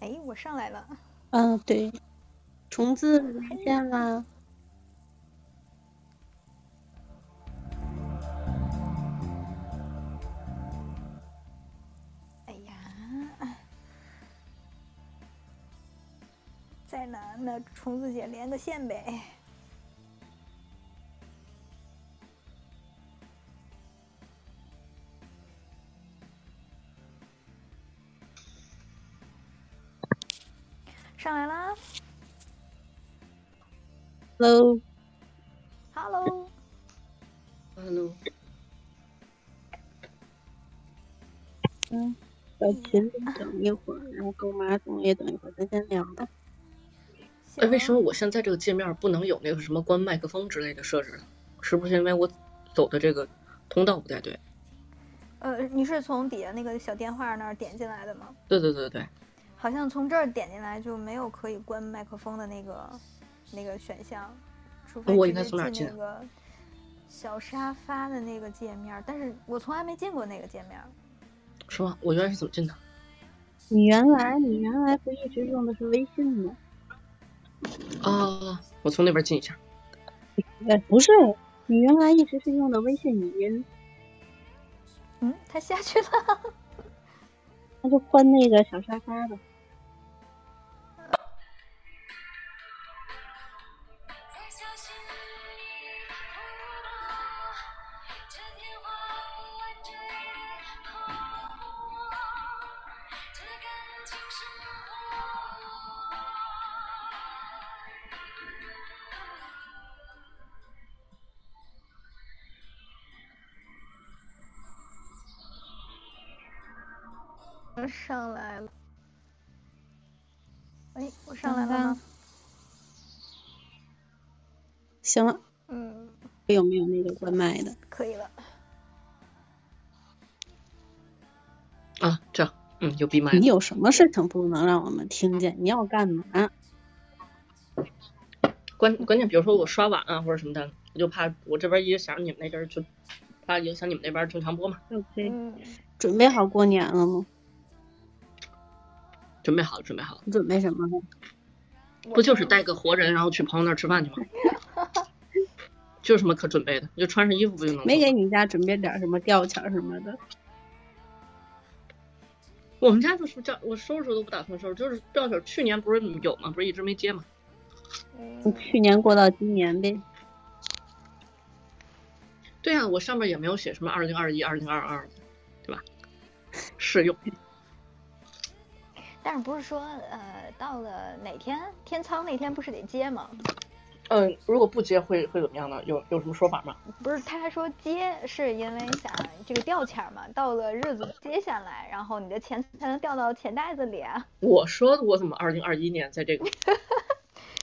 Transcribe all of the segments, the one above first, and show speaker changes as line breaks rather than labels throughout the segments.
哎，我上来了。
嗯，对，虫子来电啦。
哎呀，在哪呢？虫子姐连个线呗。上来啦
Hello，
，Hello，
Hello，
小秦等一会儿，然后跟马总也等一会儿，咱先聊吧。
哎，为什
么？
么我现在这个界面不能有那个什么关麦克风之类的设置呢？是不是因为我走的这个通道不太对？
呃，你是从底下那个小电话那儿点进来的吗？
对对对对，
好像从这儿点进来就没有可以关麦克风的那个那个选项，除非
我
直
应该
接
从哪儿
进
进啊
那个小沙发的那个界面，但是我从来没进过那个界面。
是吗？我原来是怎么进的？
你原来你原来不一直用的是微信吗？
啊，我从那边进一下。
哎，不是，你原来一直是用的微信语音，
嗯，他下去了。
那就换那个小沙发吧。
在小溪里涂抹着天花乱坠泡沫，这感情生活。
上来了。哎，我上来了吗？
行了，
嗯，
有没有那个关麦的？
可以了。
啊，这样，嗯，有闭麦
你
了。
有什么事情不能让我们听见？你要干嘛？
关关键，比如说我刷碗啊或者什么的，我就怕我这边一影响你们那边儿就，怕影响你们那边儿正常播嘛。
OK，
嗯，
准备好过年了吗？
准备好了，准备好了，
你准备什么了？
不就是带个活人，然后去朋友那儿吃饭去吗？ 就有什么可准备的？就穿上衣服不就能了吗？
没给你家准备点什么吊钱儿什么的？
我们家就是这样，我收拾都不打算收拾，就是吊球。去年不是有吗？不是一直没接吗？
你
嗯，
去年过到今年呗。
对啊，我上面也没有写什么二零二一、二零二二，对吧？适用。
但是不是说呃，到了哪天天仓那天不是得接吗？
嗯，如果不接会会怎么样呢？有有什么说法吗？
不是，他说接是因为想这个掉钱儿嘛，到了日子接下来，然后你的钱才能掉到钱袋子里啊。
我说我怎么二零二一年在这个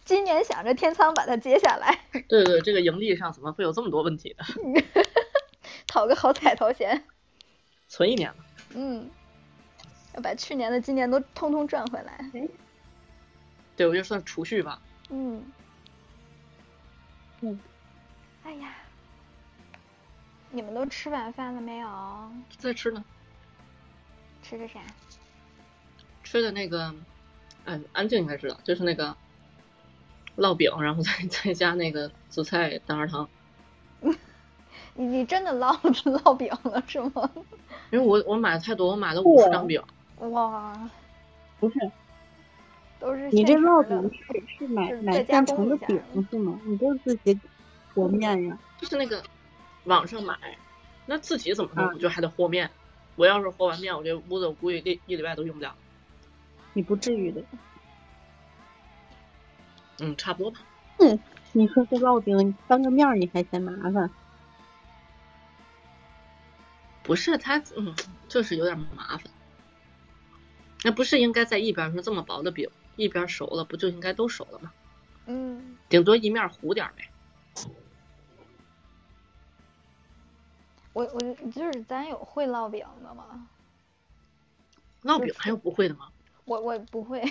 今年想着天仓把它接下来，
对对对这个盈利上怎么会有这么多问题的？
讨个好彩头钱。
存一年吧。
嗯，要把去年的、今年都通通赚回来。
对，我就算储蓄吧。
嗯，
嗯，
哎呀，你们都吃晚饭了没有？
再吃呢，
吃的啥？
吃的那个，嗯，安静应该知道，就是那个烙饼，然后再再加那个紫菜蛋花汤。
你你真的烙 烙饼了是吗？
因为我我买的太多，我买了五十张饼。
哇，
不是，
都是
你这
现成
烙
的
饼是是买
就是
买
再加
现
工
成
一
的
下嗯
饼是吗？你都是自己和面呀？
就是那个网上买，那自己怎么弄？
嗯
我就还得和面。我要是和完面，我这屋子我估计一一礼拜都用不了。
你不至于的。
嗯，差不多吧。
你说这烙饼，你翻个面儿你还嫌麻烦？
不是它，嗯，就是有点麻烦。那不是应该在一边儿说这么薄的饼，一边儿熟了，不就应该都熟了吗？
嗯，
顶多一面儿糊点儿呗。
我我就是咱有会烙饼的吗？
烙饼还有不会的吗？
我我不会，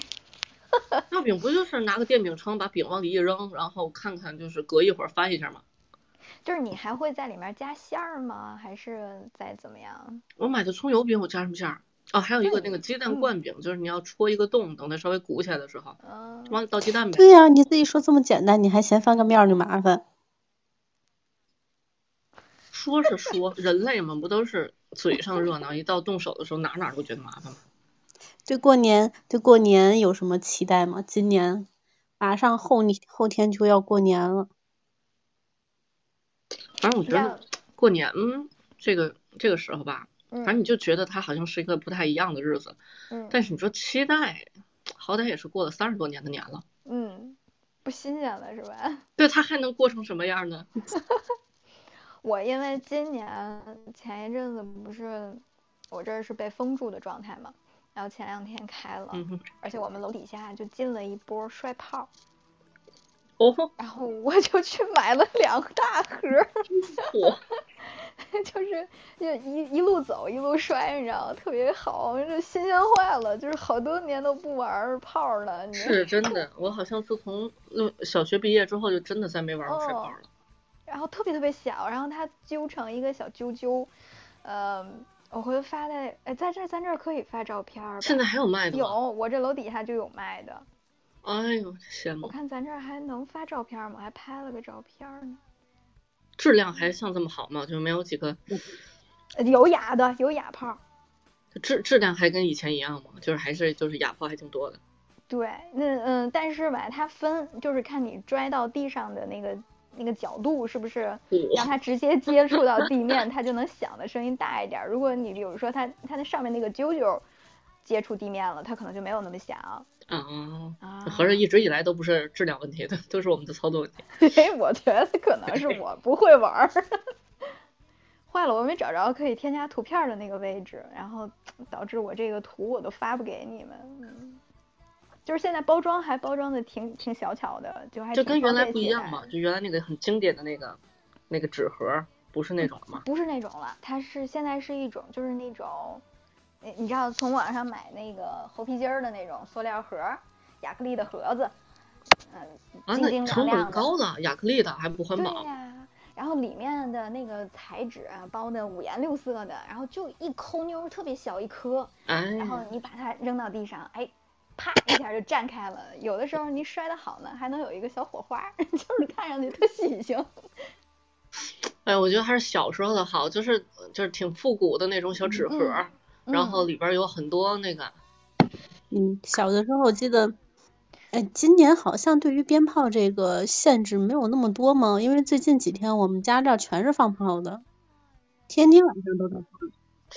烙饼不就是拿个电饼铛把饼往里一扔，然后看看就是隔一会儿翻一下吗？
就是你还会在里面加馅儿吗？还是再怎么样？
我买的葱油饼我加什么馅儿？哦，还有一个
嗯
那个鸡蛋灌饼，就是你要戳一个洞，等它稍微鼓起来的时候，
嗯，
往里倒鸡蛋呗。
对呀、你自己说这么简单，你还嫌翻个面儿就麻烦？
说是说，人类嘛，不都是嘴上热闹，一到动手的时候，哪哪儿都觉得麻烦吗？
对过年，对过年有什么期待吗？今年马上后年后天就要过年了，
反正我觉
要
得过年嗯这个这个时候吧，
嗯
反正你就觉得它好像是一个不太一样的日子。
嗯
但是你说期待，好歹也是过了三十多年的年了，
嗯，不新鲜了是吧？
对它还能过成什么样呢？
我因为今年前一阵子不是我这儿是被封住的状态嘛，然后前两天开了，
嗯哼，
而且我们楼底下就进了一波摔炮，
哦吼，
然后我就去买了两大盒儿，
我
就是就一一路走一路摔，你知道吗？特别好，这新鲜坏了，就是好多年都不玩儿炮儿了，你知道
是真的，我好像自从呃小学毕业之后，就真的再没玩过摔炮了。
哦然后特别特别小，然后它揪成一个小揪揪，呃，我回头发在哎，在这儿咱这儿可以发照片儿吧？
现在还有卖的
有，
吗？
我这楼底下就有卖的。
哎呦，羡
我
慕！
看咱这儿还能发照片吗？还拍了个照片儿呢。
质量还像这么好吗？就没有几个
呃有哑的，有哑炮。
质质量还跟以前一样吗？就是还是就是哑炮还挺多的。
对，那嗯，但是吧，它分就是看你拽到地上的那个那个角度是不是让它直接接触到地面，它就能响的声音大一点儿。如果你比如说它它那上面那个啾啾接触地面了，它可能就没有那么响
啊，
啊。
合着一直以来都不是质量问题的，都是我们的操作问题。
嘿， 我觉得可能是我不会玩儿， 坏了，我没找着可以添加图片儿的那个位置，然后导致我这个图我都发不给你们。嗯，就是现在包装还包装的挺挺小巧的，就还
就
挺
跟
方
原来
便
不一
携
样
带
嘛，就原来那个很经典的那个那个纸盒，不是那种嘛。
不是那种了，它是现在是一种，就是那种，你你知道从网上买那个猴皮筋儿的那种塑料盒儿，亚克力的盒子，
啊，
晶
那
晶
成
亮亮
本
的
高了，亚克力的还不环
对
保。
呀、然后里面的那个材质啊，包的五颜六色的，然后就一抠妞儿特别小一颗，
哎
然后
呀，
你把它扔到地上，哎，啪一下就绽开了。有的时候你摔得好呢，还能有一个小火花， 就是看上去特喜庆。
哎，我觉得还是小时候的好，就是就是挺复古的那种小纸盒，
嗯
然后里边有很多那个
嗯，小的时候我记得，哎，今年好像对于鞭炮这个限制没有那么多嘛，因为最近几天我们家这儿全是放炮的，天天晚上都在。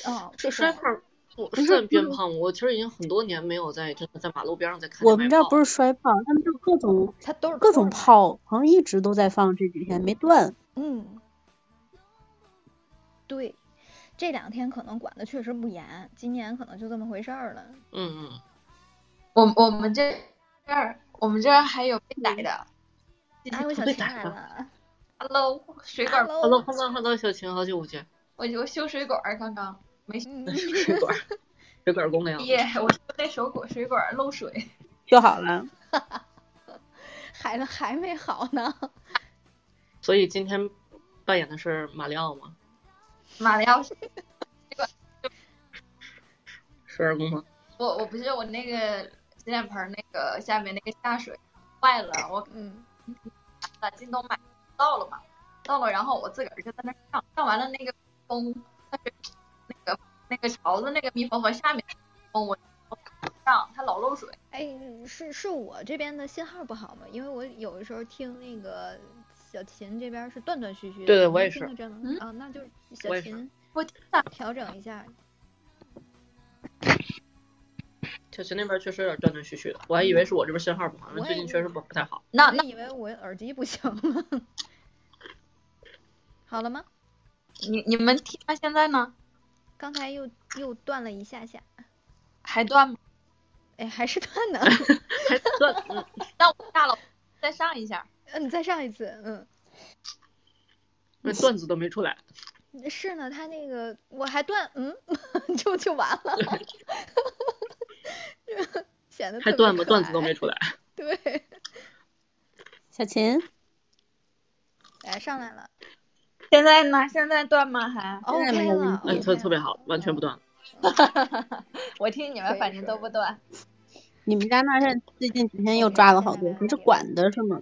嗯，嗯
是
这
摔
种
炮，我算鞭炮吗？我其实已经很多年没有在真的在马路边上再看见
我们
卖
这儿
炮
不是摔炮，他们这儿各种
它都是
各种
都是
炮，好像一直都在放，这几天没断。
嗯，对，这两天可能管的确实不严，今年可能就这么回事儿了。
嗯嗯，
我我们这这儿我们这儿还有被逮的
哎，我小
被
琴
打
来
了
了
，Hello，水管，
，Hello，
hello hello hello，小晴，好久不见，
我我修水管儿刚刚
嗯
水管儿水管儿工的样
毕
子。
业，我修那手管水管儿漏水，
就好了，
还还没好呢。
所以今天扮演的是马里奥吗？
妈的要是
水管工吗？
我我不是我那个洗脸盆儿那个下面那个下水坏了，我
嗯，
把京东买到了嘛，到了，然后我自个儿就在那儿上，上完了那个风，它是那个那个槽子那个密封盒下面风，我我上它老漏水，
哎，是是我这边的信号不好吗？因为我有的时候听那个小琴这边是断断续续的。
对对
你
我
能
也
听
是
得见吗？
嗯
啊，那就是
我
小
也是
琴
我听到
调整一 下。
小晴那边确实有点断断续续的，我还以为是我这边信号不好，因为最近确实不不太好。
那
我
那
以为我耳机不行了。 好了吗？
你你们听到现在呢？
刚才又又断了一下下，
还断吗？
哎，还是断 的。
还断，嗯，
那我下了，再上一下。
嗯，你再上一次，嗯。
那段子都没出来。
是呢，他那个我还断，嗯， 就就完了，显得
还
特别
段子
可
段子都
爱
没出来。
对，
小琴，
哎，上来 了
现在呢？现在断吗？还
在没
，OK
有问
了
题
哎，
，OK
特特别
了
好，完全不断。
我听你
可
们
以
反正
说
都不断。
你们家那儿现在最近几天又抓了好多，你这管的是吗？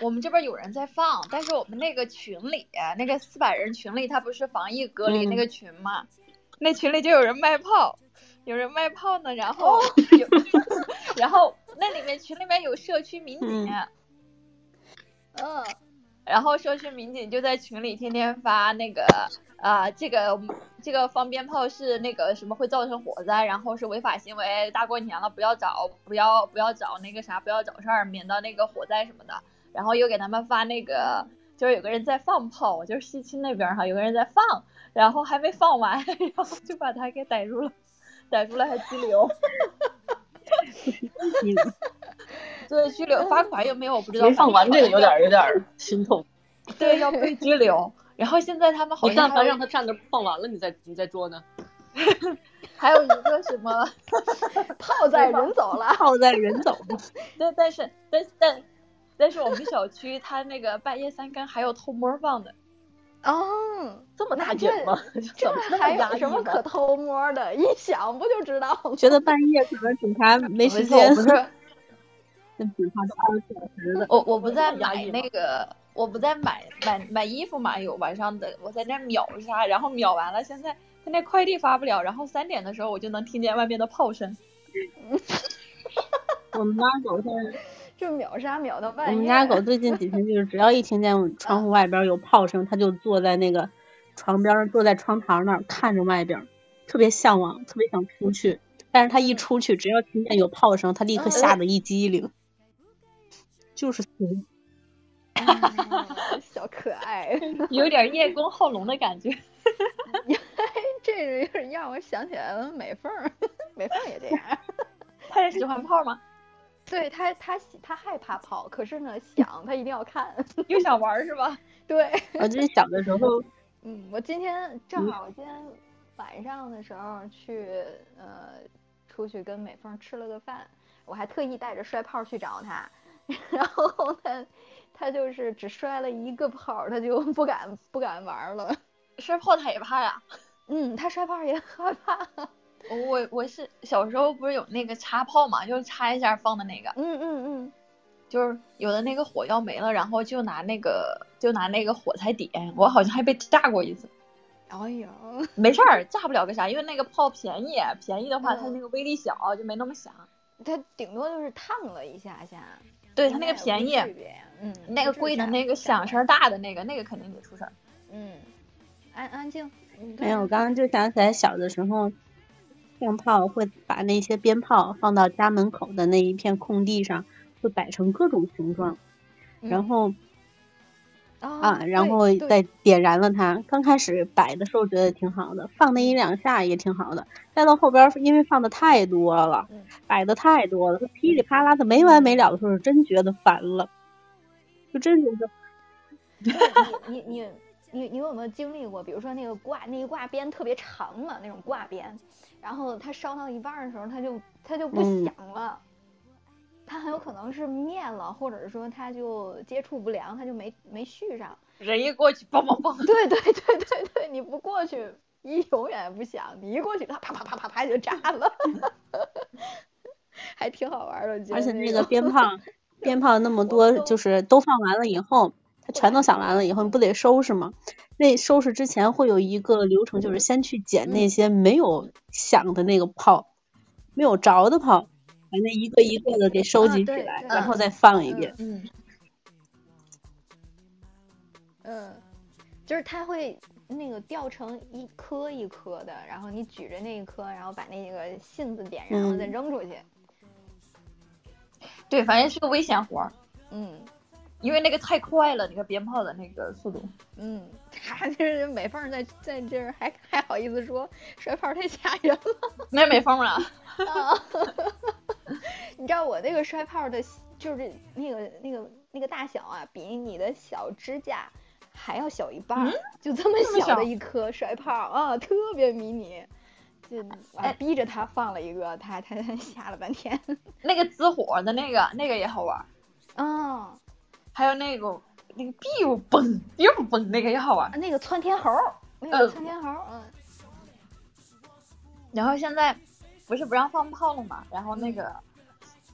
我们这边有人在放，但是我们那个群里，那个四百人群里，它不是防疫隔离
嗯
那个群嘛？那群里就有人卖炮，有人卖炮呢，然后有， 然后那里面群里面有社区民警，
嗯，
然后社区民警就在群里天天发那个啊、这个这个放鞭炮是那个什么会造成火灾，然后是违法行为，大过年了不要找不要不要找那个啥，不要找事儿，免得那个火灾什么的。然后又给他们发那个，就是有个人在放炮，就是西青那边儿哈，有个人在放，然后还没放完， 然后就把他给逮住了，逮住了还拘留，
你
所以拘留罚款又没有，我不知道
没放完这个有
罚
点儿有点儿心痛，
款对要被拘留。然后现在他们好
你
像
但
哎还
凡
有
让他站那儿放完了，你再你再捉呢。
还有一个什么。
炮在人走了，
炮在人走了，
但但是但但但是我们小区它那个半夜三更还有偷摸放的，
哦，
这么大
那
劲
这
吗？
这
怎么啊那么
还
压
有
抑
什么
呢
可偷摸的？一想不就知道吗？
觉得半夜可能警察没时
我
间
不，是
那警察都二十四小时的。
我我不在
压
买
抑吗
那个，我不在买买买衣服嘛，有晚上的，我在那秒杀，然后秒完了，现在他那快递发不了，然后三点的时候我就能听见外面的炮声，
我们家狗现在，
这秒杀秒到半
我
夜。
们家狗最近几天就是，只要一听 见我窗户外边有炮声，它就坐在那个床边儿，坐在窗台那儿看着外边儿，特别向往，特别想出去。但是它一出去，只要听见有炮声，它立刻吓得一 激灵，就是怂。
嗯 小可 爱，
有点叶公好龙的感觉。
哎这是让我想起来了美凤儿， 美凤儿也这样。
他是喜欢炮吗？
对他，他喜他害怕炮，可是呢，想他一定要看。
又想玩是吧？
对，
我记得小的时 候，
嗯，我今天正
嗯
好，我今天晚上的时候去呃出去跟美凤吃了个饭，我还特意带着摔炮去找她， 然后她她就是只摔了一个炮，她就不敢不敢玩了。
摔炮他也怕呀。
嗯，她摔炮也害怕。
我我我是小时候不是有那个插炮嘛，就是插一下放的那个。
嗯嗯
就是有的那个火药没了，然后就拿那个就拿那个火柴点，我好像还被炸过一次。
嗯，哎呀，
没事儿，炸不了个啥，因为那个炮便宜，便宜的话它
嗯
那个威力小，就没那么响。
她顶多就是烫了一下下，
对它
应
那
该
个
也无
便宜，
区别，嗯，
那个贵的那个响声
声，
儿大的那个，那个肯定得出事儿。
嗯，安安静。嗯你
没有，哎我
刚
刚刚就想起来小的时候，放炮会把那些鞭炮放到家门口的那一片空地上，会摆成各种形状，然
嗯哦
后啊，然
对
后
对
再点燃了它。刚开始摆的时候觉得挺好的，放那一两下也挺好的，再到后边儿因为放的太多了
嗯，
摆的太多了，它噼里啪啦的没完没了的时候，真觉得烦了，就真觉得
你你你你有没有经历过？比如说那个挂那一挂鞭特别长嘛，那种挂鞭，然后它烧到一半儿的时候，它就它就不
嗯
响了，它很有可能是灭了，或者是说它就接触不良，它就没没续上。
人一过去，梆梆梆，
对对对对对，你不过去，一永远不响，你一过去，它啪啪啪啪啪就炸了， 还挺好玩儿的，我觉得
而且那
那
个
种
鞭 炮，鞭炮那么多，就是都放完了以后，它全都响完了以后，你不得收拾吗？那收拾之前会有一个流程，就是先去
嗯
捡那些没有响的那个炮，没有着的炮，把那一个一个的给收
啊
集起
对
来，
对
然后再放一
嗯
遍。
嗯，
嗯，就是它会那个掉成一颗一颗的，然后你举着那一颗，然后把那个信子点燃了再
嗯
扔出去。
对，反正是个危险活儿，
嗯
因为那个太快了，那个鞭炮的那个速度。
嗯， 他就是美凤在在这儿还还好意思说摔炮太吓人了。
那没法儿啊，
啊， 你知道我那个摔炮的，就是那个那个那个大小啊，比你的小指甲还要小一半儿， 就嗯这
这么
么小
小
的一颗摔炮啊，特别迷你。就我还逼着他放了一个，他他他吓了半 天。
那个滋火的那个那个也好玩儿，
啊，
还有那个那个 biu
啊
嘣 biu 嘣那个也好玩儿。
那个窜天猴儿，那
呃
个窜天猴儿，嗯，
然后现在不是不让放炮了嘛，然后那
嗯
个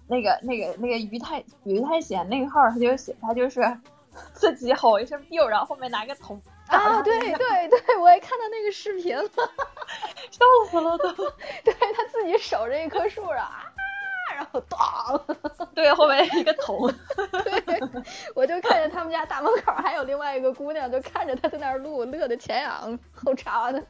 那个那个那个于太于太贤那个号儿，他就写他就是 自己吼一声 biu，然后后面拿个桶打
啊，
他
对对对，我也看到那个视频了，
笑死了都。
对他自己守着一棵树上啊，然后咚，
对，后面一个 桶。
我就看见他们家大门口还有另外一个姑娘，就看着他在那儿录，乐得前仰后叉的。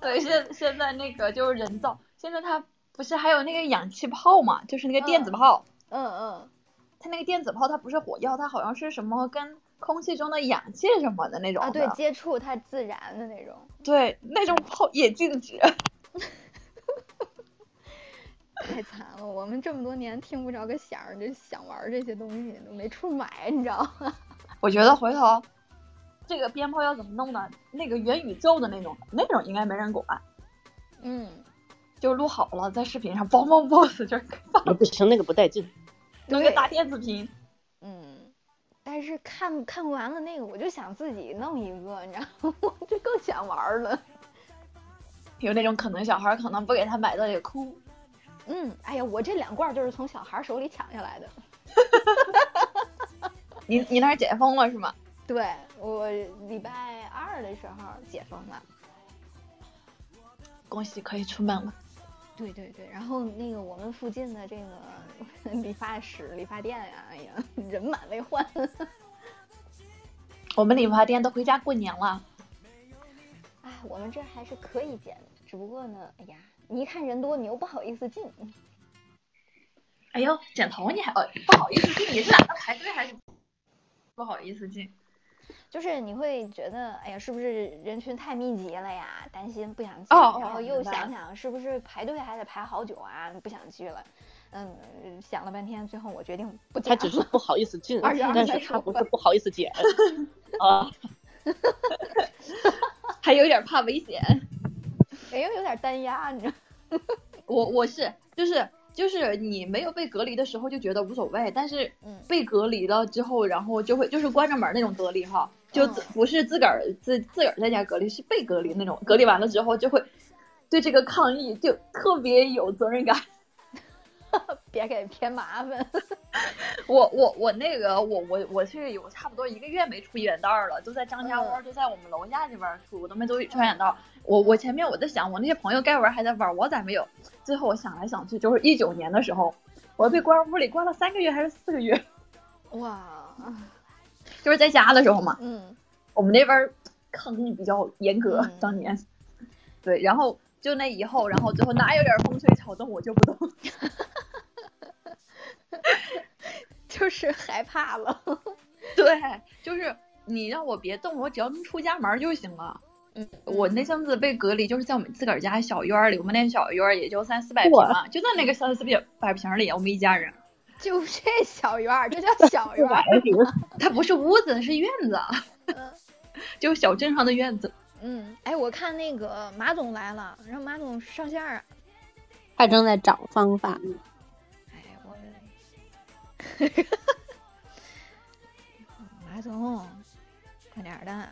对，现现在那个就是人造，现在它不是还有那个氧气炮嘛，就是那个电子
嗯
炮。
嗯嗯，
它那个电子炮它不是火药，它好像是什么跟空气中的氧气什么的那种
啊，
的
对，接触太自然的那种。
对，那种炮也禁止。
太惨了，我们这么多年听不着个响儿，就想玩儿这些东西都没处买，你知道吗？
我觉得回头这个鞭炮要怎么弄呢？那个元宇宙的那种，那种应该没人管，
嗯，
就录好了在视频上嘣嘣嘣，就是放
不行，那个不带劲。
弄个大电子屏。
嗯，但是看看完了那个，我就想自己弄一个，你知道吗？ 我就更想玩儿了。
有那种可能，小孩儿可能不给他买到也哭。
嗯，哎呀，我这两罐儿就是从小孩儿手里抢下来的。
你你那儿解封了是吗？
对我礼拜二的时候解封了。
恭喜可以出门了。
对对对，然后那个我们附近的这个理发室、理发店呀、哎呀，人满为患。
我们理发店都回家过年了。
哎，我们这还是可以剪的，只不过呢，哎呀，你一看人多，你又不好意思进。
哎呦，剪头你还呃不好意思进，你是打算排队还是不好意思进？
就是你会觉得，哎呀，是不是人群太密集了呀？担心不想去，
哦哦
然后
哦
又
明白
想
了
想是不是排队还得排好久啊？不想去了。嗯，想了半天，最后我决定不
他
剪
只
了。
是不好意思 进，
而且
但是他不是不好意思 剪。啊，
还有点怕危险。
哎呦，有点单压，你知道吗？
我我是就是就是你没有被隔离的时候就觉得无所谓，但是
嗯
被隔离了之后，然后就会就是关着门那种隔离哈，就
嗯
自不是自个儿自自个儿在家隔离，是被隔离那种。隔离完了之后就会对这个抗疫就特别有责任感。
别给添麻烦。
我我我那个我我我是有差不多一个月没出远道儿了，就在张家窝，就在我们楼下这边儿出，我都没走出远道儿。我我前面我在想，我那些朋友该玩儿还在玩儿，我咋没有？最后我想来想去，就是一九年的时候，我被关屋里关了三个月还是四个月，
哇，
就是在家的时候嘛。
嗯，
我们那边儿抗疫比较严格，
嗯
当年。 对，然后就那以后，然后最后哪有点儿风吹草动我就不动。
就是害怕了。
对，就是你让我别动，我只要能出家门儿就行了。
嗯，
我那阵子被隔离，就是在我们自个儿家小院儿里，我们那小院儿也就三四百平
哇
嘛，就在那个三四百百平儿里，我们一家人。
就这小院儿，这 叫小院儿。
它不是屋子，是院子，嗯 就是小镇上的院子。
嗯，哎，我看那个马总来了，让马总上线儿啊。
他正在找方法呢。
哎，我。 马总，快点儿的！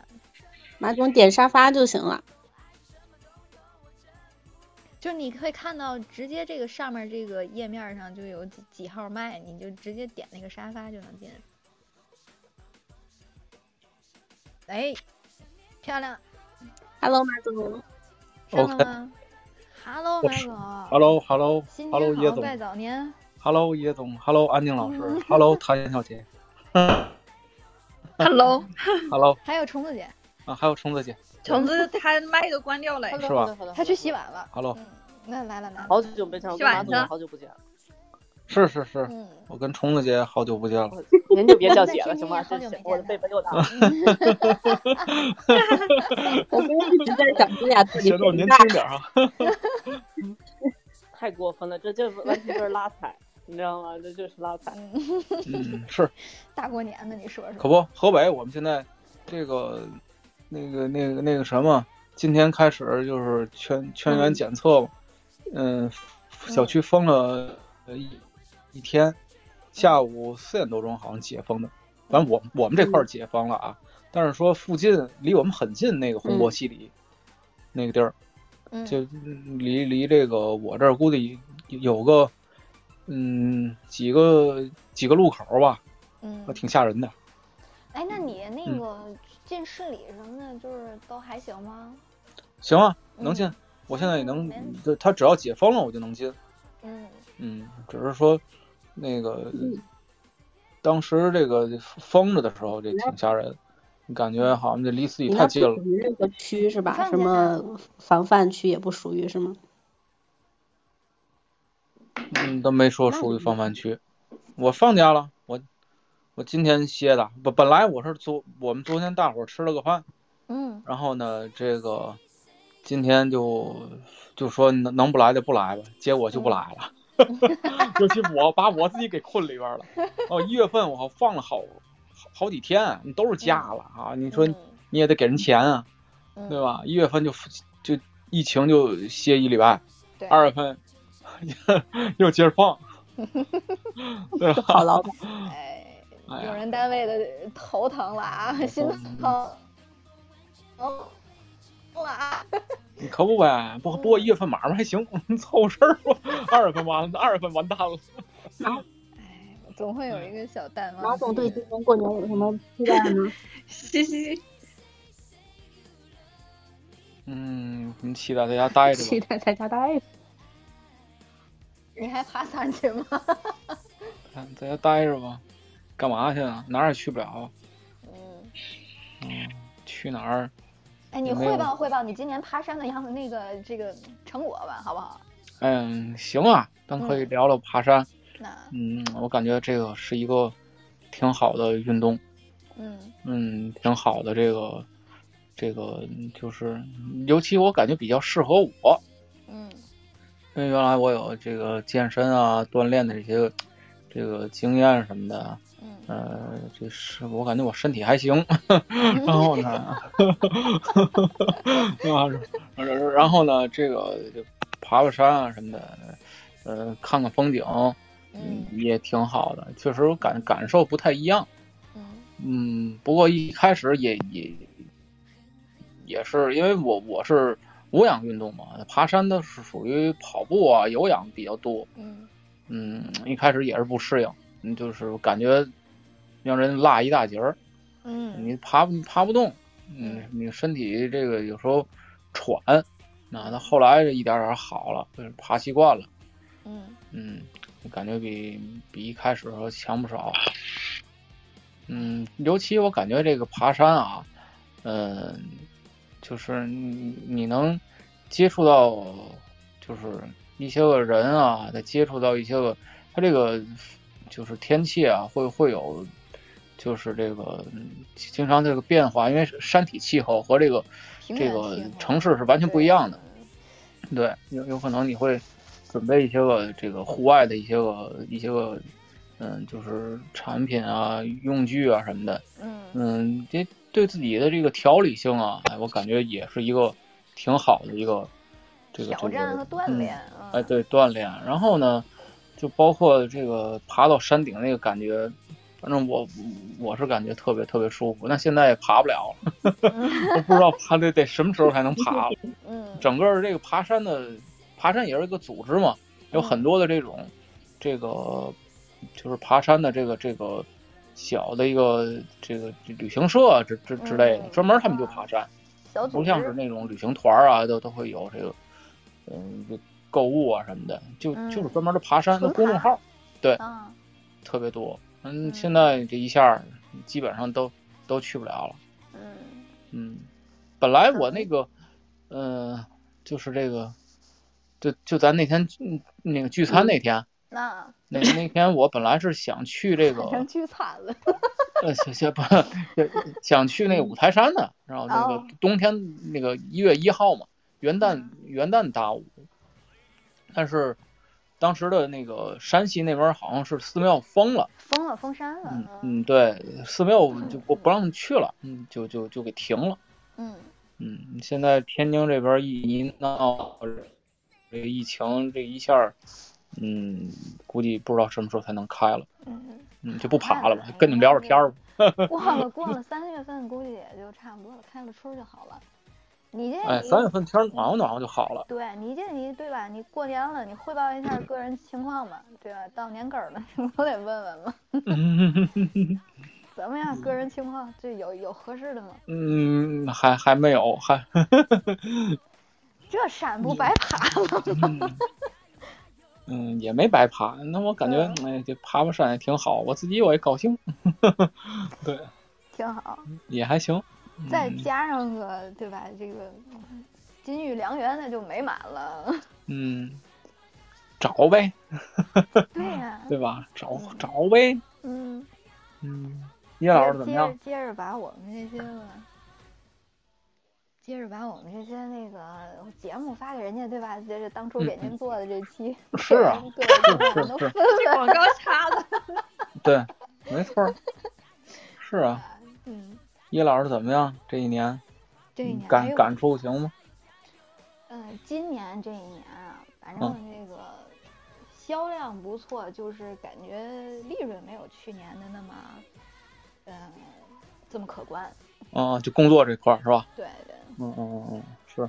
马总点沙发就行了。
就是你可以看到，直接这个上面这个页面上就有几几号麦，你就直接点那个沙发就能进。哎，漂亮，
Hello，马总，
上了
OK
吗？Hello，
我
马
是
总。新
Hello，Hello，Hello，
年
叶
好，嗯
总
拜早年。
，Hello 叶总，Hello 安静老师，Hello 谭小姐
Hello，
，Hello
还有虫子姐，
啊，还有虫子姐
橙子他麦都关 掉了，
是吧？
她去洗碗了。
，Hello，
嗯，那来了来了。
好久没见，我跟马总也好久不见了，
是是是，
嗯，
我跟虫子姐好久不见了，
您就别叫姐了行 吗？真是我的辈分又大了。
我刚刚一直在想咱俩自 己
显得我
谁
年
大
轻点儿啊。
太过分了，这这完全就是拉踩，你知道吗？这就是拉踩。
嗯，是，
大过年的，你说
可
说。
不，河北我们现在这个那个那个那个什么，今天开始就是全全员检测嘛，嗯，小区封了呃一一天，下午四点多钟好像解封的，反正我我们这
嗯
块儿解封了啊，但是说附近离我们很近那个红博西里那个地儿，
嗯
就离离这个我这儿估计有个嗯几个几个路口吧，
嗯，
挺吓人的。
哎，那你那
嗯
个进市里什么的，就是都还行吗？
行啊，能进，
嗯
我现在也能
没问题，
就他只要解封了我就能进。
嗯
嗯，只是说那个、当时这个封着的时候，这挺吓人，感觉好像这离自己
你
太
看不
近了
属。于这个区是吧？
看
什
见了
么防范区也不属于是吗？
嗯，都没说属于防范区。我放假了，我我今天歇的。本本来我是昨我们昨天大伙儿吃了个饭，
嗯
然后呢，这个今天就就说能能不来就不来吧，结果就不来了。
嗯
尤其我把我自己给困里边 了。哦，一月份我放了好好好几天，都是假了啊！你说
嗯
你也得给人钱啊，
嗯
对吧？一月份就就疫情就歇一礼拜，
对
二 月份又接着放，对吧？
好 老板，
哎，
哎
用
呀，嗯
人单位的头疼了啊，心疼，哦，了啊，
你可不呗，不不过一月份买卖还行， 凑合事儿吧。二月份完了，二月份完蛋了。
哎，总会
嗯
有一个小淡忘。
老总对今年过年有什么期待吗？
嘻嘻，
嗯，我们期待在家待着
期
吧。
待在家待着。
你还爬山去 吗？
嗯在家待着吧，干嘛去啊？哪儿也去不了。
嗯，
嗯，去哪儿？
哎，你
也没
汇
有
报汇报你今年爬山的样那个这个成果吧，好不好？
嗯，行啊，咱可以聊聊爬山。
那
嗯，我感觉这个是一个挺好的运动，
嗯
嗯，挺好的这个这个就是，尤其我感觉比较适合我，
嗯
因为原来我有这个健身啊、锻炼的这些这个经验什么的，
嗯，
呃，这是我感觉我身体还行，然后呢，啊，然后呢，这个就爬爬山啊什么的，呃，看看风景，嗯
嗯，
也挺好的。确实我感感受不太一样，
嗯
嗯，不过一开始也也也是因为我我是无氧运动嘛，爬山的是属于跑步啊、有氧比较多，
嗯
嗯，一开始也是不适应，嗯，就是感觉让人落一大截儿，
嗯
你爬不爬不动，嗯，你身体这个有时候喘，那那后来一点点儿好了，就是爬习惯了，
嗯
嗯，感觉比比一开始的时候强不少，嗯，尤其我感觉这个爬山啊，嗯、就是你你能接触到，就是一些个人啊，再接触到一些个，它这个就是天气啊，会会有，就是这个嗯经常这个变化，因为山体气候和这个
平
这
原
个
气候
城市是完全不一样的。对，有有可能你会准备一些个这个户外的一些个一些个，嗯，就是产品啊、用具啊什么的，
嗯
嗯，这对自己的这个条理性啊，哎，我感觉也是一个挺好的一个这个
挑战和锻。炼
这个嗯
啊，
哎，对，锻炼。然后呢，就包括这个爬到山顶那个感觉，反正我我是感觉特别特别舒服。那现在也爬不了了， 我不知道爬得得什么时候才能爬了。
嗯
整个这个爬山的爬山也是一个组织嘛，
嗯
有很多的这种、这个就是爬山的这个这个小的一个这个旅行社啊之之之类的，
嗯
专门他们就爬山，
小组
不
织
像是那种旅行团儿啊，都都会有这个嗯就购物啊什么的，就
嗯
就是专门的爬山的
纯
公众
爬
号
啊，
特别多。嗯，
嗯
现在这一下儿基本上都都去不了了。
嗯
嗯，本来我那个，呃，就是这个，就就咱那天嗯那个聚餐那天，
那，
那那天我本来是想去这个
成聚惨了，
呃，想想 不想去那个五台山的，然后那
哦
个冬天那个一月一号嘛，元旦元旦大五，但是当时的那个山西那边儿好像是寺庙封了。
封了封山了
嗯
啊，
嗯，对，寺庙就不不让他们去了，嗯，就就就给停了。
嗯
嗯，现在天津这边一一闹，这个疫情这一下儿，嗯，估计不知道什么时候才能开了，
嗯，
嗯，就不爬了吧
哎，
跟你们聊会儿天儿吧。
过了过了三月份，估计也就差不多了，开了春儿就好了。你这
哎，
你
三月份天儿暖和暖和就好了。
对你这你对吧？你过年了，你汇报一
嗯
下个人情况嘛，对吧？到年根儿了， 你都得问问嘛，怎么样？个人情况这有有合适的吗？
嗯，还还没有，还
这闪不白爬吗？
嗯也没白爬。那我感觉哎，这爬爬山也挺好，我自己我也高兴， 对，
挺好，
也还行。嗯
再加上个对吧？这个金玉良缘那就美满了。
嗯，找呗，
对呀、
对吧？找找呗。
嗯，
嗯，叶老师
接
怎么
接着
样？
接着把我们这些个，接着把我们这些那个节目发给人家，对吧？这是当初给您做的这期，
是啊，
各位听众
是
们都
是
纷纷
广告插 的，
对，没错儿，是啊。
嗯，
叶老师怎么样？这一年
这一年哎
嗯感
呦
感触行吗？
嗯，今年这一年啊，反正
嗯
这个销量不错，就是感觉利润没有去年的那么，呃，这么可观。
啊，就工作这块儿是吧？
对对，
嗯嗯嗯嗯，是，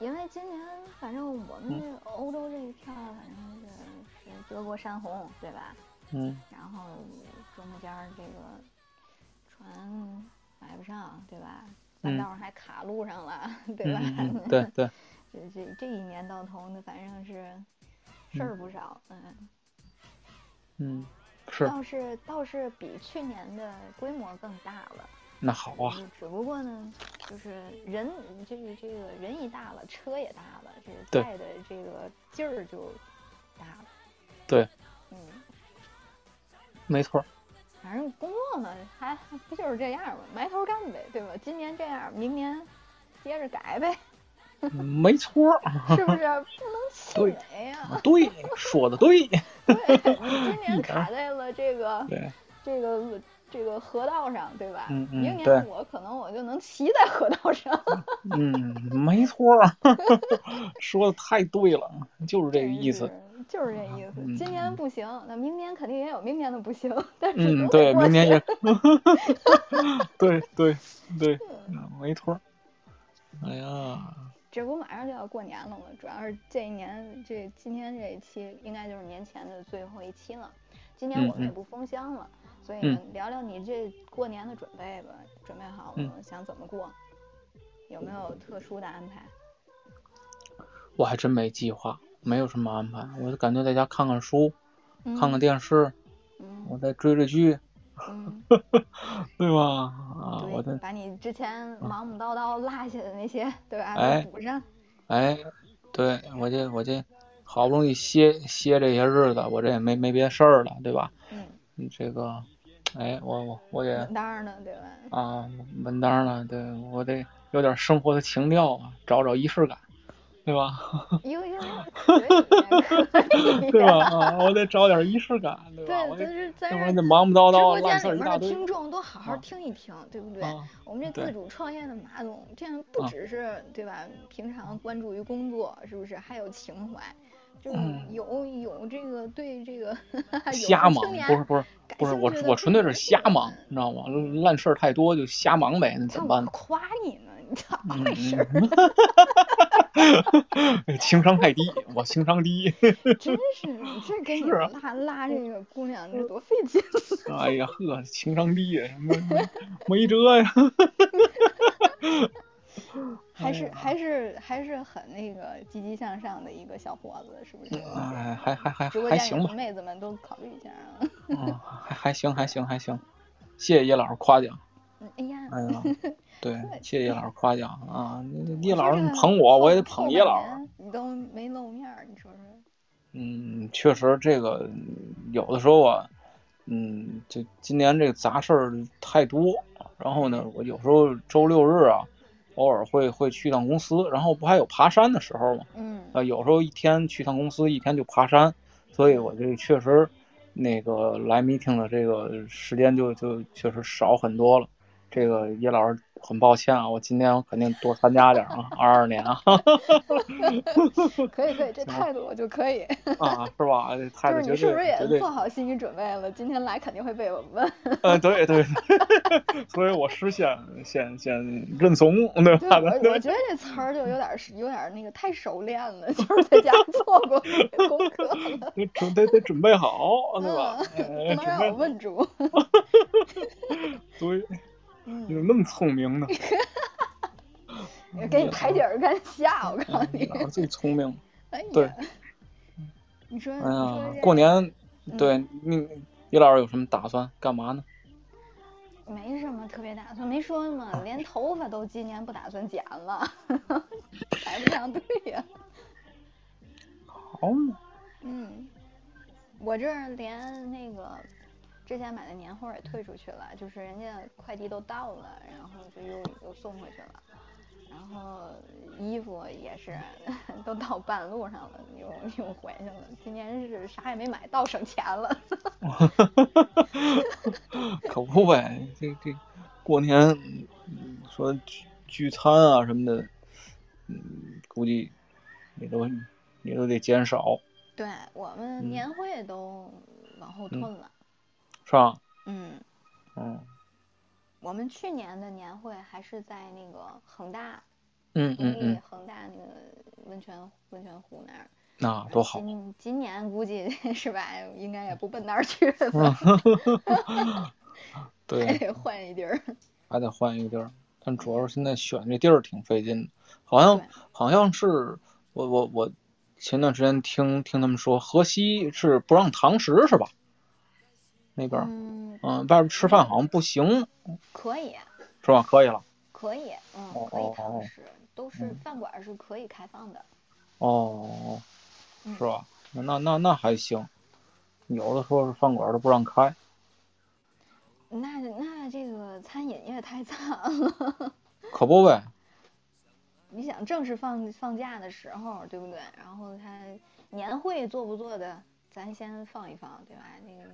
因为今年反正我们
嗯
这欧洲这一片儿，反正是是德国山洪，对吧？
嗯
然后中间儿这个船买不上，对吧？半
嗯
道上还卡路上了，对吧？
嗯 嗯，嗯对对，
这这这一年到头呢，反正是事儿不少，嗯，
嗯是，
倒是倒是比去年的规模更大了，
那好啊，
就嗯只不过呢，就是人就是这个人一大了，车也大了，这
对
带的这个劲儿就大了，
对，
嗯，
没错儿，
反正工作嘛，还不就是这样嘛，埋头干呗，对吧？今年这样，明年接着改呗，
嗯没错儿，
是 不是？不能气
对
馁呀、
对，说的对，
对，你今年
一点儿
卡在了这个。
对，
这个这个河道上，对吧？
嗯嗯
明
对
年我可能我就能骑在河道上。
嗯，没错儿， 说的太对了，就是这个意
就
思。
是，就是这意思。
嗯
今年
嗯
不行，那明年肯定也有明年的不行，但是
嗯，
总
对，
得过
明年
去。
也， 对对对，嗯没错儿。哎呀，
这不马上就要过年了吗？主要是这一年这今天这一期应该就是年前的最后一期了。今年
嗯
我们也
嗯
不封箱了，所以
嗯
呢聊聊你这过年的准备吧，准备好了吗？
嗯
想怎么过？有没有特殊的安排？
我还真没计划，没有什么安排，我就感觉在家看看书，
嗯
看看电视，
嗯
我再追追剧，
嗯。
对吧？啊，
对，
我再
把你之前忙忙叨叨落下的那些，对吧？
哎
都补上。
哎，对我这我这好不容易歇歇这些日子，我这也没没别的事儿了，对吧？
嗯，
嗯这个，哎，我我我也
稳当儿呢，对吧？
啊，稳当了，对我得有点生活的情调啊，找找仪式感，对吧？
呦呦，可以，可以。
啊对吧？啊，我得找点仪式感，对吧？
对，
我
就
这
是咱
要不
这
然这
直
忙忙叨
播
叨
间
乱事儿
里
一
面
大
的
堆
听众都好好
啊
听一听，对不对？
啊，
我们这
对
自主创业的马总，这样不
啊
只是对吧？平常关注于工作，是不是？还有情怀，就是
嗯
有有这个对这个 哎有
瞎
志
忙
青年
不是不是
感
不是，
兴
我
趣的
我
自
纯粹
己
是
的
瞎
部
忙
分，
你知道吗？烂事儿太多就瞎忙呗，那怎
看
么
我
办呢？
夸你呢，你咋
嗯
回事儿？
嗯情商太低，我情商低。
真是，你这给你
是啊嗯
拉拉这个姑娘，这多费劲！
哎呀呵，情商低，没没辙呀。哎
还是还是还是很那个积极向上的一个小伙子，是不是？
哎，还还还
直播
还
间
行
里
吧
的，妹子们都考虑一下啊。
嗯，还还行还行还行，谢谢叶老师夸奖。
嗯哎呀，
哎 呀，对，谢谢叶老师夸奖啊！那那叶老师
这
你捧我，我也得捧叶老
后半
师。
年你都没露面儿，你说说。
嗯，确实这个有的时候啊，嗯，就今年这个杂事儿太多，然后呢，我有时候周六日啊，偶尔会会去趟公司，然后不还有爬山的时候吗？
嗯
啊，有时候一天去趟公司，一天就爬山，所以我这确实那个来 meeting 的这个时间就就确实少很多了。这个叶老师很抱歉啊，我今天我肯定多参加点儿啊，二二年啊 呃
可以可以，这态度我就可以。
啊，是吧？这态
就
度
是你
绝
是不是
对绝
也
对
做好心理准备了？今天来肯定会被我问。
嗯，对对，对所以我是先先先认怂，对
对，
吧？
我我
对
觉得这词儿就有点儿是有点儿那个太熟练了， 就是在家做过那个功课了，
得准得得准备好，对吧？
嗯，
哎
不能让我
准备
问 住。
对，你
嗯，
怎么那么聪 明呢？
给你台阶儿干下，我告诉
嗯
你
哪。儿最聪明？
哎呀，
对
你嗯说，你说
哎呀
这，
过年
嗯
对你叶老师有什么打算？干嘛呢？
没什么特别打算，没说嘛，连头发都今年不打算剪了， 排不上队呀。
好嘛，
嗯，我这儿连那个之前买的年货也退出去了，就是人家快递都到了，然后就又又送回去了。然后衣服也是 都到半路上了，又又回去了。今年是啥也没买到，省钱了。
可不呗，这这过年嗯说聚聚餐啊什么的，嗯，估计你都你都得减少，
对我们
嗯
年会都往后
嗯
吞了。
是吧？
嗯，
嗯
我们去年的年会还是在那个恒大
嗯
独
嗯
立
嗯，
恒大那个温泉温泉湖那儿。
那多好。
今今年估计是吧，应该也不奔那儿去
嗯
了，还
对，
得换一地儿。
还得换一个地儿。但主要是现在选这地儿挺费劲的，好像
对
好像是我我我前段时间听听他们说，河西是不让堂食是吧？那边儿，
嗯，
嗯，外边吃饭好像不行，
可以，啊
是吧？可以了。
可以，嗯，
哦
可以
哦
堂
哦
食，都是
嗯
饭馆是可以开放的。
哦，
嗯
是吧？那那那还行，有的说是饭馆都不让开。
那那这个餐饮业太 惨了。
可不呗，
你想正是放放假的时候，对不对？然后他年会做不做的，咱先放一放，对吧？那个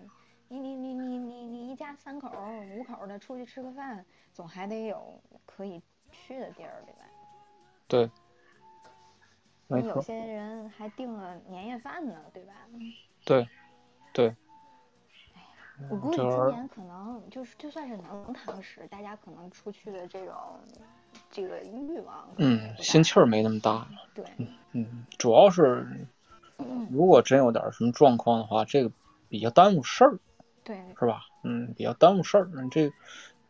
你你你你你你一家三口儿五口儿的出去吃个饭，总还得有可以去的地儿，对吧？
对，没
有
错，
些人还订了年夜饭呢，对吧？哎
对，对，嗯
我估计
这
今
儿
年可能就是就算是能堂食，大家可能出去的这种这个欲望可能也
嗯，
不大
心气儿没那么大。
对，
嗯，主要是
嗯，
如果真有点什么状况的话，这个比较耽误事儿，
对，
是吧？嗯，比较耽误事儿。嗯这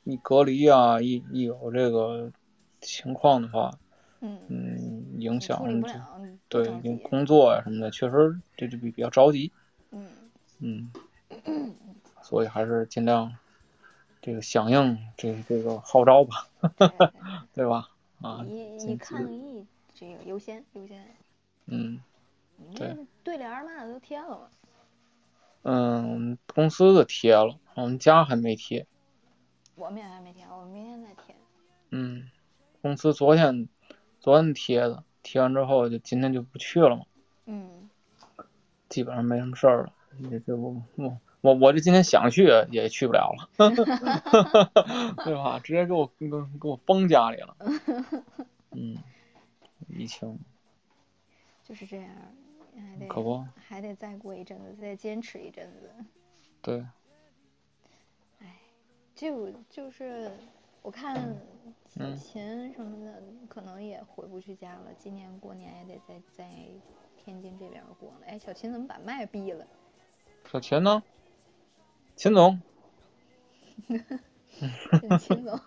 一隔离啊，一一有这个情况的话，
嗯，
嗯，影响
处理不
这
了，你不
对
着
你
急
工作呀、什么的，确实这就比比较着急。
嗯，
嗯，所以还是尽量这个响应这这个号召吧，
对对
对吧？啊，
以以
紧急
抗疫这个优先优先，
嗯
你
对
那个对联儿嘛都贴了嘛，
嗯，公司的贴了，我们家还没贴。
我们也还没贴，我们明天再贴。
嗯，公司昨天昨天贴的，贴完之后就今天就不去了嘛，
嗯，
基本上没什么事儿了。这这我我我我这今天想去也去不了 了，对吧？直接给我给我给我封家里了。嗯，疫情
就是这样，还得
嗯可不
还得再过一阵子，再坚持一阵子。
对，
就就是我看小
嗯
琴什么的，可能也回不去家了。今年过年也得在在天津这边儿过了。哎，小琴怎么把麦闭了？
小秦呢？秦总，
这秦 总，
秦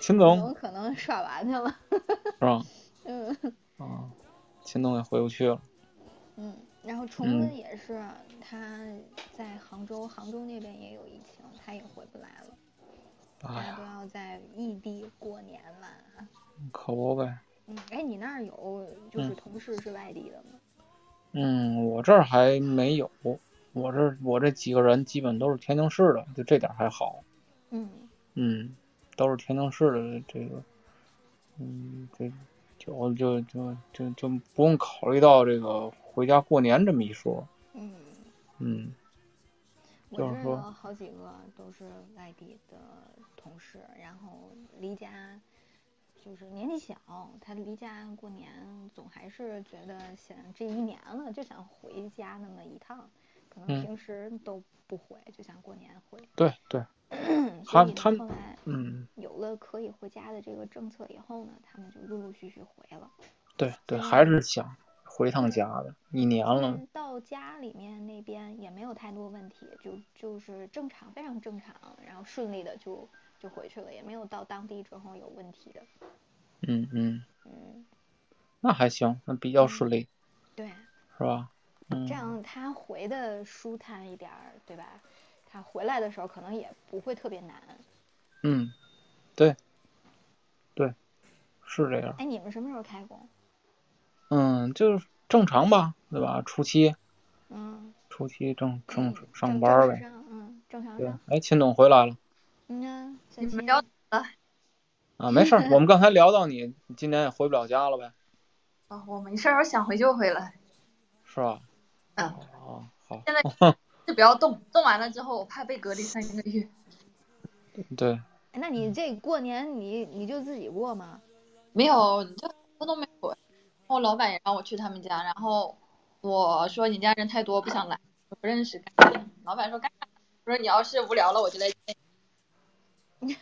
秦
总
总可能耍完去了。
是吧？
嗯
啊，秦总也回不去了。
嗯，然后虫子
嗯
也是，他在杭州，杭州那边也有疫情，他也回不来了。大
哎
家
呀，
都要在异地过年了。啊
可不呗。
嗯，哎，你那儿有就是
嗯
同事是外地的吗？
嗯，我这儿还没有，我这儿我这几个人基本都是天津市的，就这点儿还好。
嗯
嗯，都是天津市的这个，嗯，这就就就就就不用考虑到这个回家过年这么一说。
嗯。
嗯，
我
就是
认
说
了好几个都是外地的同事，然后离家就是年纪小，他离家过年总还是觉得想这一年了就想回家那么一趟，可能
嗯
平时都不回，就想过年回。
对对，
所
他
以
他
后来
嗯，
有了可以回家的这个政策以后呢，他们就陆陆续续回了。
对对，
嗯
还是想回趟家的，一年了
但，嗯到家里面那边也没有太多问题，就就是正常，非常正常，然后顺利的就就回去了，也没有到当地之后有问题的。
嗯嗯，
嗯，
那还行，那比较顺利，
对，啊
是吧？嗯
这，样他回的舒坦一点儿，对吧？他回来的时候可能也不会特别难。
嗯，对，对，是这样，
哎，你们什么时候开工？
嗯，就是正常吧，对吧？初七
嗯，
初七正正
嗯
上
正
班儿
正
呗，
常上嗯，正常
对
上。，
哎，秦总回来了。
嗯啊，小
你们
七
聊
啊，没事儿， 我们刚才聊到你今年也回不了家了呗，
啊，我没事儿，我想回就回来，
是吧？
嗯
哦，好，
就不要动，动完了之后我怕被隔离三个月。
对，
哎那你这过年你你就自己过吗？
没有，就他都没回。然后老板也让我去他们家，然后我说你家人太多，不想来，我不认识。干啥老板说干啥？我说你要是无聊了，我就来接你。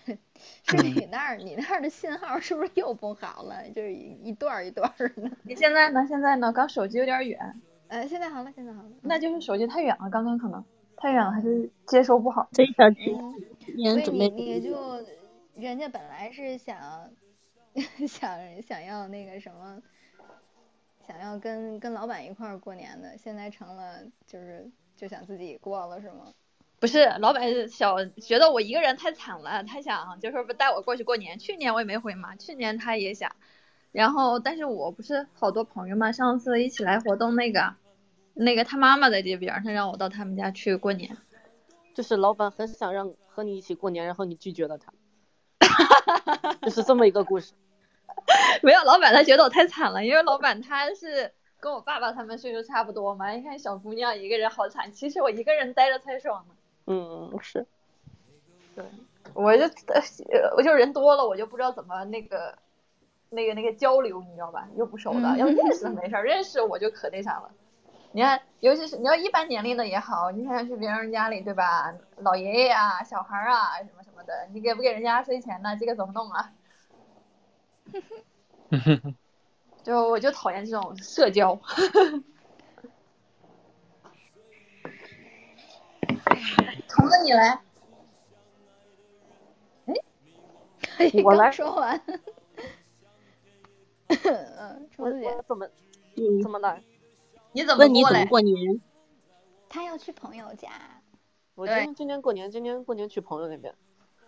是 你那儿你那儿的信号是不是又不好了？就是一一段儿一段儿的。
你现在呢？现在呢？刚手机有点远，
呃，现在好了，现在好了。
那就是手机太远了，刚刚可能太远了，还是接收不好。
所以小七
嗯，所
今年
以
准
你
备
你就人家本来是想 想想要那个什么，想要跟跟老板一块儿过年的，现在成了就是就想自己过了是吗？
不是，老板想觉得我一个人太惨了，他想就是不带我过去过年。去年我也没回嘛，去年他也想，然后但是我不是好多朋友嘛，上次一起来活动那个，那个他妈妈在这边，他让我到他们家去过年。
就是老板很想让和你一起过年，然后你拒绝了 他，就是这么一个故事。
没有，老板他觉得我太惨了，因为老板他是跟我爸爸他们岁数差不多嘛，一看小姑娘一个人好惨，其实我一个人待着才爽呢。
嗯，是，
我就呃我就人多了，我就不知道怎么那个那个那个交流，你知道吧？又不熟了，
嗯
要认识没事儿，认识我就可那啥了。你看，尤其是你要一般年龄的也好，你想去别人家里对吧？老爷爷啊，小孩儿啊，什么什么的，你给不给人家压岁钱呢？这个怎么弄啊？ 就我就讨厌这种社交。 虫子，你来。
我来
刚说完。嗯，
我
虫子姐
我怎么
嗯
怎么来？
你怎么
问你
过
怎么
来？
过年？
她要去朋友家，
我今
对
天今年过年，今年过年去朋友那边。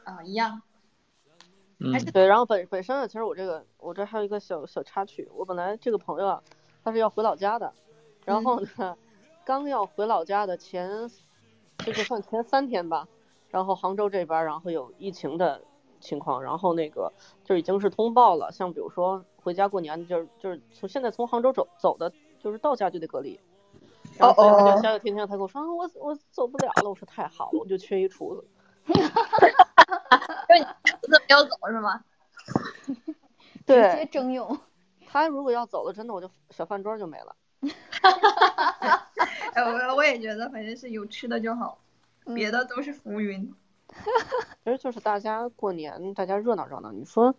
啊、一样。
嗯
还是
对，然后本本身啊，其实我这个我这还有一个小小插曲，我本来这个朋友啊，他是要回老家的，然后呢，
嗯
刚要回老家的前，这就算前三天吧，然后杭州这边儿然后有疫情的情况，然后那个就已经是通报了，像比如说回家过年，就是就是从现在从杭州走走的，就是到家就得隔离。然后所以他
哦
就
哦
下个天天他跟我说啊，我我走不了了，我说太好了，我就缺一厨子。
那没有走是吗？
直
对，
接征用。
他如果要走了，真的我就小饭桌就没了。
哎，我我也觉得，反正是有吃的就好，
嗯
别的都是浮云。
其实就是大家过年，大家热闹热闹。你说，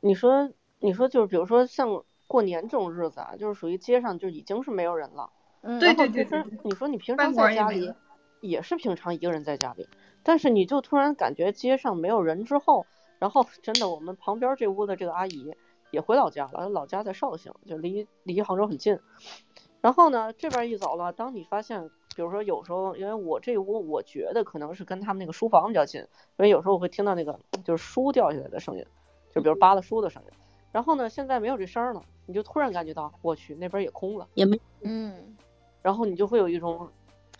你说，你说，就是比如说像过年这种日子啊，就是属于街上就已经是没有人了。
嗯，
对
然后
对
其实
对
你说你平
饭
常
馆
在
也
家
没
里
了
也是平常一个人在家里，但是你就突然感觉街上没有人之后，然后真的我们旁边这屋的这个阿姨也回老家了，老家在绍兴，就离离杭州很近。然后呢，这边一走了，当你发现，比如说有时候，因为我这屋我觉得可能是跟他们那个书房比较近，因为有时候我会听到那个就是书掉下来的声音，就比如扒拉书的声音。然后呢，现在没有这声儿了，你就突然感觉到，我去，那边也空了。
也没
嗯
然后你就会有一种，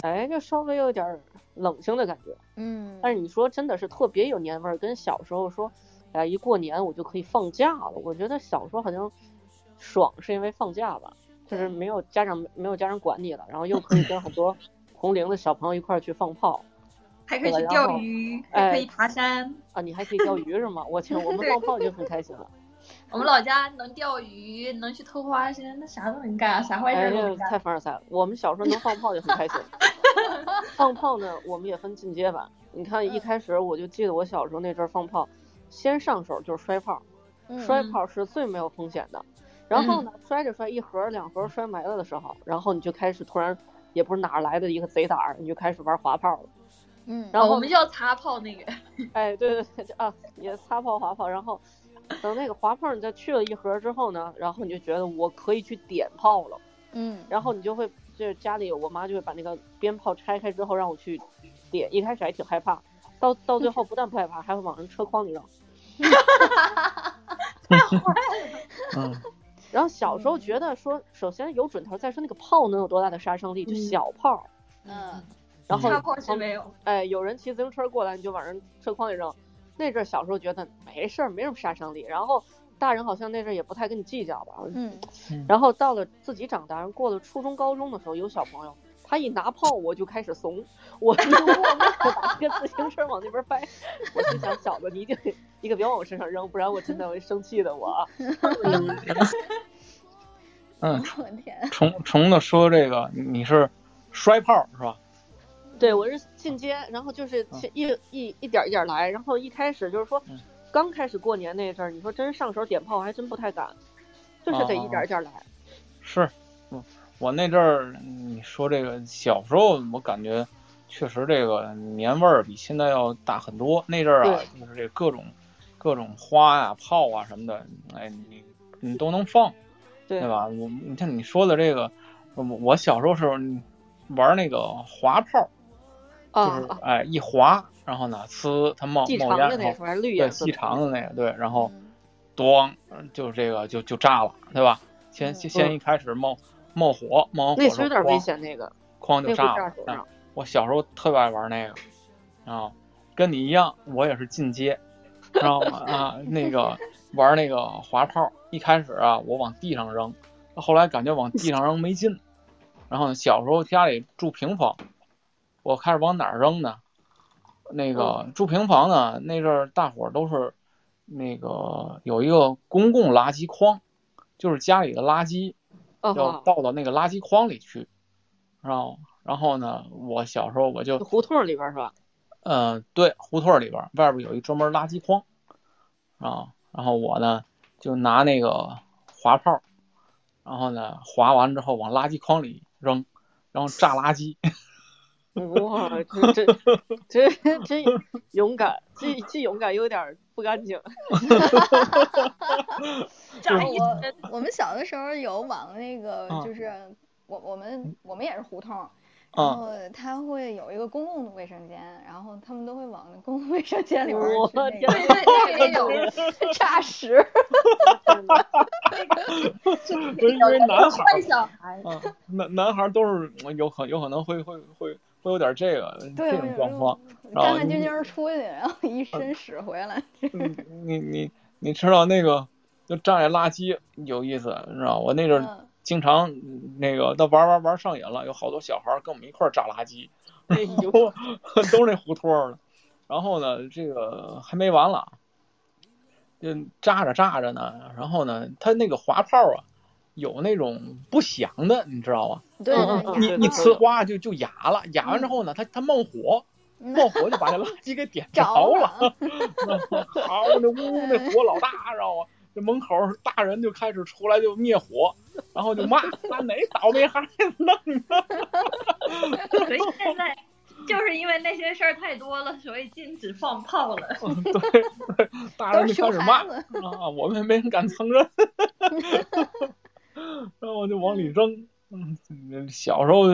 哎，就稍微有点儿冷清的感觉。
嗯，
但是你说真的是特别有年味儿，跟小时候说，哎，一过年我就可以放假了。我觉得小时候好像爽是因为放假吧，就是没有家长没有家长管你了，然后又可以跟很多哎同龄的小朋友一块儿去放炮，
还可以去钓鱼，还可以爬山。
啊，你还可以钓鱼是吗？我天，我们
对
放炮就很开心了。
我们老家能钓鱼，能去偷花，现在那啥都能干，啊啥坏事
哎
儿都
呀
能，干。
太凡尔赛了！我们小时候能放炮就很开心。放炮呢，我们也分进阶版。你看，一开始我就记得我小时候那阵儿放炮，先上手就是摔炮，
嗯
摔炮是最没有风险的。然后呢，摔着摔一盒儿两盒儿摔没了的时候，然后你就开始突然也不是哪儿来的一个贼胆儿，你就开始玩滑炮了。
嗯，
然后
哦我们叫擦炮那个，
哎，对 对对，啊，也擦炮滑炮，然后等那个滑炮你再去了一盒之后呢，然后你就觉得我可以去点炮了，
嗯
然后你就会就是家里我妈就会把那个鞭炮拆开之后让我去点，一开始还挺害怕，到到最后不但不害怕，还会往人车筐里扔。
嗯，
然后小
嗯
时候觉得说，首先有准头，再说那个炮能有多大的杀伤力，就
嗯
小炮，
嗯
然后
擦炮是没有。
哎，有人骑自行车过来，你就往人车筐里扔。那阵儿小时候觉得没事儿，没什么杀伤力。然后大人好像那阵儿也不太跟你计较吧。
嗯，
然后到了自己长大，过了初中、高中的时候，有小朋友，他一拿炮，我就开始怂，我就默默的把这个自行车往那边掰。我心想，小子，你一定你可别往我身上扔，不然我真的会生气的我。啊。
嗯，
我天，
虫虫子说这个你你是摔炮是吧？
对，我是进阶，然后就是
嗯
先一一一点儿一点儿来，然后一开始就是说
嗯，
刚开始过年那阵儿，你说真上手点炮，我还真不太敢，就是得一
啊
点儿一点儿来。
是，嗯我那阵儿你说这个小时候，我感觉确实这个年味儿比现在要大很多。那阵儿啊，就是这各种各种花啊、炮啊什么的，哎，你你都能放，
对
对吧？我你像你说的这个，我我小时候时候玩那个滑炮，就
啊
是
啊，
哎一滑，然后呢呲，它冒
细
冒
长
烟，
的那
然
时候
后
还是绿
对
颜色
细
的，
长的那个对，然后。
嗯
咣，嗯就这个就就炸了，对吧？先先先一开始冒冒火，冒完
嗯
火
那
之
时候
后
有点危险，那个
哐，
那
哐就
会
炸
炸手
了。啊
上。
我小时候特别爱玩那个，啊，跟你一样，我也是进阶，知道吗？啊，那个玩那个滑炮，一开始啊，我往地上扔，后来感觉往地上扔没劲，然后呢，小时候家里住平房，我开始往哪儿扔呢？那个住平房呢，那阵儿大伙儿都是那个有一个公共垃圾筐，就是家里的垃圾，
哦
要
吼，
倒到那个垃圾筐里去，然后然后呢，我小时候我就
就胡同里边 是吧？
嗯、对，胡同里边儿外边有一专门垃圾筐啊，然后我呢就拿那个滑炮，然后呢滑完之后往垃圾筐里扔，然后炸垃圾。
哇，这这这真勇敢，既既勇敢又有点儿不干净。
长一
我
身
我们小的时候有往那个
啊
就是我我
嗯
们我们也是胡同儿，然
啊，
后它会有一个公共的卫生间，然后他们都会往那公共卫生间里边
我
儿去
天
那
对对，那个也有，
个炸屎，
因为男 孩
幻想
儿啊，男男孩儿都是有可有可能会会会会有点这个
对，
这
我
种
有
状
时
况
候。
然后
干干净
你
净儿出去，然后一身屎回来，
嗯，你你你知道那个就站在垃圾有意思，你知道我那阵儿
嗯，
经常嗯那个到玩玩玩上瘾了，有好多小孩儿跟我们一块儿炸垃圾，
哎呦，
都是那胡同儿的。然后呢，这个还没完了，就炸着炸着呢，然后呢，它那个滑炮啊，有那种不响的，你知道吗？
对对
嗯嗯
呀
对
你呲花就就哑了，哑完之后呢，它它冒火，
嗯
冒火就把那垃圾给点着
着
了。
了，
好，那呜那火老大，知道吗？这门口大人就开始出来就灭火，然后就骂骂哪倒霉孩子弄的。
可是现在就是因为那些事儿太多了，所以禁止放炮了。
对对，大
都
人
是
就开
熊
始骂
孩子，
啊，我们也没人敢承认， 然后就往里扔。嗯，小时候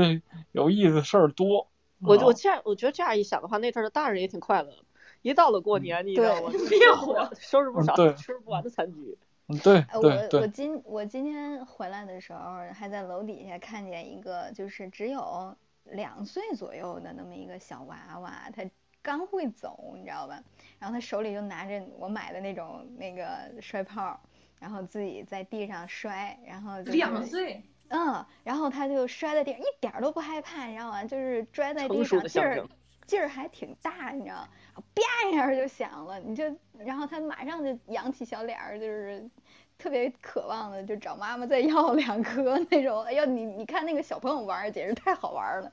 有意思事儿多。
我就我
啊
这样，我觉得这样一想的话，那阵儿的大人也挺快乐的。一到了过年，你知道吗？
对
收拾不了收拾不
嗯
少
对，
吃不完的残局。
嗯对
呃
对
我我
对，
今我今天回来的时候，还在楼底下看见一个，就是只有两岁左右的那么一个小娃娃，他刚会走，你知道吧？然后他手里就拿着我买的那种那个摔炮，然后自己在地上摔，然后就是
两岁，
嗯，然后他就摔在地上，一点儿都不害怕，你知道吗？就是摔在地
成熟
上，
的
劲
象
儿
征
劲儿还挺大，你知道，啊啪一下就响了，你就，然后他马上就扬起小脸儿，就是特别渴望的就找妈妈再要两颗那种。哎呦，你你看那个小朋友玩儿，简直太好玩儿了。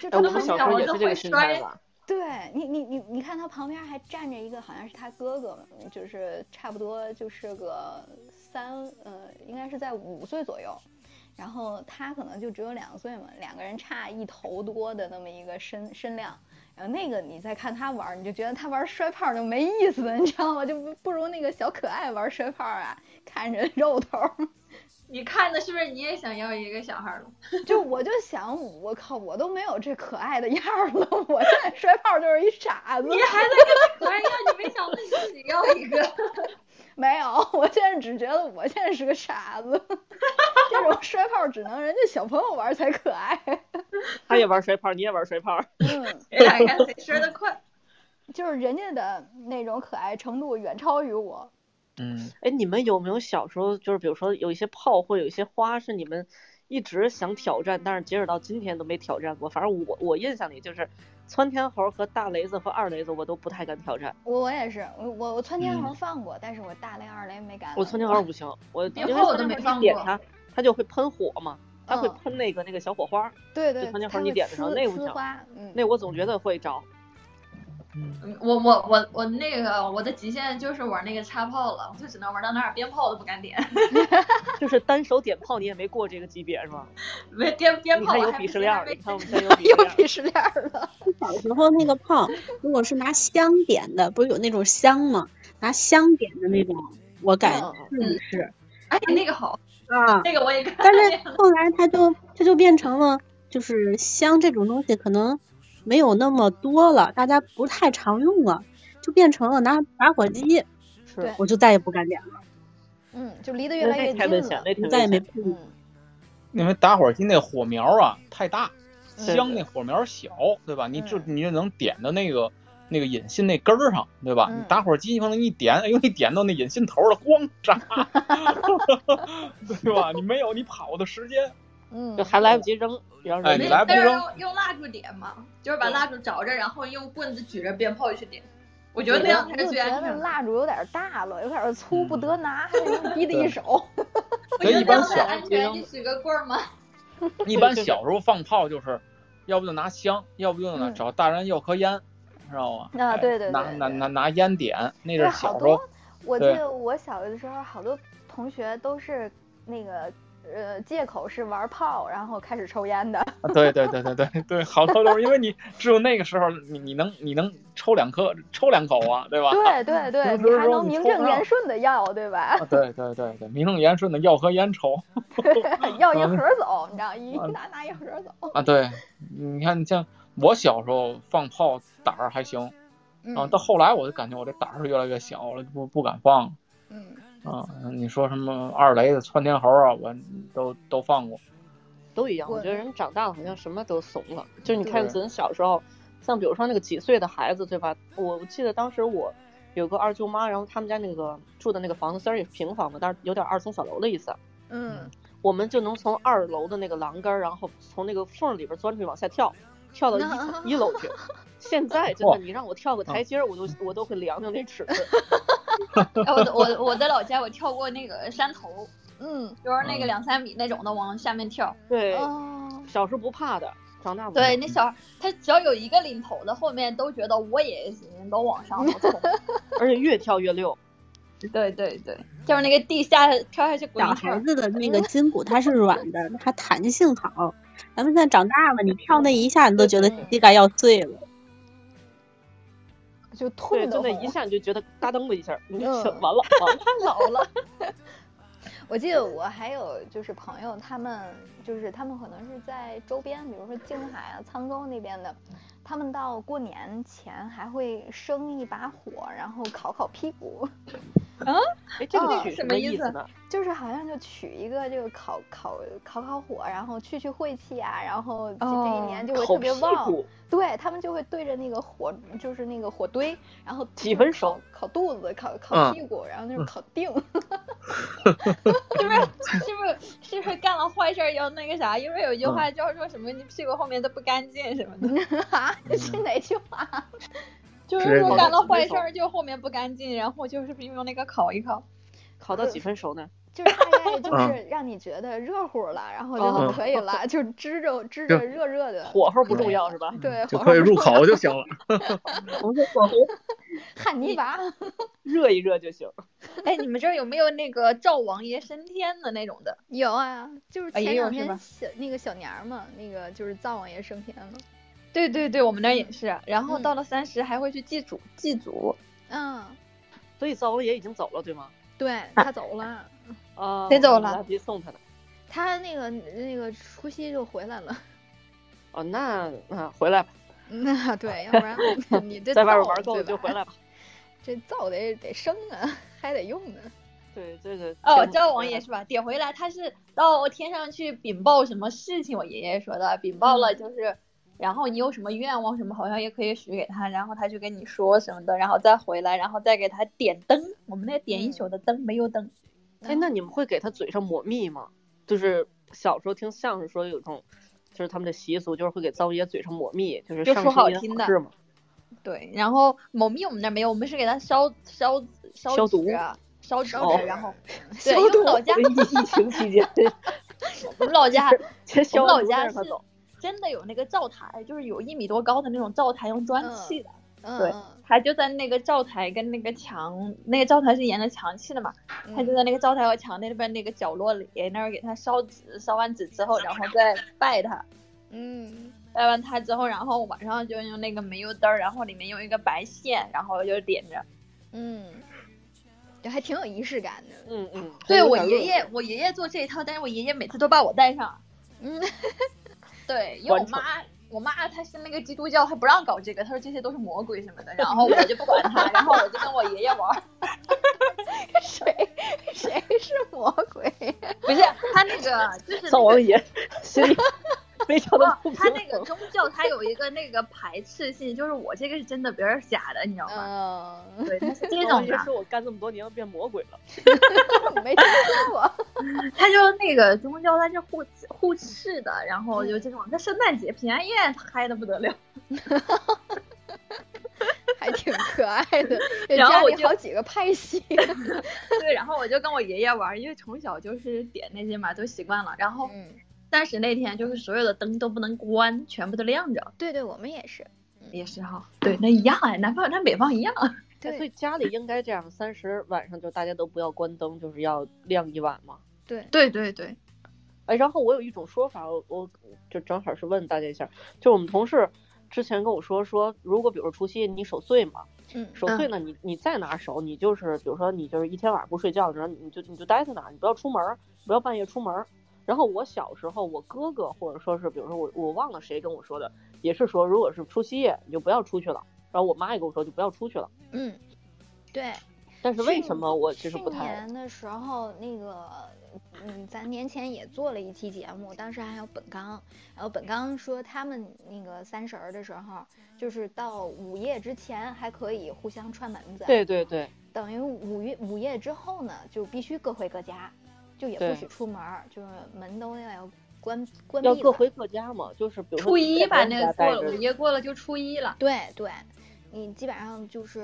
就
哎，
他
我
们
们小时候也是这个心态吧？
对你，你你你看他旁边还站着一个，好像是他哥哥，就是差不多就是个三，呃，应该是在五岁左右，然后他可能就只有两岁嘛，两个人差一头多的那么一个身身量，然后那个你再看他玩儿，你就觉得他玩摔炮就没意思，你知道吗？就不不如那个小可爱玩摔炮啊，看着肉头儿。
你看的是不是你也想要一个小孩
嗯
儿了？
就我就想，我靠，我都没有这可爱的样儿了，我现在摔炮就是一傻子。
你还在跟可爱要，你没想问自己要一个？
没有，我现在只觉得我现在是个傻子。 这种摔炮只能人家小朋友玩才可爱。
他也玩摔炮，你也玩摔炮，
嗯，
你俩看谁摔得快？
就是人家的那种可爱程度远超于我。
嗯，
哎，你们有没有小时候就是比如说有一些炮或有一些花是你们一直想挑战，但是截止到今天都没挑战过？反正我我印象里就是窜天猴和大雷子和二雷子我都不太敢挑战。
我我也是，我我我窜天猴
嗯
放过，但是我大雷二雷没敢。
我窜天猴，不行，我因
连
为
炮
窜
都
天
没
猴
放
你点
过
它，它就会喷火嘛，它会
嗯
喷那个那个小火花，
对
就
对，
窜天
它
猴你
会
点的时候
呲
那不
呲
行
花，嗯，
那我总觉得会着。
嗯我我我我那个我的极限就是玩那个擦炮了，我就只能玩到那儿，鞭炮我都不敢点，
就是单手点炮，你也没过这个级别是吗？
没鞭鞭
你
炮
看
我
有
还
鄙
没
视链儿，
没
你看我们现在有鄙视
又
链儿。嗯
鄙视链儿了。
小时候那个炮，如果是拿香点的，不是有那种香吗？拿香点的那种，我敢
嗯
试一试
哎，那个好，
啊。
那个我也敢。
但是 后来它就它就变成了，就是香这种东西可能没有那么多了，大家不太常用了，就变成了拿打火机，
对
嗯是，
我就再也不敢点了，
嗯，就离得越
那
来越
那
近
太危险，
了。
那太
再也
危
没
险。
碰过。
嗯，
因为打火机那火苗啊太大，
对
香那火苗小，对吧？你就
嗯
你就能点到那个那个引信那根儿上，对吧？
嗯
你打火机可能一点，哎呦，你点到那引信头了，咣炸， 对吧？你没有你跑的时间，
嗯
就，还来不及扔，然后
哎
扔
你
了
来不
但是
扔
用用蜡烛点嘛，就是把
对
蜡烛着着，然后用棍子举着鞭炮去点。我觉
我
得那样
就
才是最
觉
安
得
全的。
蜡烛有点大了，有点粗不
嗯
得拿，还得逼的一
对
手。
我
咱
觉得
一
那
般
样才
小
安全，你举个棍儿嘛。
一般小时候放炮就是，要不就拿香，要不就拿
嗯
找大人要颗烟，知道吗？
啊
哎
对对
拿
对
拿
对
拿拿烟点，那
对，
是
好
小时候
多。我记
对
得我小的时候，好多同学都是那个呃借口是玩炮，然后开始抽烟的。
啊对对对对对对，好多都是因为你只有那个时候你你能你能抽两颗抽两口啊，对吧？
对对对，
平
你
时
还
说
能
你
名
抽
正
不
言
上
顺的要，对吧
啊？对对对对，名正言顺的要和烟抽
要一
咱
盒
们
儿走，你知道，一
啊
拿拿一盒儿走。
啊。对，你看你像我小时候放炮胆儿还行啊，
嗯
到后来我就感觉我这胆儿是越来越小了，不不敢放了。
嗯，
啊，你说什么二雷的窜天猴啊，我都都放过。
都一样。我
我
觉得人长大了好像什么都怂了。就是你看
对
咱小时候，像比如说那个几岁的孩子，对吧？我记得当时我有个二舅妈，然后他们家那个住的那个房子虽然也是平房嘛，但是有点二层小楼的意思。
嗯，
我们就能从二楼的那个栏杆儿，然后从那个缝里边钻出去往下跳，跳到一层一楼去。现在真
哇
的，你让我跳个台阶儿，我都我都会量量那尺寸。
哎，我的我的我在老家，我跳过那个山头，
嗯
就是那个
嗯
两三米那种的，往下面跳。
对，
哦，
小时候不怕的，长大不怕
嗯
对，那小他只要有一个领头的，后面都觉得我也行，都往上头 冲。
而且越跳越溜。
对对对，就是那个地下跳下去滚
小
一圈
孩
儿，
子的那个筋骨它是软的，它弹性好。咱们现在长大了，你跳那一下，你都觉得膝盖要碎了。
就痛
对，
得
就那
慌
一下你就觉得嘎噔的一下，你就
嗯
完了完了。
老了。
我记得我还有就是朋友，他们就是他们可能是在周边，比如说静海啊、沧州那边的，他们到过年前还会生一把火，然后烤烤屁股，
哎，这
嗯
个曲
什
什
么
么
意
意
思
思呢？
就是好像就取一个这个烤烤烤烤火，然后去去晦气啊，然后这这一
哦
年就会
烤
特
屁
别旺。
股，
对他们就会对着那个火，就是那个火堆，然后
几
就是
分
烤
熟
烤肚子、烤烤
嗯
屁股，然后就是烤腚。
是不是是不是是不是干了坏事儿要那个啥？因为有一句话叫说什么你屁股后面都不干净什么的，
啊，是哪句话？
就是嗯是说干了坏事儿就后面不干净，然后就是不是用那个烤一烤？
考到几分熟呢？
就是大概就是让你觉得热乎了，然后就
嗯
可以了，就支着支着热热的，
火候不重要是吧？
对，
嗯就
火
可以
候
入口就 行了。
我说火候
汉尼 拔，
热一热就行。
哎，你们这儿有没有那个灶王爷升天的那种的？
有啊，就是
啊也
前
有
两
是吧
天小那个小年儿嘛，那个就是灶王爷升天了，
对对对，我们那儿也是。啊然后
嗯
到了三十还会去祭祖，祭祖。
嗯，
所以灶王爷已经走了，对吗？
对他走了，
啊，
谁走了
我来不及送他呢。
他那个那个除夕就回来了，
哦，那那回来吧，
那对，要不 然你这
在外边
灶
玩够了
对
就
吧
回来吧。
这灶得得生啊，还得用呢，
对，这个嗯
哦，
天
灶王爷是吧？点回来，他是到天上去禀报什么事情？我爷爷说的，禀报
嗯
了就是，然后你有什么愿望什么，好像也可以许给他，然后他就跟你说什么的，然后再回来，然后再给他点灯。我们那点
嗯
一宿的灯，煤油灯。
哎，那你们会给他嘴上抹蜜吗？就是小时候听相声说有种，就是他们的习俗，就是会给灶爷嘴上抹蜜，就是
就
上
说好
声
听
音
的
是吗？
对，然后某咪我们那儿没有，我们是给他烧烧烧
消毒
纸啊烧纸，
哦
然 后对，
消
因为老家
疫情期间，
我们老 家
这
我
消
们老
毒
家
让
是
他走。
真的有那个灶台，就是有一米多高的那种灶台，用砖砌的。
嗯
对
嗯
他就在那个灶台跟那个墙，那个灶台是沿着墙砌的嘛，他就
嗯
在那个灶台和墙那边那个角落里那儿给他烧纸，烧完纸之后，然后再拜他，
嗯
拜完他之后，然后晚上就用那个煤油灯儿，然后里面用一个白线，然后就点着。
嗯，这还挺有仪式感的，
嗯嗯，
对
有
我
点
爷
热
爷，我爷爷做这一套，但是我爷爷每次都把我带上。
嗯，
对，因为我
管
妈，我妈她是那个基督教，她不让搞这个，她说这些都是魔鬼什么的，然后我就不管她，然后我就跟我爷爷玩儿。
谁谁是魔鬼？
不是他那个就是那
灶
个
王 爷心里非常的不
哦
平
嗯他那个
衡。
宗教，他有一个那个排斥性，就是我这个是真的，别人是假的，你知道吗？
嗯，
对，他是这
灶王
种
爷
的。
说我干这么多年变魔鬼了，哎
没听说过。
他就那个宗教，他是互互斥的，然后就这种。他圣诞节、平安夜嗨的不得了。
还挺可爱的，
然后
家
我
里
就
好几个派系。
对，然后我就跟我爷爷玩，因为从小就是点那些嘛，都习惯了。然后
嗯，
三十那天，就是所有的灯都不能关，全部都亮着。
对对，我们也是。
也是哈、对，那一样哎，南方跟北方一样。
哎所
对
以家里应该这样，三十晚上就大家都不要关灯，就是要亮一晚嘛。
对，
对对对，
哎，然后我有一种说法，我我就正好是问大家一下，就我们同事之前跟我说说，如果比如说除夕你守岁嘛，
嗯
守岁呢，你你在哪儿守，你就是比如说你就是一天晚上不睡觉，然后你就你就待在哪儿，你不要出门儿，不要半夜出门儿。然后我小时候，我哥哥或者说是比如说我我忘了谁跟我说的，也是说如果是除夕夜你就不要出去了。然后我妈也跟我说就不要出去了。
嗯，对。
但是为什么我就是不
去
太
年的时候，那个，嗯，咱年前也做了一期节目，当时还有本刚，然后本刚说他们那个三十儿的时候，就是到午夜之前还可以互相串门子，，
对对对，
等于午夜午夜之后呢，就必须各回各家，就也不
对
许出门儿，就是门都要关关闭
要
了。
各回各家嘛，就是比如说
初一
在
吧，
人
那
家
个
待
过了
着
午夜过了就初一了。
对对，你基本上就是，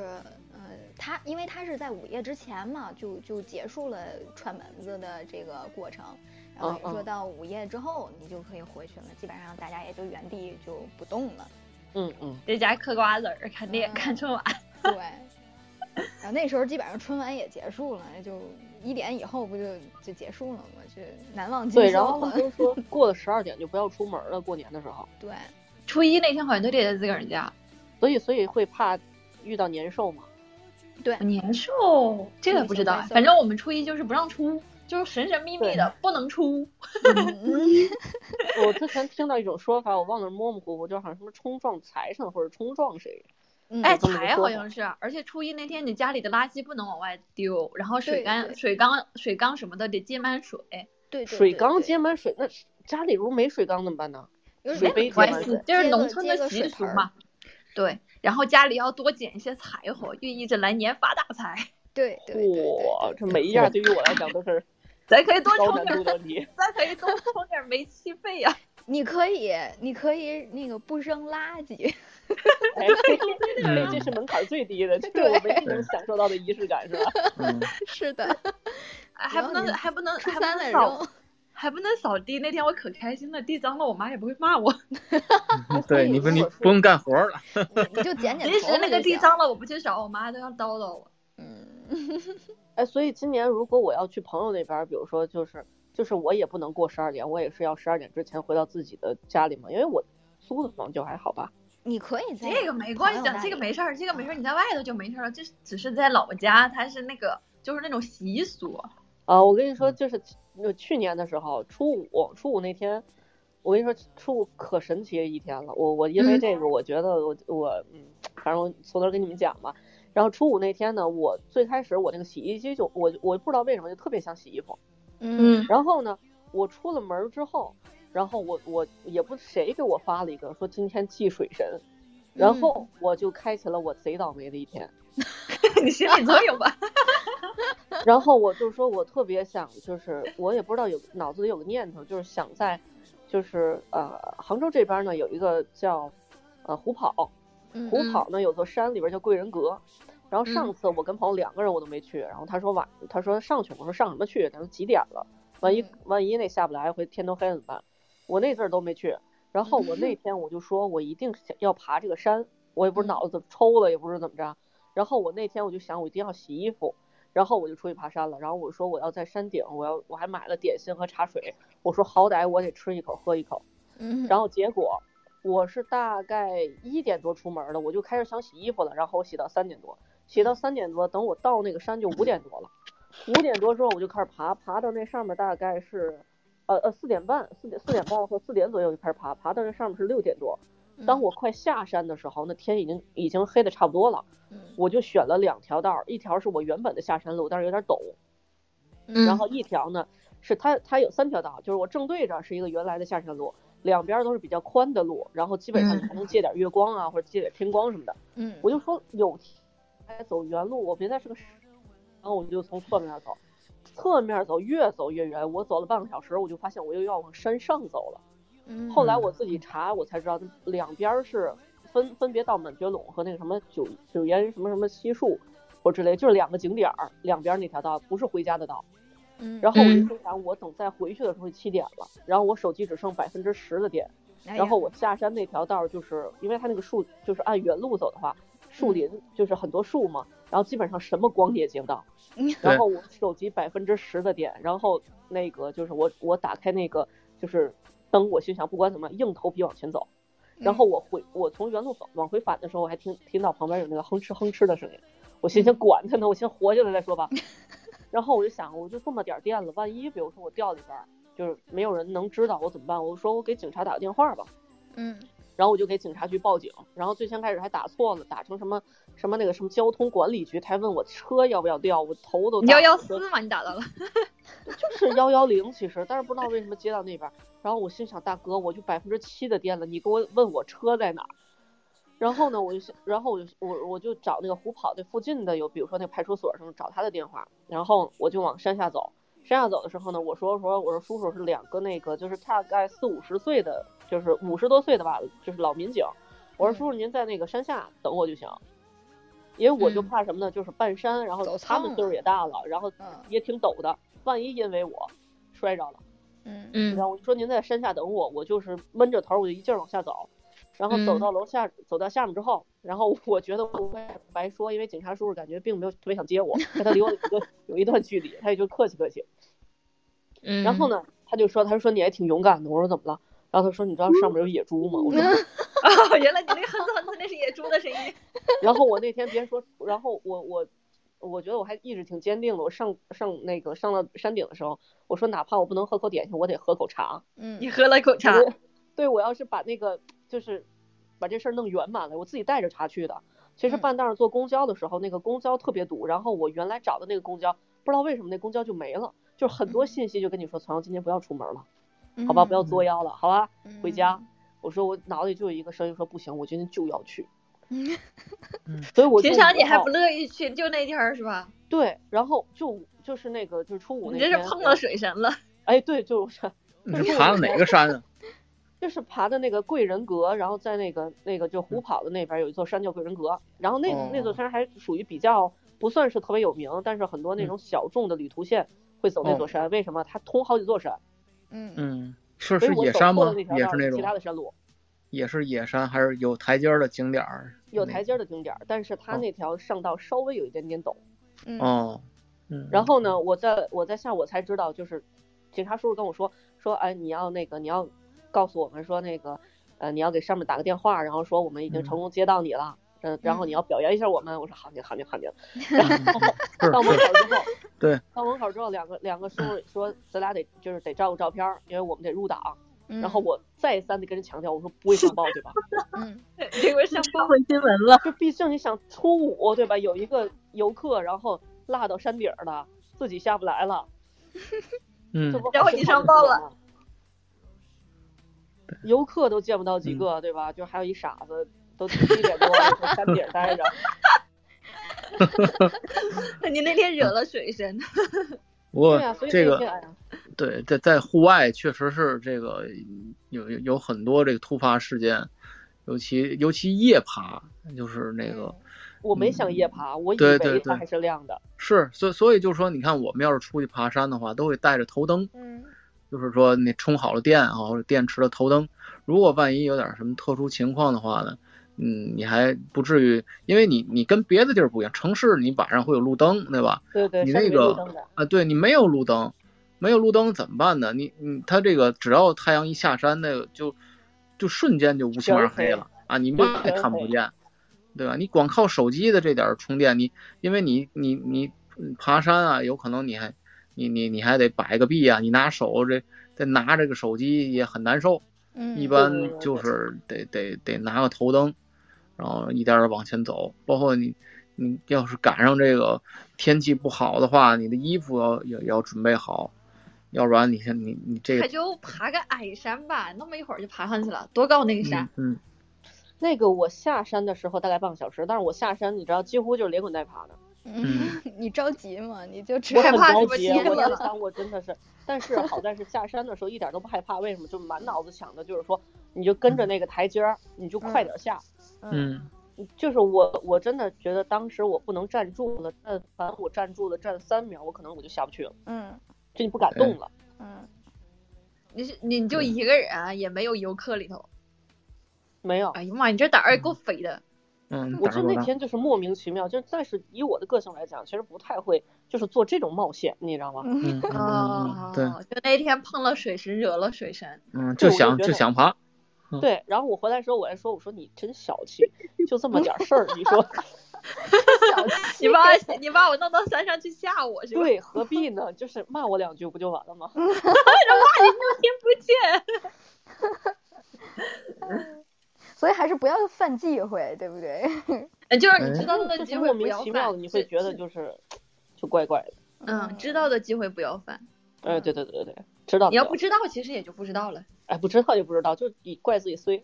呃，他因为他是在午夜之前嘛，就就结束了串门子的这个过程，然后
嗯
也说
嗯
到午夜之后，你就可以回去了，基本上大家也就原地就不动了。
嗯嗯，
在家嗑瓜子儿，看电
嗯
看春晚。
对，然后那时候基本上春晚也结束了，就一点以后不就就结束了吗？就难忘今
对。然
宵
后他
嘛
们。都说过了十二点就不要出门了，过年的时候，
对，
初一那天好像都得在自个儿家。
所以所以会怕遇到年兽嘛。
年兽这个
嗯
不知道
小
啊
白，兽
反正我们初一就是不让出，就是神神秘秘的不能出。
嗯
我之前听到一种说法，我忘了模模糊糊，就好像什么冲撞财神或者冲撞谁。
嗯，
哎，
这么一个
财
说
好
法
像是，而且初一那天你家里的垃圾不能往外丢，然后水
对
缸、
对
水缸、水缸什么的得接满水，哎
对对
水
对
缸
对
接满水，那是家里如果没水缸怎么办呢？
有
水
没
杯接
关
满
系
水
就是
接
农
个
村
接
的
个
习
水
俗
盆儿
嘛。对，然后家里要多捡一些柴火，寓意着来年发大财。
对对对对
嚯，这每一样对于我来讲都是
咱可以多
高
充
难
点
度的题。
咱可以多充点煤气费
啊
呀、
你可以，你可以那个不扔垃圾，
哎，
嗯
这是门槛最低的，这是
对
我唯一能享受到的仪式感，是吧？
嗯，
是的，
哎还不能
然后你
还不能
初
还不
三
能
了
扫
扔，
还不能扫地。那天我可开心了，地脏了我妈也不会骂我。
嗯对，你不你不用干活了，
你就捡捡
临
头
时
发
那
就
个地
行，
脏了我不去扫，我妈都要叨叨我。
嗯，
哎，所以今年如果我要去朋友那边儿，比如说就是就是我也不能过十二点，我也是要十二点之前回到自己的家里嘛，因为我租的房就还好吧。
你可以在
这个没关系
朋友
的，
那
这个
里
没事儿，这个没事儿，你在外头就没事儿了。这是只是在老家，它是那个就是那种习俗。
啊，我跟你说，就是呃去年的时候，初五初五那天，我跟你说，初五可神奇的一天了。我我因为这个，我觉得我我嗯，反正我从头跟你们讲吧。然后初五那天呢，我最开始我那个洗衣机就我我不知道为什么就特别想洗衣服，
嗯，
然后呢，我出了门儿之后，然后我我也不谁给我发了一个说今天祭水神，然后我就开启了我贼倒霉的一天。
你心理作用吧。
然后我就说我特别想，就是我也不知道有脑子里有个念头，就是想在，就是呃杭州这边呢有一个叫呃虎跑，
嗯
虎
嗯
跑呢有座山里边叫贵人阁。然后上
嗯
次我跟朋友两个人我都没去，然后他说晚，他说上去，我说上什么去？他说几点了？万一
嗯
万一那下不来，回天都黑了怎么办？我那阵儿都没去。然后我 那天我就说，我一定想要爬这个山，我也不是
嗯
脑子怎么抽了，也不是怎么着。然后我那天我就想，我一定要洗衣服，然后我就出去爬山了。然后我说我要在山顶，我要我还买了点心和茶水，我说好歹我得吃一口喝一口。
嗯，
然后结果我是大概一点多出门的，我就开始想洗衣服了，然后我洗到三点多，洗到三点多，等我到那个山就五点多了。五点多之后我就开始爬，爬到那上面大概是，呃呃四点半，四点四点半或四点左右就开始爬，爬到那上面是六点多。
嗯
当我快下山的时候，那天已经已经黑的差不多了，
嗯，
我就选了两条道儿，一条是我原本的下山路，但是有点陡，
嗯
然后一条呢是它它有三条道，就是我正对着是一个原来的下山路，两边都是比较宽的路，然后基本上你还能借点月光啊、或者借点天光什么的。
嗯，
我就说有天还走原路，我别再是个傻，然后我就从侧面走，侧面走越走越远，我走了半个小时，我就发现我又要往山上走了。
嗯
后来我自己查，我才知道两边儿是分分别到满觉陇和那个什么九九岩什么什么西树或之类，就是两个景点儿，两边儿那条道不是回家的道。
嗯，
然后我就
嗯
心想，我等再回去的时候七点了，然后我手机只剩百分之十的电，
哎呀
然后我下山那条道儿就是因为它那个树就是按原路走的话，树
嗯
林就是很多树嘛，然后基本上什么光也接不到。
嗯
然
对
后我手机百分之十的电，然后那个就是我我打开那个就是灯，我心想不管怎么样硬头皮往前走。然后我回我从原路走往回返的时候，我还听听到旁边有那个哼哧哼哧的声音，我心想管他呢，我先活下来再说吧。 然后我就想，我就这么点儿电了，万一比如说我掉里边儿，就是没有人能知道我怎么办？我说我给警察打个电话吧。
嗯
然后我就给警察局报警，然后最先开始还打错了，打成什么什么那个什么交通管理局，他还问我车要不要掉，我头都大
幺
了
幺
我说
四嘛，你打到了。
是幺幺零，其实，但是不知道为什么接到那边儿。然后我心想，大哥，我就百分之七的电了，你给我问我车在哪儿？然后呢，我就想，然后我就我我就找那个虎跑那附近的有，比如说那派出所什么，找他的电话。然后我就往山下走，山下走的时候呢，我说说我说叔叔是两个那个就是大概四五十岁的，就是五十多岁的吧，就是老民警。我
嗯
说叔叔您在那个山下等我就行，因为我就
嗯
怕什么呢？就是半山，然
走
后他
苍
们岁数也大了，然后
嗯
也挺陡的，万一因为我摔着了，
嗯
嗯
然后我就说您在山下等我，我就是闷着头，我就一劲儿往下走，然后
嗯
走到楼下，走到下面之后，然后 我觉得我也白说，因为警察叔叔感觉并没有特别想接 我，但他离我有一个有一段距离，他也就客气客气。
嗯
然后？呢，他就说，他说你还挺勇敢的，我说怎么了？然后他说你知道上面有野猪吗？我 说
哦，原来你那个哼哧哼哧那是野猪的声音。
然后我那天别说，然后我我我觉得我还意志挺坚定的。我上上那个上到山顶的时候，我说哪怕我不能喝口点心，我得喝口茶。
你
嗯
喝了一口茶，
对对我要是把那个就是把这事儿弄圆满了，我自己带着茶去的。其实
嗯
半道上坐公交的时候，那个公交特别堵，然后我原来找的那个公交，不知道为什么那公交就没了，就是很多信息就跟你说，曹阳今天不要出门了，
嗯，
好吧，不要作妖了，好吧，
嗯
回家。我说我脑里就有一个声音说不行，我今天就要去。
嗯
所以我就
平常
以
你还
后
不乐意去，就那天儿是吧？
对，然后就就是那个就是初五那
你这是
天
碰到水神了，
哎，对，就是
你是爬的哪个 山啊？
就是爬的那个贵人阁，然后在那个那个就虎跑的那边有一座山叫贵人阁，然后那、
嗯哦
那座山还属于比较不算是特别有名，但是很多
嗯
那种小众的旅途线会走
哦
那座山，为什么？它通好几座山，
嗯，
嗯，是
所
是
以我
野
走
山
错
吗
了那？条
也
道
是
儿
那
其他
种，
的山路，
也是野山，还是有台阶儿的景点儿？
有台阶儿的景点儿，但是它
哦
那条上道稍微有一点点陡。
那个。哦，嗯。
然后呢，我在我在下午才知道，就是警察叔叔跟我说说，哎，你要那个你要告诉我们说那个，呃，你要给上面打个电话，然后说我们已经成功接到你了，嗯，然后你要表扬一下我们。我说好，你好，你好，你好。
嗯 是
到门
是
口之后，
对，
到门口之后，两个两个叔叔说，咱俩得就是得照顾照片儿，因为我们得入党。
嗯
然后我再三的跟人强调，我说不会上报对吧？
嗯
结果上
社会新闻了，
就毕竟你想初五对吧？有一个游客然后落到山顶儿了，自己下不来了。
嗯
这，不
然后你上报了。
游客都见不到
嗯
几个，对吧？就还有一傻子，都一点多了 在山顶待着。
那你那天惹了水神，
不过
对啊，所以
这
那
个嗯
天哎呀
对，在在户外确实是这个有有有很多这个突发事件，尤其尤其夜爬，就是那
嗯
个
我没想夜爬，我以
对对
为
对
它还是亮的。
是，所以所以就是说，你看我们要是出去爬山的话，都会带着头灯，
嗯，
就是说你充好了电啊，或者电池的头灯，如果万一有点什么特殊情况的话呢，嗯，你还不至于，因为你你跟别的地儿不一样，城市你晚上会有路灯，对吧？
对对，
你
山
那
里没路
个
灯的。
啊，对你没有路灯，没有路灯怎么办呢？你你它这个只要太阳一下山，那个就就瞬间就乌漆嘛黑了啊，你
对
嘛也
全
看
黑
不见，对吧？你光靠手机的这点儿充电，你因为你你你嗯爬山啊，有可能你还你你你还得摆个臂啊，你拿手这再拿这个手机也很难受，
嗯
对
一
对
般
对
就是得得得拿个头灯，然后一点点往前走。包括你，你要是赶上这个天气不好的话，你的衣服要也要准备好，要不然你像你你这
他
个，
就爬个矮山吧，那么一会儿就爬上去了，多高那个山
嗯？嗯，
那个我下山的时候大概半个小时，但是我下山你知道几乎就是连滚带爬的，
嗯，你着急吗？你就只
我
害
很
怕
着
是不是
急，啊
急
我
死
在
了
想我真的是，但是好在是下山的时候一点都不害怕，为什么？就满脑子想的就是说，你就跟着那个台阶儿，你就快点下。
嗯，
就是我，我真的觉得当时我不能站住了，但凡我站住了，站三秒，我可能我就下不去了，
嗯
这就不敢动了。
嗯，
你是你就一个人啊，也没有游客里头。
没有，
哎呀妈，你这胆儿也够肥的。
嗯，
我
胆
就
儿多
那
大？
天就是莫名其妙，就是但是以我的个性来讲，其实不太会就是做这种冒险，你知道吗？
嗯嗯嗯，嗯对，
哦，就那天碰了水神，惹了水 神。
嗯，
就
就
我就
想
觉
就
得
想爬，
对，然后我回来的时候我还说，我说你真小气，就这么点儿事儿，你说
你把你把我弄到山上去吓我是吧？
对，何必呢？就是骂我两句不就完了吗？
嗯
所以还是不要犯忌讳，对不对？
对，呃就是你
哎
知道的
就
机
是
会
莫
嗯不
名
要
其妙的，
犯。
你会觉得就是就怪怪的。
嗯，知道的机会不要犯。
哎，对对对对对，知道
你要
知道
不知道，其实也就不知道了。
哎，不知道就不知道，就你怪自己衰。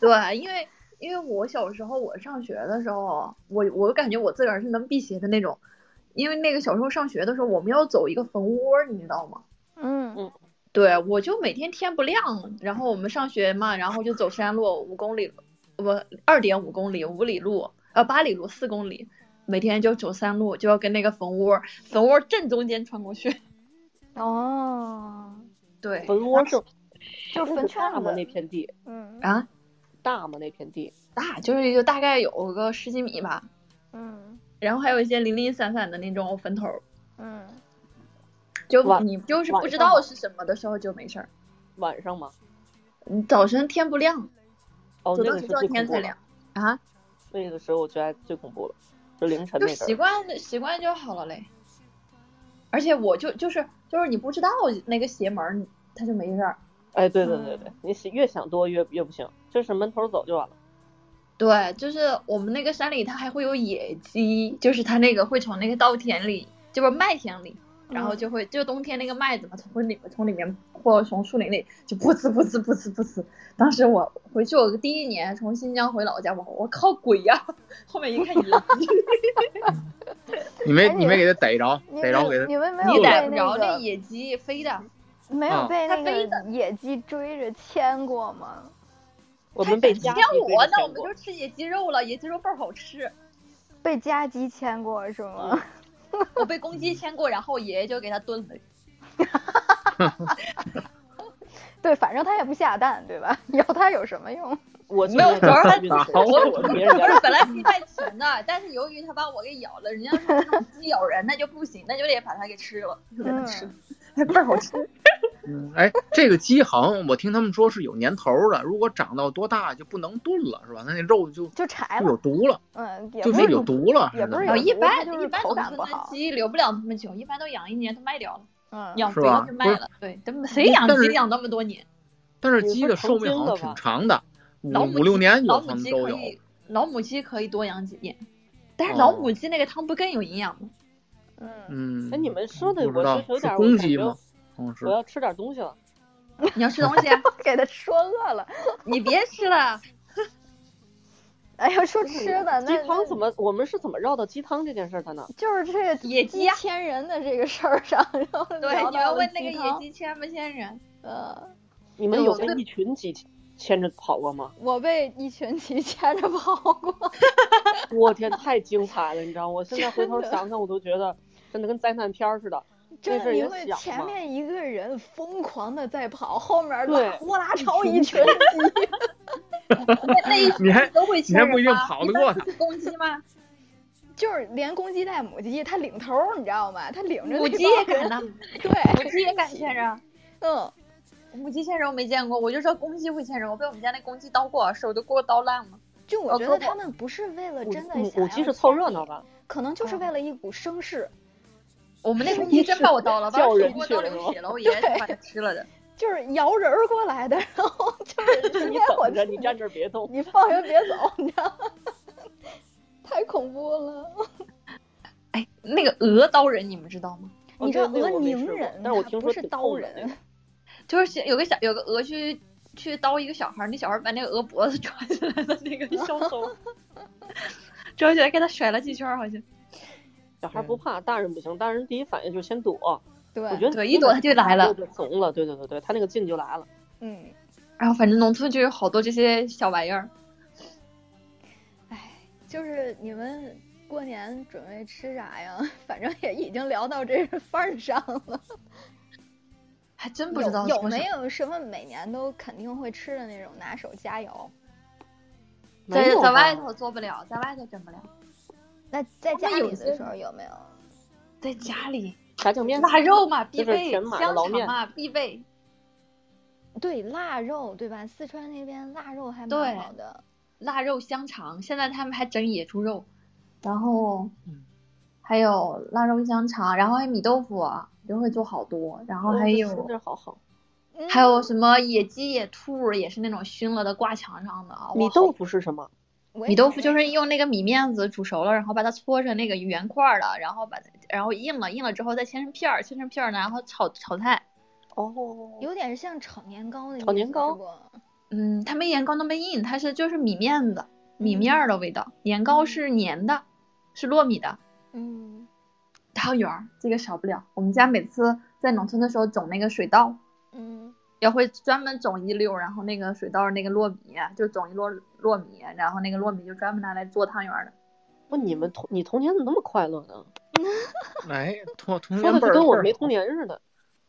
对，啊因为因为我小时候我上学的时候，我我感觉我自个儿是能辟邪的那种，因为那个小时候上学的时候，我们要走一个坟窝儿，你知道吗？
嗯
对，我就每天天不亮，然后我们上学嘛，然后就走山路五公里，呃不二点五公里五里路，呃八里路四公里，每天就走山路，就要跟那个坟窝，坟窝正中间穿 过去。
哦，
对
坟窝是
就是
那
坟
个
圈
大吗？那
子，
片地
嗯
啊，
大吗？那片地
大就是有大概有个十几米吧，
嗯
然后还有一些零零散散的那种坟头儿，
嗯，
就
晚
你就是
晚
不知
上
道是什么的时候就没事儿，
晚上吗？
你早晨天不亮，
哦，
走
那
到
个
第
是
二
最恐
天
怖
才
了
亮。。啊，
那个时候我觉得最恐怖了，就凌晨
就
那阵
习
儿。
惯习惯就好了嘞。而且我就就是就是你不知道那个邪门儿，他就没事儿。
哎，对对对对，你想越想多越越不行，就是闷头走就完了。
对，就是我们那个山里，它还会有野鸡，就是它那个会从那个稻田里，就是麦田里然后就会就冬天那个麦子嘛，从里从里面或从树林里就噗呲噗呲噗呲噗呲。当时我回去，我第一年从新疆回老家，我我靠鬼呀、 后面一看 野鸡，
你没
哎
你没给他逮着，
你
逮着给
们
他
你们没有
你逮
被
不
那
着那
个
野鸡飞的，
没
啊
有被
它
那
飞
个野鸡追着牵过吗？
我们被
像
夹
我那我们就吃野鸡肉了，野鸡肉倍儿好吃。
被家鸡牵过是
嗯
吗？
我被公鸡牵过，然后爷爷就给它炖了。
对，反正它也不下蛋，对吧？ 咬它有什么用？
我
没有主要 是
打我别人
不
家
是，本来是 卖钱的，但是由于他把我给咬了，人家说那种鸡咬人那就不行，那就得把它给吃了，就给它
嗯
吃，还倍儿好吃。
嗯哎，这个鸡好像我听他们说是有年头的，如果长到多大就不能炖了，是吧？那那肉就
就柴
就有
了，
毒了，
嗯，也
就
不
是
是
有毒了，
也不是
是
有
哦，
吧
毒
一般
它就是
一般
口
农
感
村
不
的
好
鸡留不了那么久，一般都养一年都卖掉了，
嗯，
养
是
不
吧
要就
不
卖
是嗯
了。对，真没谁养
但是
鸡养那么多年？
但是
有
鸡
时候
的
成
寿命
精
好
了
像挺
吧
长的，五
老母
五六
鸡
年有
老
可
母
能
鸡
都
可
有。
以，老母鸡可以多养几年，但是老
哦
母鸡那个汤不更有营养吗？
嗯，
嗯，
哎，你们说的
不知
我
道
就是有
是
点儿
公
我感
鸡
觉
吗？嗯，是
我要吃点东西了。
你要吃东西啊，
给它说饿了。
你别吃了。
哎呀，说吃的
鸡
那
汤怎
么
么？我们是怎么绕到鸡汤这件事儿的呢？
就是这个
野鸡呀
牵人的这个事儿上，然后
对，你要问那个野
鸡，
鸡牵不牵 人？
呃，
你们
嗯
有
我
被一群鸡牵着跑过吗？
我被一群鸡牵着跑过，
我天，太精彩了！你知道，我现在回头
真的
想想，我都觉得真的跟灾难片儿似的。
真
事儿
的
也
因为
小
前
嘛
面一个人疯狂的在跑，后面
对
拉呼啦超一 群 鸡，
那那一
你还
都会
你
牵
还
人吗？
不一定跑得过
一
它
般不是公鸡吗？
就是连公鸡带母鸡，它领头儿，你知道吗？它领着
母
那
鸡
帮
也敢
人
呐，
对，
母鸡也敢牵人。
嗯，
母鸡牵人我没见过，我就说公鸡会牵人，我被我们家那公鸡叨过，手都给我叨烂了。
就我
哦
觉
胳
得他
膊
们不是为了
呃母
真的
母
想
母鸡
要
是凑
牵
热
你
闹，吧？
可能就是
啊
为了一股声势，
我们那公鸡真把我 叨了，把我手给我
叫
叨
人去了
流血了，我爷爷就把它吃了的。
就是摇人儿过来的，然后 就是直
你
接 我
等着，
去
你站这儿 别动。
你放学别走，你知道吗？ 太恐怖了。
哎， 那个鹅叨人你们知道吗？
哦
你知
对
道
那
鹅
我没
宁
吃过
人
但是我
它
听
不
说
是
挺
刀
痛的
人
那个
就是有个小有个鹅去去叨一个小孩儿，那小孩儿把那个鹅脖子 抓起来的那个 小手，抓起来给他甩了几圈儿，好像
小孩不怕，大人不行，大人第一反应就是先躲。
对，
我觉得
对一躲他就来了
就怂了。对对对对，他那个劲就来了。
嗯，
然后反正农村就有好多这些小玩意儿。
哎，就是你们过年准备吃啥呀？ 反正也已经聊到这份儿上了，
还真不知道
有有
做什
没
么
有什么每年都肯定会吃的那种拿手佳肴？
没
在
有
在
吧
外头做不了，在外头整不了，
那在家
们有
里的
些
时候有没有？
在家里
炸酱面、
腊肉嘛必
就是
备，
全
香
买了
肠
捞面
嘛必备，
对，腊肉对吧？四川那边腊肉还
对
蛮好的。
腊肉香肠。现在他们还整野猪肉，然后
嗯
还有腊肉香肠，然后还有米豆腐啊，就会做好多，然后
哦
还
这
有。
吃着好好。
嗯
还有什么野鸡、野兔，也是那种熏了的挂墙上的啊。
哦
哇
米豆，腐是什么？
我
好
也
米豆腐
没
就是用那个米面子煮熟了，然后把它搓成那个圆块儿了，然后把它然后硬了，硬了之后再切成片儿，切成片儿呢，然后炒炒菜。
哦，
有点像炒年糕的意思，
炒年糕
是不？
嗯，它没年糕那么硬，它是就是米面子、米面儿的味道。年糕是粘的，是糯米的。
嗯
汤圆儿这个少不了，我们家每次在农村的时候种那个水稻，
嗯。
也会专门种一溜，然后那个水稻那个糯米就种一摞糯米，然后那个糯米就专门拿来做汤圆儿的。
不，你们童你童年怎么那么快乐呢？
哎，童童
说
年
的
辈
就
儿
跟我
辈儿
没
好
童年似的。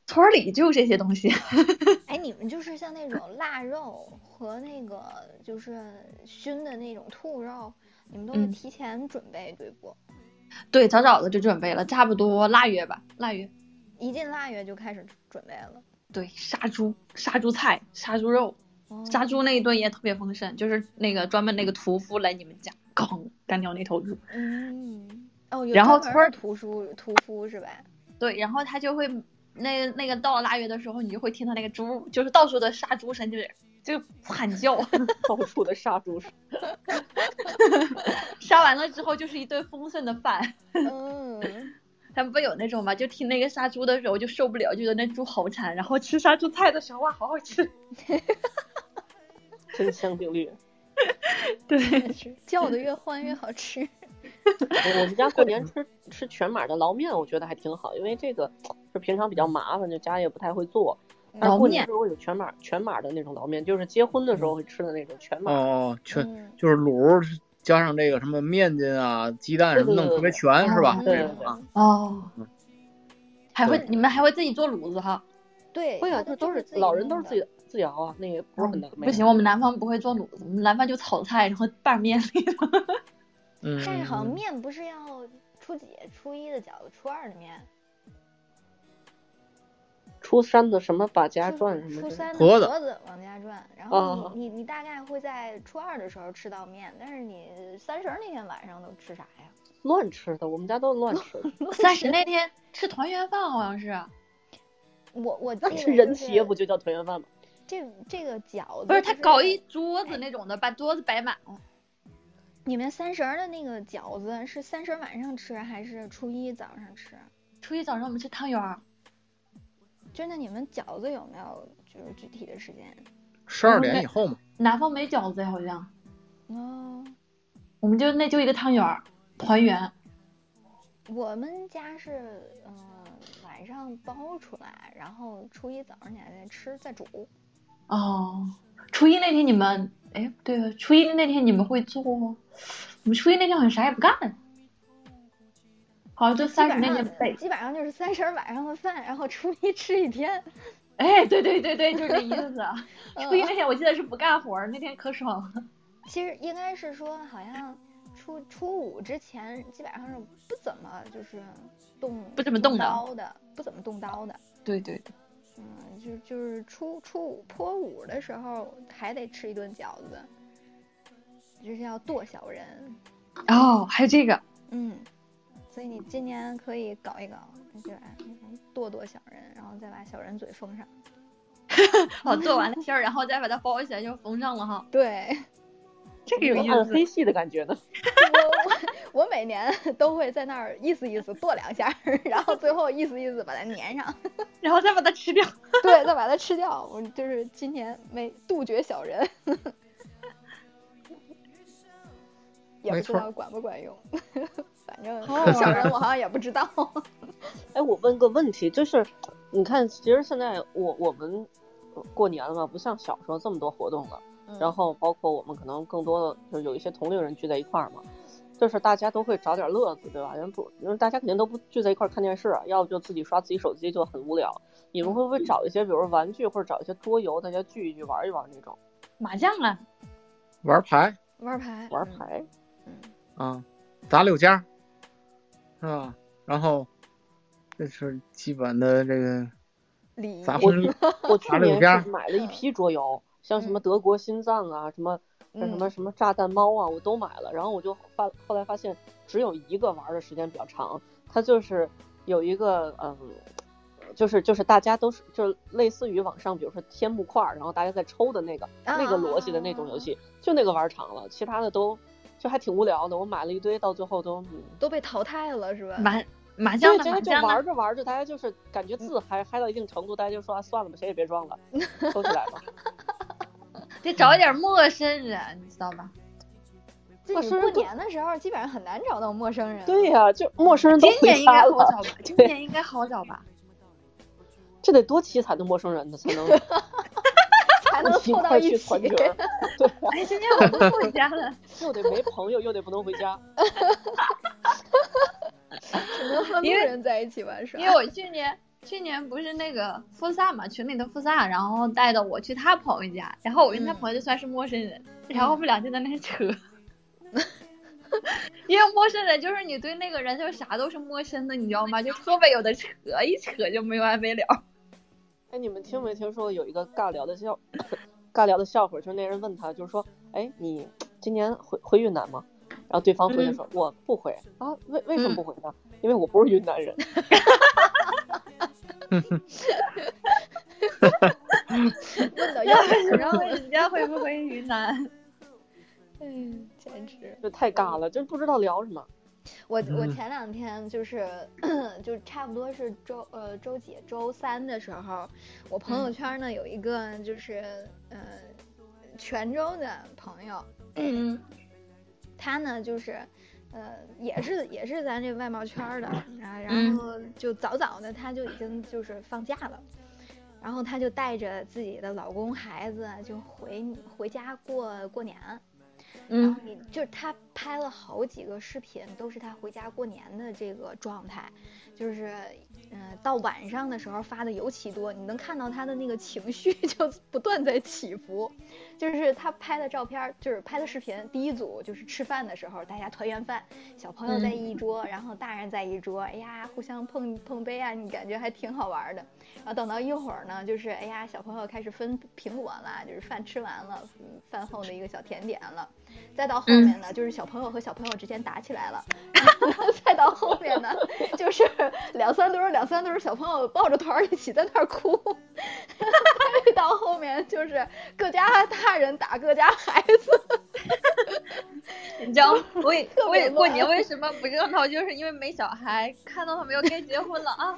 村儿里就这些东西，
哎，你们就是像那 种腊肉和那个就是熏的那种兔肉，你们都是
嗯
提前准备、对不？
对，早早的就准备了，差不多腊月吧，腊月。
一进腊月就开始准备了。
对，杀猪、杀猪菜、杀猪肉、
哦
杀猪那一顿也特别丰盛，就是那个专门那个屠夫来你们家，咣干掉那头猪。
嗯，哦，有
然后
专门
村儿
的屠夫屠夫是吧？
对，然后他就会那那个到了腊月的时候，你就会听到那个猪就是到处的杀猪声，就是就喊叫。
到处的杀猪是
杀完了之后就是一顿丰盛的饭。
嗯，
他们不有那种嘛，就听那个杀猪的时候就受不了，就觉得那猪好馋，然后吃杀猪菜的时候哇，好好吃。
真香定律。
对，
叫的越欢越好 吃。
我我们家过年吃吃全码的捞面，我觉得还挺好，因为这个就平常比较麻烦，就家也不太会做。但是
捞
嗯
过年
面
时候有全码全码的那种捞面，就是结婚的时候会吃的那种全码。
哦，全
嗯，
就是卤儿加上这个什么面筋啊、鸡蛋什么，弄得特别全是吧？
对
这
嗯
对
种啊，
哦
嗯，
还会
对
你们还会自己做卤子哈？
对，
会啊，
它的
就都
就是自己
老人都
弄
是
的
自己自己熬啊，那个不是很难。
不行，我们南方不会做卤子，我们南方就炒菜，然后拌面里头。
嗯，
但是好像面不是要初几、初一的饺子，初二的面，
初三的什么把家
初
转什
初
么的，
三的
盒子
盒子往家转，然
啊
后你你你大概会在初二的时候吃到面，但是你三十儿那天晚上都吃啥呀？
乱吃的，我们家都是乱吃 的。
三十那天吃团圆饭好像是，
我我
那
记
是
得
人
就
齐不
是
就叫团圆饭吗？
这这个饺子
不是他
就
搞一桌子那种的，把桌子摆满了。
你们三十儿的那个饺子是三十儿晚上吃还是初一早上吃？
初一早上我们吃汤圆儿，
就那你们饺子有没有就是具体的时间？
十二点以后嘛，
南方没饺子好像，
哦，
我们就那就一个汤圆儿，团圆。
我们家是嗯、呃晚上包出来，然后初一早上起来再吃再煮。
哦，初一那天你们，哎，不对，初一那天你们会做？我们初一那天好像啥也不干，好像就
基
三十
本
那
上
天备。
基本上就是三十儿晚上的饭，然后初一吃一天。
哎，对对对对，就是这意 思。
嗯
初一那天我记得是不干活儿，那天可爽了。
其实应该是说，好像初初五之前基本上是不怎么就是动
不怎么动的
刀的，不怎么动刀的。
对对对，
嗯，就就是初初五破五的时候还得吃一顿饺子，就是要剁小人。
哦，还有这个，
嗯，所以你今年可以搞一搞，对吧？剁剁小人，然后再把小人嘴封上。
好，做完了馅儿，然后再把它包起来就缝上了哈。
对。
这个有意
暗
思。
黑系的感觉呢。
我我我每年都会在那儿意思意思剁两下儿，然后最后意思意思把它粘上，
然后再把它吃掉。
对，再把它吃掉。我就是今年没杜绝小人，也不
没
知
错儿
道管不管用，反正
好
小人我好像也不知 道。
哎，我问个问题，就是你看，其实现在我我们过年了嘛，不像小时候这么多活动了。
嗯
然后包括我们可能更多的就是有一些同龄人聚在一块儿嘛，就是大家都会找点乐子，对吧？人不，因为大家肯定都不聚在一块儿看电视，啊要不就自己刷自己手机就很无聊。你们会不会找一些，比如说玩具或者找一些桌游，大家聚一聚玩一玩那种
麻将啊，
玩牌
玩牌，
玩牌？
嗯，嗯
啊，打六家，是吧？然后这是基本的这个
礼仪
杂烩
我去
打六
年
家
是买了一批桌游，像
嗯
什么德国心脏啊，什么像什么什么炸弹猫啊，我都买了。然后我就发后来发现，只有一个玩的时间比较长，它就是有一个嗯，就是就是大家都是就是类似于网上比如说贴木块儿，然后大家在抽的那个
啊
那个逻辑的那种游戏，就那个玩长了，其他的都就还挺无聊的。我买了一堆，到最后都嗯
都被淘汰了是吧？
麻麻将
对，真
呢，麻
的就
将呢
玩。着玩着，大家就是感觉自嗨，嗨到一定程度，大家就说啊，算了吧，谁也别装了，收起来吧。
得找点陌生人，你知道吧？
就
我
你
生日
过
都
年的时候基本上很难找到陌生人。
对呀、就陌生人都
今
回
年应该
家
好
了，
找吧？今年应该好 找吧？
这得多凄惨的陌生人呢才能
才能
一
凑到
块
一
去
起
团。圆儿，对啊、
哎，今年我不回家了，
又得没朋友，又得不能回家。
只能和路
因为
人在一起玩耍
因。为我去年去年不是那个复萨嘛，群里的复萨，然后带的我去他朋友家，然后我跟他
嗯
朋友就算是陌生人，
嗯
然后我们俩就在那扯。 因为陌生人就是你对那个人就是啥都是陌生的，你知道吗？就特别有的扯，一扯就没完没了。
哎，你们听没听说有一个尬聊的笑，尬聊的笑话，就是那人问他，就是说，哎，你今年回回云南吗？然后对方回答说，我不回啊，为为什么不回呢？因为我不是云南人。
问 到要
要不然后人家会不回云南？
嗯，简直。
这太尬了，真不知道聊什么。
我我
嗯
前两天就是 就差不多是周呃周几周三的时候，我朋友圈呢有一个就是呃泉州的朋友，
嗯
他呢就是，呃，也是也是咱这外贸圈儿的，啊，然
嗯
后就早早的他就已经就是放假了，然后他就带着自己的老公孩子就回回家过过年，然
嗯
后你就是他拍了好几个视频，都是他回家过年的这个状态，就是嗯、呃到晚上的时候发的尤其多，你能看到他的那个情绪 就不断在起伏。就是他拍的照片儿，就是拍的视频，第一组就是吃饭的时候，大家团圆饭，小朋友在一桌，然后大人在一桌，哎呀，互相碰碰杯啊，你感觉还挺好玩儿的。然后等到一会儿呢，就是哎呀，小朋友开始分苹果了，就是饭吃完了，嗯饭后的一个小甜点了。再到后面呢，就是小朋友和小朋友之间打起来了， 然后再到后面呢，就是两三对儿两三对儿小朋友抱着团儿一起在那儿哭， 再到后面就是各家大人打各家孩子，
你知道 我也
特别
我也
乱
过年为什么不热闹，就是因为没小孩，看到他们要该结婚了啊。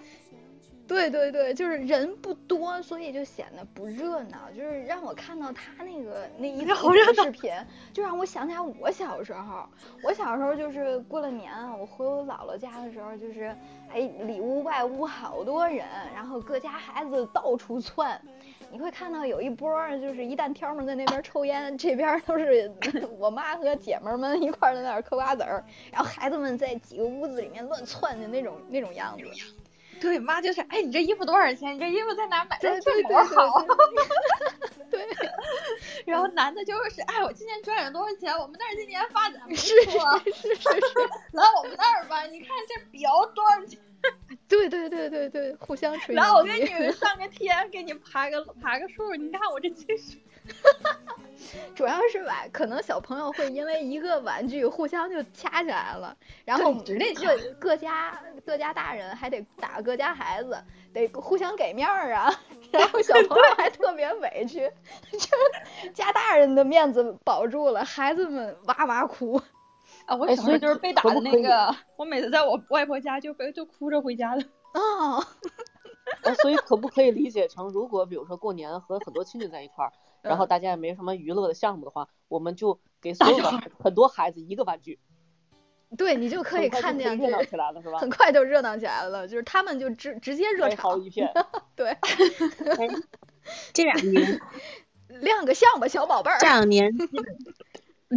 对对对，就是人不多，所以就显得不热闹。就是让我看到他那个那一组的视频，就让我想起来我小时候。我小时候就是过了年，我回我姥姥家的时候，就是哎里屋外屋好多人，然后各家孩子到处窜。你会看到有一波儿，就是一旦挑们在那边抽烟，这边都是 我妈和姐们儿们一块儿在那儿嗑瓜子儿，然后孩子们在几个屋子里面乱窜的那种那种样子。
对，妈就是，哎，你这衣服多少钱？你这衣服在哪买的？
对
这
对
多
对
好。
对，
然后男的就是，哎，我今年赚了多少钱？我们那儿今年发 展不
是
错，
是是是，
来我们那儿吧。你看这表多少钱？
对对对对对，互相吹牛逼。
来，我给你们上个天，给你爬个爬个树。你看我这技术。
主要是吧，可能小朋友会因为一个玩具互相就掐起来了，然后
对直接掐
各各家各家大人还得打各家孩子，得互相给面儿啊， 然后小朋友还特别委屈，就是家大人的面子保住了，孩子们哇哇哭。
啊，我
哎
小时
所
候
以
就是被打
可
的
不
那
可以
个，我每次在我外婆家就被就哭着回家的。
哦，
哎，所以可不可以理解成，如果比如说过年和很多亲戚在一块儿，然
嗯
后大家也没什么娱乐的项目的话，我们就给所有的很多孩子一个玩具，
对你就可以
很快就
看
可以
见
热闹
这，
起来了，是哎吧
很？快就热闹起来了，就是他们就直直接热
哀嚎
场，
一 片。哎
对。
这两年，
亮个相吧，小宝贝儿
这。两年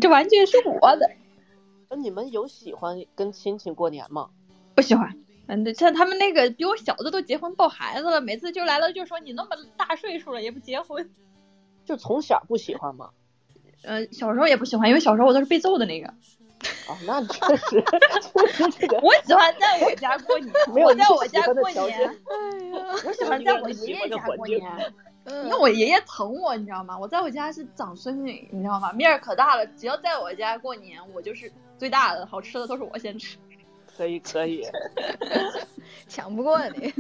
这玩具是我的，
那你们有喜欢跟亲戚过年吗？
不喜欢。嗯，对，像他们那个比我小的都结婚抱孩子了，每次就来了就说你那么大岁数了也不结婚。
就从小不喜欢吗？
呃，小时候也不喜欢，因为小时候我都是被揍的那个。
啊，那确实，确实这个，
我喜欢在我家过 年
没有
我在
你
我
喜
家
欢的
过
条
年，哎我喜欢在我爷爷家过年，因为
嗯，
我爷爷疼我，你知道吗？我在我家是长孙女，你知道吗？面儿可大了，只要在我家过年，我就是最大的，好吃的都是我先吃。
可以可以。
抢不过你。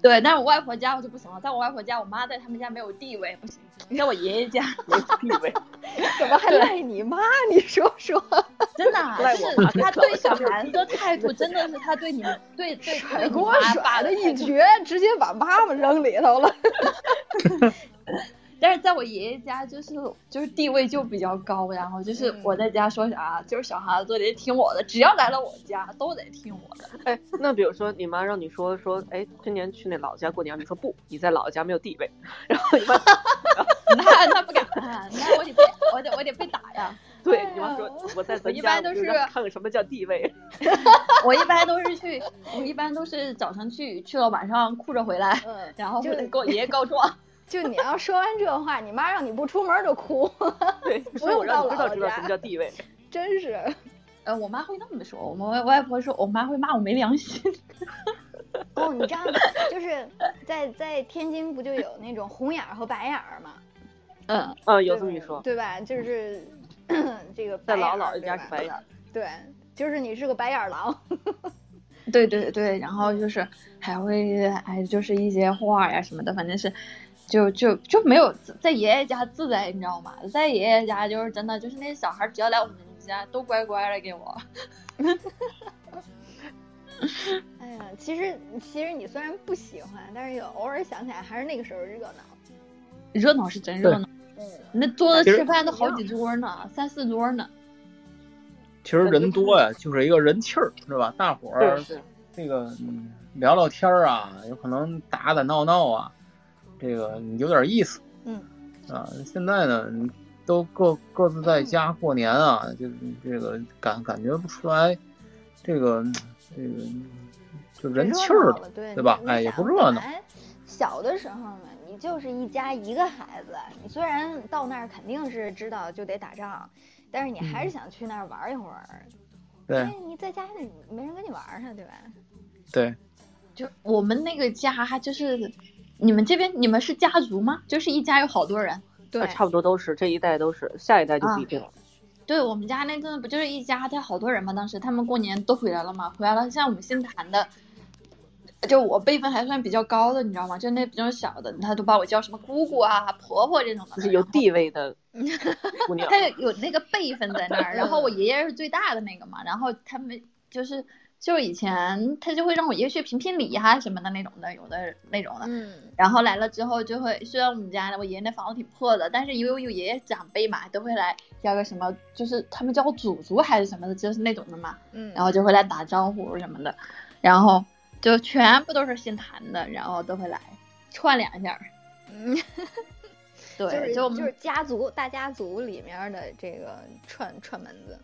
对，但是我外婆家我就不行了，在我外婆家，我妈在他们家没有地位，不行。在我爷爷家，
没地位，
怎么还赖你妈？你说说，
真的啊、
赖
是
我
他对小孩子的态度，真的是他对你们对对对
给我甩了一绝，直接把妈妈扔里头了。
但是在我爷爷家，就是就是地位就比较高，然后就是我在家说啥，就是小孩子都得听我的，只要来了我家都得听我的。
哎，那比如说你妈让你说说，哎，今年去那老家过年，你说不，你在老家没有地位， 然后你妈
那那不敢，那我得被我得我得被打呀。
对你妈说我在咱
啊一
家，
般都
我就是让看看什么叫地位，
我一般都是去，我一般都是早上去，去了晚上哭着回来，
嗯，
然后
就
跟我爷爷告状。
就你要说完这话，你妈让你不出门就哭，
对，所以
用
我让
到
你知道
老
知道
家
什么叫地位。
真是。
呃，我妈会那么说，我妈我外婆说，我妈会骂我没良心。
哦，你知 道，就是在在天津不就有那种红眼儿和白眼儿吗？
嗯，
嗯，有
对
这么一
吧
说，
对吧？就是 这个
在
白
老
眼儿
姥爷家是白，眼儿，
对吧对，就是你是个白眼儿狼。
对对对，然后就是还会哎，就是一些话呀什么的，反正是。就就就没有在爷爷家自在，你知道吗？在爷爷家就是真的，就是那小孩儿只要来我们家都乖乖的给我。
哎呀，其实其实你虽然不喜欢，但是有偶尔想起来还是那个时候热闹。
热闹是真热闹，
嗯
那桌子吃饭都好几桌呢，三四桌呢。
其实人多呀，就是一个人气儿，是吧？大伙儿
对是
那个嗯聊聊天儿啊，有可能打打闹闹啊，这个有点意思。
嗯。
啊，现在呢，都各各自在家过年啊，就这个感感觉不出来，这个这个就人气
热
儿
闹了，对
对吧
你
哎
你
也不
想
热
本
闹
来小的时候嘛，你就是一家一个孩子，你虽然到那儿肯定是知道就得打仗，但是你还是想去那儿玩一会儿。
嗯对
因为你在家里没人跟你玩儿啊呢，对吧？
对，
就我们那个家，就是你们这边你们是家族吗？就是一家有好多人。
对
差不多都是这一代都是，下一代就不一定了。
对我们家那阵不就是一家，他好多人嘛。当时他们过年都回来了嘛，回来了。像我们新谈的，就我辈分还算比较高的，你知道吗？就那比较小的，他都把我叫什么姑姑啊、婆婆这种
就
的。
是有地位 的姑娘
他，有有那个辈分在那儿，然后我爷爷是最大的那个嘛，然后他们就是就是以前他就会让我爷爷去评评理哈、什么的那种的，有的那种的。
嗯，
然后来了之后就会，虽然我们家我爷爷那房子挺破的，但是因为我有爷爷长辈嘛，都会来叫个什么，就是他们叫我祖祖还是什么的，就是那种的嘛，
嗯
然后就会来打招呼什么的，然后就全部都是姓谭的，然后都会来串两下儿，
嗯， 就
对，
是
就我们
就是家族大家族里面的这个串串门子，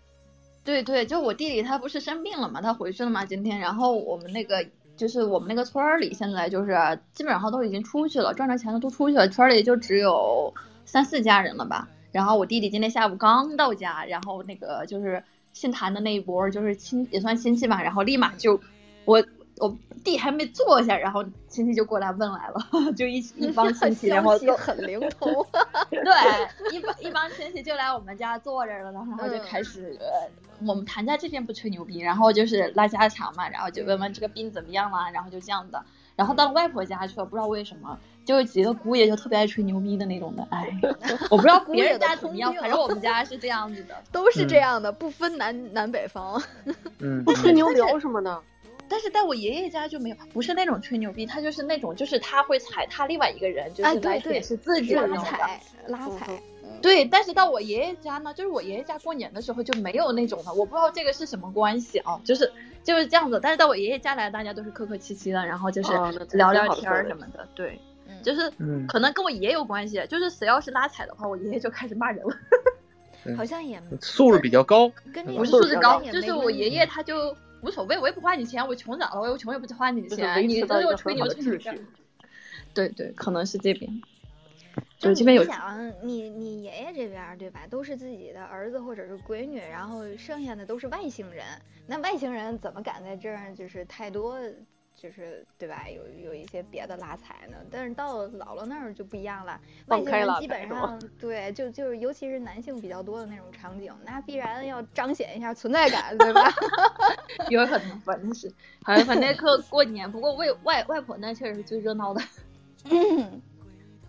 对对，就我弟弟他不是生病了嘛，他回去了嘛，今天。然后我们那个就是我们那个村儿里，现在就是基本上都已经出去了，赚着钱的都出去了，村儿里就只有三四家人了吧。然后我弟弟今天下午刚到家，然后那个就是姓谭的那一波儿，就是亲也算亲戚吧，然后立马就我我弟还没坐下，然后亲戚就过来问来了， 就一起 一帮亲 戚，然后
消息啊
都
很 灵通。
对，一帮一帮亲戚就来我们家坐着了，然后就开始，呃我们谭家这边不吹牛逼，然后就是拉家常嘛，然后就问问这个病怎么样啦，然后就这样的。然后到了外婆家去了，不知道为什么，就是几个姑爷就特别爱吹牛逼的那种的， 哎，我不知道别人家哦怎么样，反正我们家是这样子的。
都是这
嗯
样的，不分南南北方。
嗯，
不吹
嗯
牛聊什么呢？
但是在我爷爷家就没有，不是那种吹牛逼，他就是那种，就是他会踩他另外一个人，就
哎
是
对
来
对
显示自己的
拉
那种的。
踩拉
嗯
踩，
对，但是到我爷爷家呢，就是我爷爷家过年的时候就没有那种的，我不知道这个是什么关系啊，就是就是这样子。但是到我爷爷家来，大家都是客客气气的，然后就是
哦那挺
聊聊
好的
天儿什么的，对，
嗯
就是
嗯
可能跟我爷有关系，就是谁要是拉踩的话，我爷爷就开始骂人了。
嗯
好像也
素质比较高，
跟
嗯
这
不
个
是
素
素
质
质
好
高
像，也
就
没
是我
关系
爷爷他就无所谓，我也不花你钱，我穷咋了？我又穷也不花你
就是
钱，
维
你
持到
这
一
就
个
吹
很
牛
好的
吹牛
秩
这样
序。。
对对，可能是这边，
就
对
是
这边
你
有
想你你爷爷这边儿对吧，都是自己的儿子或者是闺女，然后剩下的都是外星人。那外星人怎么敢在这儿就是太多，就是对吧？有有一些别的拉踩呢。但是到姥姥那儿就不一样了，外
放
星
开
人
拉
基
踩
本
是吧
上对，就就是尤其是男性比较多的那种场景，那必然要彰显一下存在感，对吧？
有可能，反正是，好像反正过过年，不过外外外婆那确实是最热闹的。
嗯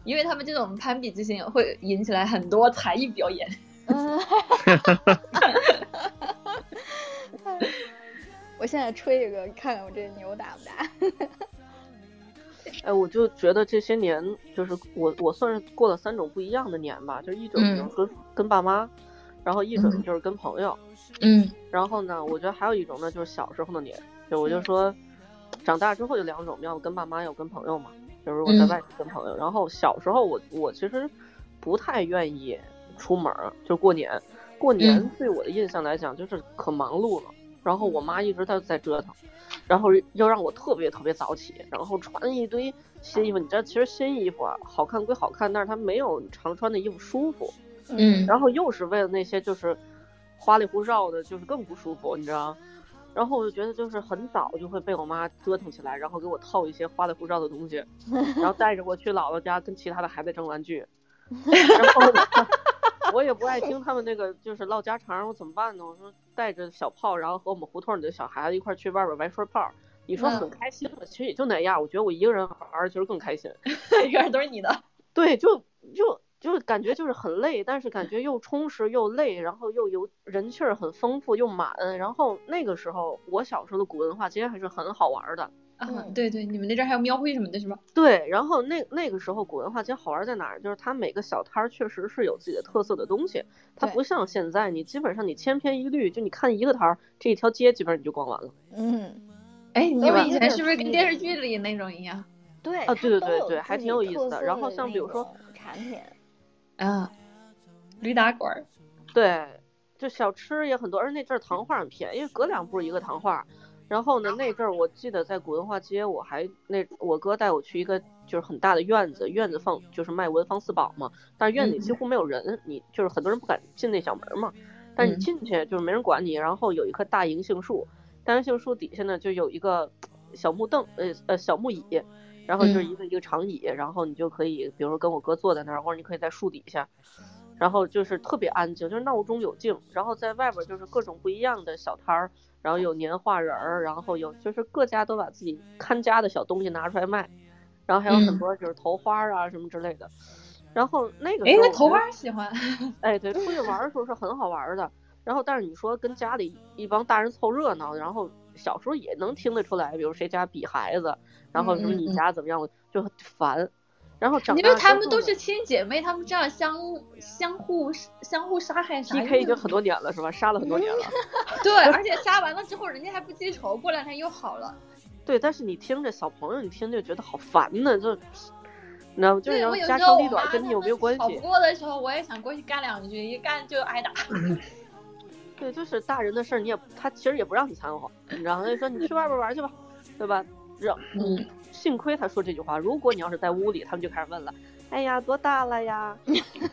因为他们这种攀比之心会引起来很多才艺表演。
嗯 我现在吹一个，看看我这牛打不打？
哎，我就觉得这些年，就是我我算是过了三种不一样的年吧，就是一种
嗯
就是跟、跟爸妈，然后一种
嗯
就是跟朋友，
嗯
然后呢，我觉得还有一种呢，就是小时候的年，就我就
嗯
说，长大之后就两种，要么跟爸妈，要么跟朋友嘛。就是我在
嗯
外地跟朋友，然后小时候我我其实不太愿意出门儿，就过年，过年
嗯
对我的印象来讲就是可忙碌了，然后我
嗯
妈一直在在折腾，然后又让我特别特别早起，然后穿一堆新衣服。你知道，其实新衣服啊，好看归好看，但是它没有常穿的衣服舒服。
嗯
然后又是为了那些就是花里胡哨的，就是更不舒服，你知道吗？然后我就觉得就是很早就会被我妈折腾起来，然后给我套一些花里胡哨的东西，然后带着我去姥姥家跟其他的孩子争玩具，然后 我我也不爱听他们那个就是唠家常，我怎么办呢？我说带着小炮，然后和我们胡同里的小孩子一块儿去外边玩摔炮。你说很开心吗？其实也就那样，我觉得我一个人玩儿其实更开心。
原来都是你的。
对，就就就感觉就是很累，但是感觉又充实又累，然后又有人气儿很丰富又满。然后那个时候，我小时候的古文化街还是很好玩的。
啊，
嗯
对对，你们那阵儿还有庙会什么的，是吧？
对，然后那那个时候古文化街好玩在哪儿？就是它每个小摊儿确实是有自己的特色的东西，它
对
不像现在，你基本上你千篇一律，就你看一个摊儿，这一条街基本上你就逛完了。
嗯，
哎，你
都
们
有
以
一
前
个
是不是跟
区
电视剧里那种一样？
对
啊
它
对对
都
对
有
对
自
还
己
挺有意
特
思的
色
然后
的
像
那
比如说
种产品，
啊，驴打滚儿，
对，就小吃也很多，而且那阵儿糖画很便宜，隔两步一个糖画。然后呢，那阵儿我记得在古文化街，我还那我哥带我去一个就是很大的院子，院子放就是卖文房四宝嘛，但是院子里几乎没有人，你就是很多人不敢进那小门嘛。但是你
嗯
进去就是没人管你，然后有一棵大银杏树，大银杏树底下呢就有一个小木凳，呃呃小木椅，然后就是
嗯
一个一个长椅，然后你就可以，比如说跟我哥坐在那儿，或者你可以在树底下，然后就是特别安静，就是闹中有静，然后在外边就是各种不一样的小摊儿，然后有年画人儿，然后有就是各家都把自己看家的小东西拿出来卖，然后还有很
嗯
多就是头花儿啊什么之类的。然后那个
哎，
时候
那
我觉得
头花儿喜欢，
哎，对，出去玩儿的时候是很好玩儿的。然后，但是你说跟家里一帮大人凑热闹，然后小时候也能听得出来，比如谁家比孩子，然后什么
嗯嗯
你
嗯
家怎么样，就很烦。然后长
因
大
为
之
他们
后
都
呢
是亲姐妹，他们这样相相互相互杀害啥
PK 已
就
经很多年了，是吧？杀了很多年了。
对，而且杀完了之后，人家还不记仇，过两天又好了。
对，但是你听着小朋友，你听就觉得好烦呢，就，你知道吗？就是
对
要
我有
家
时候
长
我
里短
妈
跟你
他
有没有
们
关
吵不
系？
过的时候，我也想过去干两句，一干就挨打。
对，就是大人的事儿，你也他其实也不让你掺和，你知道吗？他就说你去外边玩去吧，对吧？让
嗯，
幸亏他说这句话，如果你要是在屋里，他们就开始问了，哎呀，多大了 呀？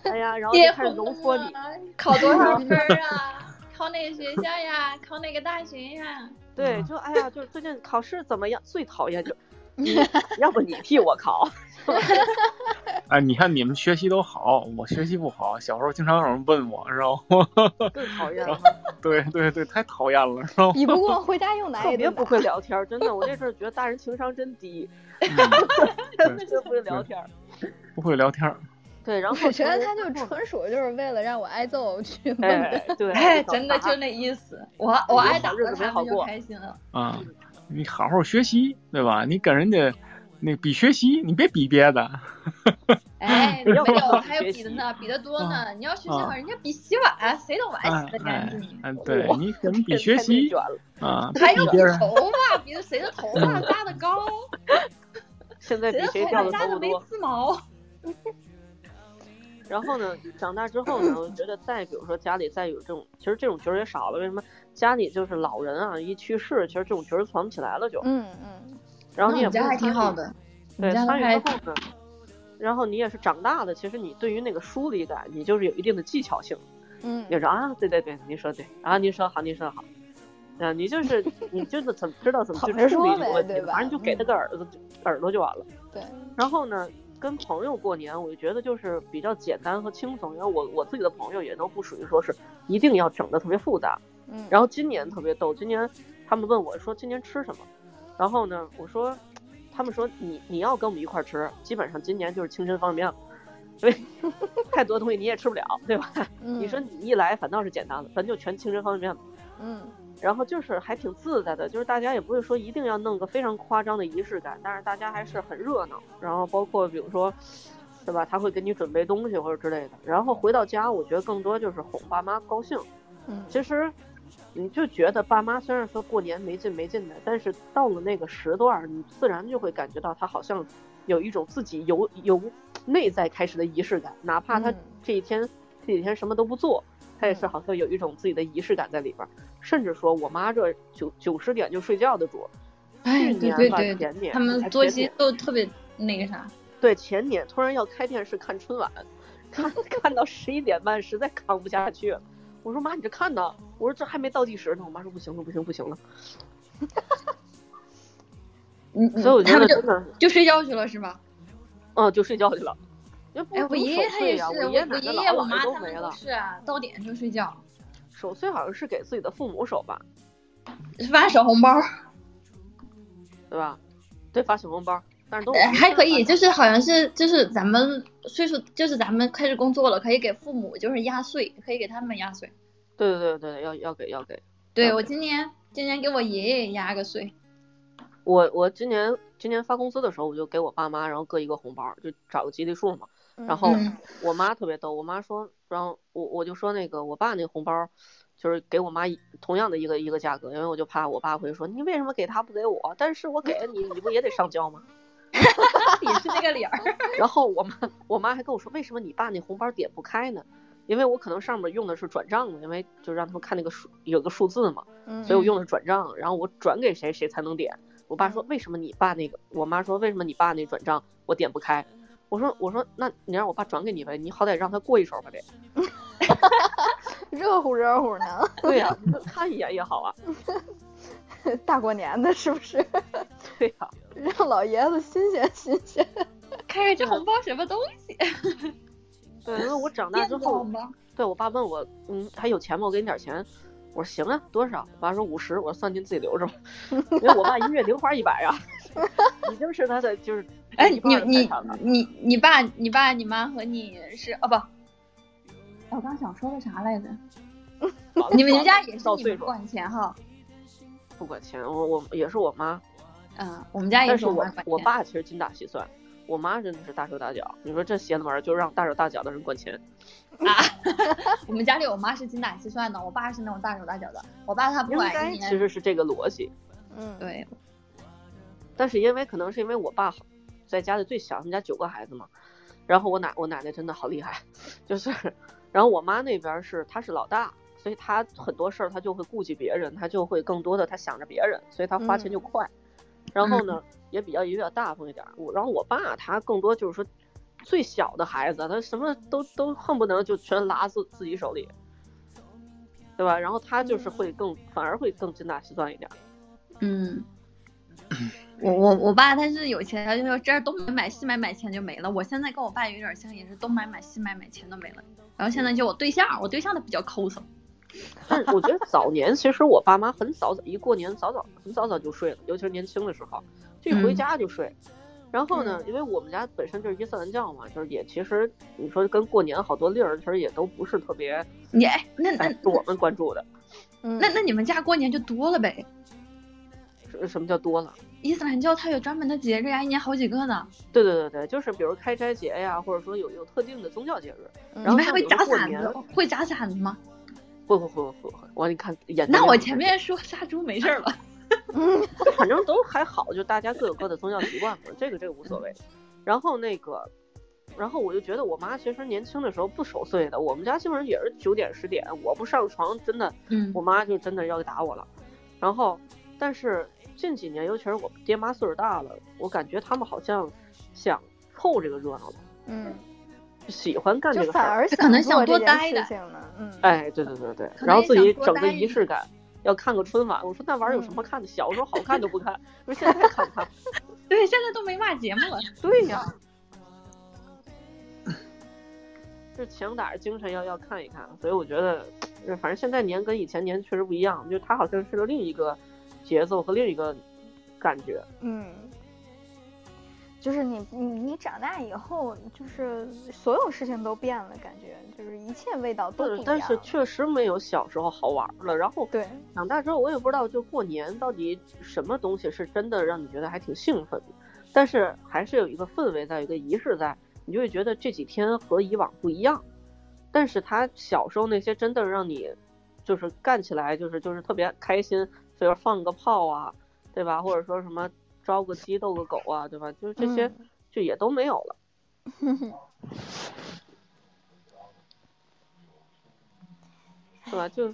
哎呀，然后就
结
开始
婚
揉搓你。
了，考多少分儿啊？考哪个学校呀？考哪个大学呀？
对，
嗯
就哎呀，就是最近考试怎么样？最讨 厌就，你要不你替我考，
哎，你看你们学习都好，我学习不好。小时候经常有人问我， 知道吗？
更讨厌 了。
对对对，太讨厌了，知道吗？
比不过回家又拿
特
一
别
顿
不
打。
会聊天儿，真的，我那阵儿觉得大人情商真 低，真的就不会聊天儿。
嗯不会聊天儿。
对，然后
我觉得
就
他就纯属就是为了让我挨揍去问的。
哎，对，
哎，
找
真的
茬
就那意思。我我挨打
日子
了，
没
他
好
们就
过
开心了。
啊，你好好学习，对吧？你跟人家那比学习，你别比别 的。
哎，没
要
有，
不好好
还有
学
比的
习
呢，比的多呢。你要学习好，
啊
人家比洗碗，谁都碗洗的干
哎
净。
哎，对
哇
你跟人比
太
学
内
习
卷了。
啊，
还有
比
比
别人
头发，比的谁的头发扎的高，
现在比
谁的
谁掉的
头发扎
头
的
发
没
多。
刺毛。
然后呢，长大之后呢，我觉得再比如说家里再有这种，其实这种角儿也少了。为什么？家里就是老人啊，一去世，其实这种角儿传不起来了就。
嗯嗯，
然后
那
你也
我们家
不
还
参
挺
与
好的，我
对，
们家都
参
还
与之后呢，然后你也是长大的，其实你对于那个疏离感，你就是有一定的技巧性。
嗯，
你说啊，对对对，您说对啊，您说好，您说好，啊，你就是你就是怎么知道怎么去
捧着
处理
说
这个
呗
问题
对
了，
吧嗯
反正就给他个耳朵就耳朵就完了。
对，
然后呢，跟朋友过年，我就觉得就是比较简单和轻松，因为我我自己的朋友也都不属于说是一定要整的特别复杂。
嗯，
然后今年特别逗，今年他们问我说今年吃什么，然后呢，我说他们说你你要跟我们一块儿吃，基本上今年就是清真方便面了，因为 太多东西你也吃不了，对吧？
嗯
你说你一来反倒是简单的，咱就全清真方便面吧。
嗯
然后就是还挺自在的，就是大家也不会说一定要弄个非常夸张的仪式感，但是大家还是很热闹。然后包括比如说，对吧？他会给你准备东西或者之类的。然后回到家，我觉得更多就是哄爸妈高兴。
嗯
其实你就觉得爸妈虽然说过年没劲没劲的，但是到了那个时段儿，你自然就会感觉到他好像有一种自己由由内在开始的仪式感，哪怕他
嗯
这一天、这几天什么都不做，他也是
嗯
好像有一种自己的仪式感在里边儿。甚至说我妈这九九十点就睡觉的主，
哎，
去
对
年
对
吧
对，
前年
他们
还
作
前
息
年
都特别那个啥。
对前年突然要开电视看春晚，看 看到十一点半，实在扛不下去了。我说妈，你这看呢？我说这还没倒计时呢。我妈说不行了，不行，不行了。
嗯，
所以我觉
他
得
们
真
就
的，
就睡觉去了是吧？
嗯，就睡觉去了。因为不
哎，我
不
爷
守
爷他
岁
也是，
呀
我
我
我
爷奶奶
爷爷
姥
啊我
姥
妈
爷都
他
没
们
了
都。是啊，到点就睡觉，
守岁好像是给自己的父母守吧，
发小红包。
对吧？对，发小红包。但是都
呃还可以，就是好像是就是咱们岁数，就是咱们开始工作了，可以给父母就是压岁，可以给他们压岁。
对对对对，要要给要给。
对我今年今年给我爷爷压个 岁，
我我今年今年发工资的时候，我就给我爸妈，然后各一个红包，就找个吉利数嘛。然后
嗯
我妈特别逗，我妈说，然后我我就说那个我爸那个红包，就是给我妈一同样的一个一个价格，因为我就怕我爸会说你为什么给他不给我？但是我给了你，你不也得上交吗？
也是那个脸 儿。
然后我妈我妈还跟我说，为什么你爸那红包点不开呢？因为我可能上面用的是转账嘛，因为就让他们看那个数有个数字嘛，
嗯，
所以我用的是转账，然后我转给谁谁才能点。我爸说为什么你爸那个，我妈说为什么你爸那转账我点不开。我说我说那你让我爸转给你呗，你好歹让他过一手吧得。
热乎热乎呢，
对呀、你就 看一眼也好啊。
大过年的，是不是？
对呀、
让老爷子新鲜新鲜。
看看这红包什么东西，啊
对，因为我长大之
电
后
动，吗
对我爸问我，嗯，还有钱吗？我给你点钱。我说行啊，多少？我爸说五十，我说算您自己留着吧，因为我爸一个月零花一百啊，已经是他的就是
哎，
一
你
半儿的财
你
产了
你你爸、你爸、你妈和你是哦不，哎我刚想说个啥来着？
完了
你们家也是
到
你
岁
们
数
管钱哈？
不管钱，我我也是我妈，
嗯，我们家也
但
是
是我
妈管
我
钱。
爸其实精打细算，我妈真的是大手大脚。你说这邪门儿就让大手大脚的人管钱，
我们家里我妈是精打细算的，我爸是那种大手大脚的。我爸他不
应
管啊
该
一
其
年，
实是这个逻辑。
嗯，
对，
但是因为可能是因为我爸好在家里最小，他们家九个孩子嘛，然后我奶我奶奶真的好厉害， 就是，然后我妈那边是她是老大，所以她很多事儿她就会顾及别人，她就会更多的她想着别人，所以她花钱就快，然后呢也比较也比较大方一点儿，我然后我爸他更多就是说最小的孩子，他什么都都恨不能就全拉自自己手里。对吧？然后他就是会更，反而会更精打细算一点儿。
嗯。我我我爸他是有钱，他就说这儿东买买西买买钱就没了。我现在跟我爸有点像，也是东买买西买买钱都没了。然后现在就我对象，我对象他比较抠搜，
但是我觉得早年其实我爸妈很早早一过年早早很早早就睡了，尤其是年轻的时候，就一回
嗯
家就睡。然后呢，因为我们家本身就是伊斯兰教嘛，就是也其实你说跟过年好多例儿，其实也都不是特别
你哎，那那
哎是我们关注的。
嗯
那那你们家过年就多了呗？
什什么叫多了？
伊斯兰教它有专门的节日呀，一年好几个呢。
对对对对，就是比如开斋节呀，或者说有有特定的宗教节日，
嗯
然
你
后
们还
像
会
有
炸
的过
馓
年
子，会炸馓子 吗？
会会会会会会，我你看眼睛
那
也
我
不
前
是
面说杀猪没事 儿了。
反正都还好，就大家各有各的宗教习惯嘛，这个这个无所谓。然后那个，然后我就觉得我妈其实年轻的时候不守岁的，我们家基本上也是九点十点，我不上床，真的
嗯
我妈就真的要打我了。然后，但是近几年，尤其是我爹妈岁数大了，我感觉他们好像想凑这个热闹了，
嗯，
喜欢干这
就
个事
反
儿。
而
这可能
做
想多
这件
待
事
的
情呢，嗯，
哎，对对对对，
可能
然后
也
自
想
己
多
整
待
个
一嗯
仪式感，要看个春晚。我说那玩意儿有什么看的？小时候好看都不 看，我说现在还看不看？
对，现在都没嘛节目了。
对呀、就是强打着精神要要看一看，所以我觉得，呃反正现在年跟以前年确实不一样，就是它好像是另一个节奏和另一个感觉。
嗯，就是你你你长大以后，就是所有事情都变了，感觉就是一切味道都不一
但
样。
呃但是确实没有小时候好玩了。然后
对，
长大之后，我也不知道就过年到底什么东西是真的让你觉得还挺兴奋的，但是还是有一个氛围在，有一个仪式在，你就会觉得这几天和以往不一样。但是他小时候那些真的让你就是干起来就是就是特别开心，比如放个炮啊，对吧？或者说什么招个鸡斗个狗啊，对吧？就是这些
嗯
就也都没有了。对吧？就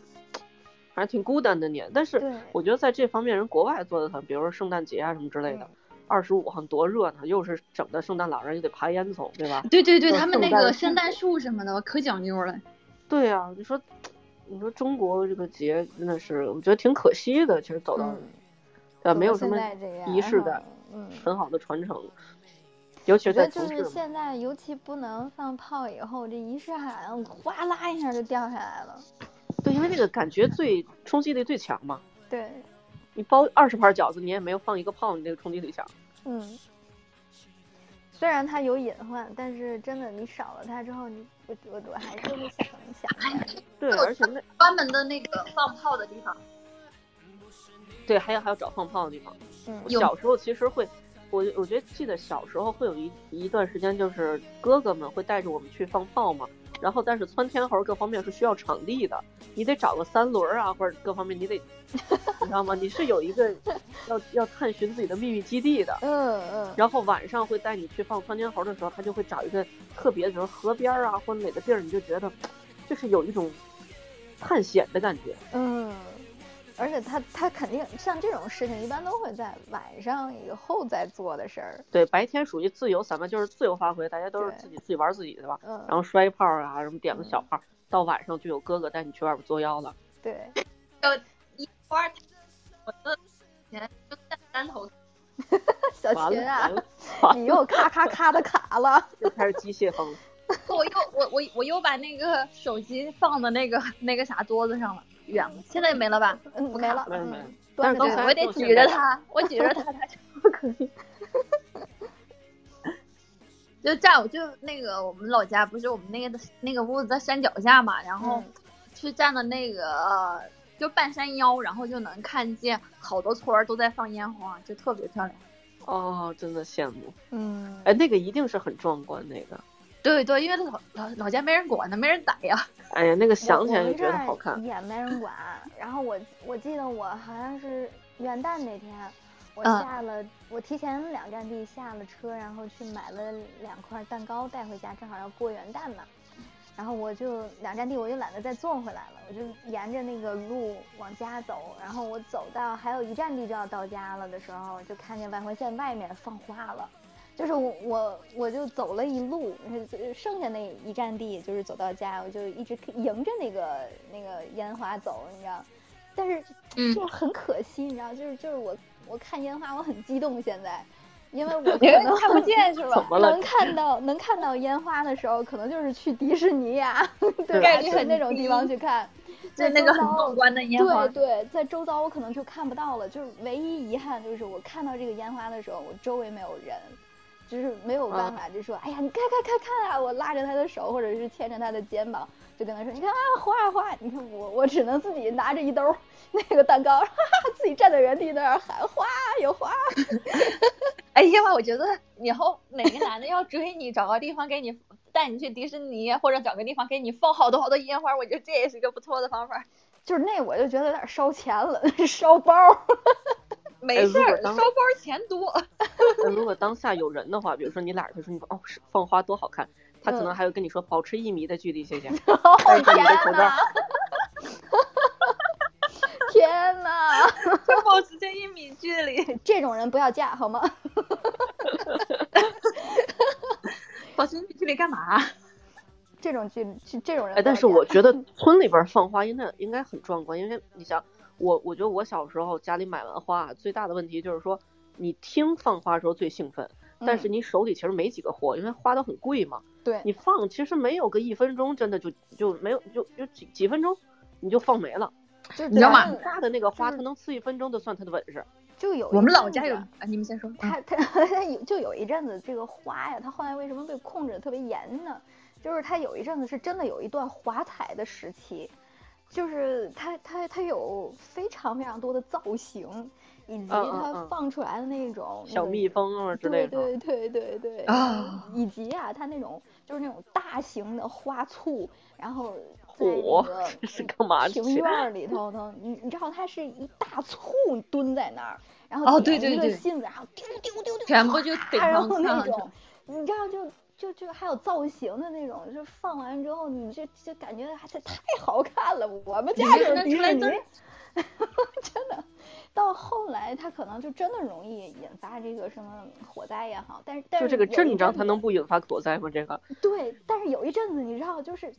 还挺孤单的年，但是
对
我觉得在这方面，人国外做的很，比如说圣诞节啊什么之类的，二十五号多热闹，又是整的圣诞老人又得爬烟囱，对 吧？
对对对，
就
他们那
圣诞
个
树
圣诞树什么的可讲究了。
对呀、你说，你说中国这个节真的是，我觉得挺可惜的，其实走到，
嗯
呃，
走
没
到
有什
现
么
在这样
仪式感，
嗯。
很好的传承，尤其
我觉
是在
得就
城市
是
嘛。
现在，尤其不能放炮以后，这仪式感哗啦一下就掉下来了。
对，因为那个感觉最冲击力最强嘛。
对，
你包二十盘饺子，你也没有放一个炮，你这个冲击力强。
嗯，虽然它有隐患，但是真的你少了它之后，你我我我还是会想一想的。
对，
我
而且那
专门的那个放炮的地方，
对还有还有找放炮的地方。
嗯
我
有
小时候其实会，我我觉得记得小时候会有一一段时间，就是哥哥们会带着我们去放炮嘛。然后，但是窜天猴各方面是需要场地的，你得找个三轮儿啊，或者各方面你得，你知道吗？你是有一个要要探寻自己的秘密基地的。
嗯嗯，
然后晚上会带你去放窜天猴的时候，他就会找一个特别，比如河边儿啊或者哪个地儿，你就觉得就是有一种探险的感觉。
嗯，而且它它肯定像这种事情，一般都会在晚上以后再做的事儿。
对，白天属于自由，咱们就是自由发挥，大家都是
对
自己自己玩儿自己的吧。
嗯，
然后摔炮啊，什么点个小炮，到晚上就有哥哥带你去外边作妖了。
对，
一花，我的钱就在山头，
小
完
琴
了，
啊
完，了，完
你
了，
又咔咔咔的卡了。
又开始机械 风了。
我又我我我又把那个手机放到那个那个啥桌子上了，远了，现在也没了吧？
嗯，没了，
没了没了
嗯，
但
端着它
是刚才
我得
就
举
现在
着它，我举着它，它就不可以。就这样，我就那个我们老家不是我们那个那个屋子在山脚下嘛，然后
嗯
去站的那个、呃就半山腰，然后就能看见好多村儿都在放烟花，就特别漂亮。
哦，真的羡慕。
嗯，
哎，那个一定是很壮观，那个。
对对，因为老老老家没人管呢，没人逮呀。
哎呀，那个
我
想起来
我
就
们
觉得
这儿
好看。
也没人管。然后我我记得我好像是元旦那天，我
嗯
下了、我提前两站地下了车，然后去买了两块蛋糕带回家，正好要过元旦嘛。然后我就两站地，我就懒得再坐回来了，我就沿着那个路往家走。然后我走到还有一站地就要到家了的时候，就看见外环线外面放花了。就是我我我就走了一路，呃就是剩下那一站地就是走到家，我就一直迎着那个那个烟花走，你知道，但是
嗯
就是很可惜，你知道，就是就是我我看烟花我很激动现在，因为我可能
看不见是
怎
吧？
么了
能？看到能看到烟花的时候，可能就是去迪士尼呀、 对吧？
概率
去
很
那种地方
低
去看，
就
在
那
周
个很
遭
壮观的烟花
对，对，在周遭我可能就看不到了，就是唯一遗憾就是我看到这个烟花的时候，我周围没有人，就是没有办法就说，哎呀，你看看看看啊！我拉着他的手，或者是牵着他的肩膀，就跟他说，你看啊，花啊花啊！你看我我只能自己拿着一兜儿 那个蛋糕，哈哈，自己站在原地那儿喊花啊有花啊，
哎呀妈！我觉得以后哪个男的要追你，找个地方给你带你去迪士尼，或者找个地方给你放好多好多烟花，我觉得这也是一个不错的方法。
就是那我就觉得有点烧钱了， 烧包儿。
没
哎
事
如果
儿，
当
烧包钱多。
那如果当下有人的话，比如说你俩人，他说你说哦是放花多好看，他可
嗯
能还会跟你说保持一米的距 离，谢谢。
哦
戴上哎你的口罩，
天哪，
就保持这一米距离，
这种人不要嫁好吗？
保持一米距离干嘛？啊
这种距这这种人不要嫁，
哎，但 是我觉得村里边放花应该应该很壮观，因为你想，我我觉得我小时候家里买完花，最大的问题就是说，你听放花的时候最兴奋，但是
嗯
你手里其实没几个货，因为花都很贵嘛。
对
你放其实没有个一分钟，真的就就没有就就几几分钟你就放没了。啊
就是
你知道吗
咱们
大的那个花，
就是
它能吃一分钟就算它的本事。
就有
我
一
们老
阵
家有
子
啊，你们先说。
他
嗯
他他有就有一阵子这个花呀，他后来为什么被控制的特别严呢？就是他有一阵子是真的有一段华彩的时期，就是他他他有非常非常多的造型，以及
嗯嗯
他
嗯
放出来的那种
小蜜。蜂啊之
那
类
个
的，
嗯对对对对对
啊！
以及啊，他那种就是那种大型的花簇，然后在
火
那个嗯
这 是干嘛去？
庭院儿里头呢，你你知道它是一大簇蹲在那儿，然后
哦对
点一
对
个
对
信子，然后丢丢丢丢，
全部就顶
啪然
上
后那
上去
种，你知道就就就还有造型的那种，就放完之后你这就感觉还是太好看了。我们家
你这
有迪
出
士
来
尼，
真
真的。到后来，它可能就真的容易引发这个什么火灾也好，但是但
就是这个
有一
阵仗，
阵
它
子
能不引发火灾吗？这个，
对，但是有一阵子你知道，就是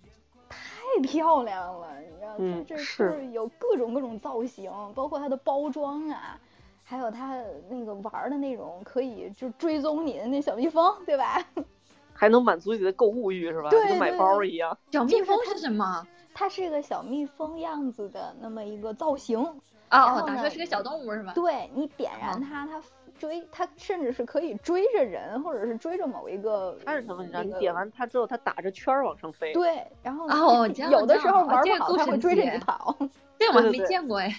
太漂亮了，你知道，
嗯
这这
是
就是有各种各种造型，包括它的包装啊，还有它那个玩儿的那种可以就追踪你的那小蜜蜂，对吧？
还能满足你的购物欲是吧？
对
跟买
对
包
对
一样。
小
就是
蜜蜂
它
是什么？
它是一个小蜜蜂样子的那么一个造型，然
哦，
后
打
呢
算是个小动物是吧？
对你点燃
哦
它，它追它甚至是可以追着人，或者是追着某一个。
它是什么？你知道，
那
你
个
点完它之后，它打着圈儿往上飞。
对，然后
哦
你
这样
有的
这
时
样
候
哦
玩
这
不
个
好，
够
它会
神
追着
奇
你 跑。
这个我还
对
没
对
见过哎。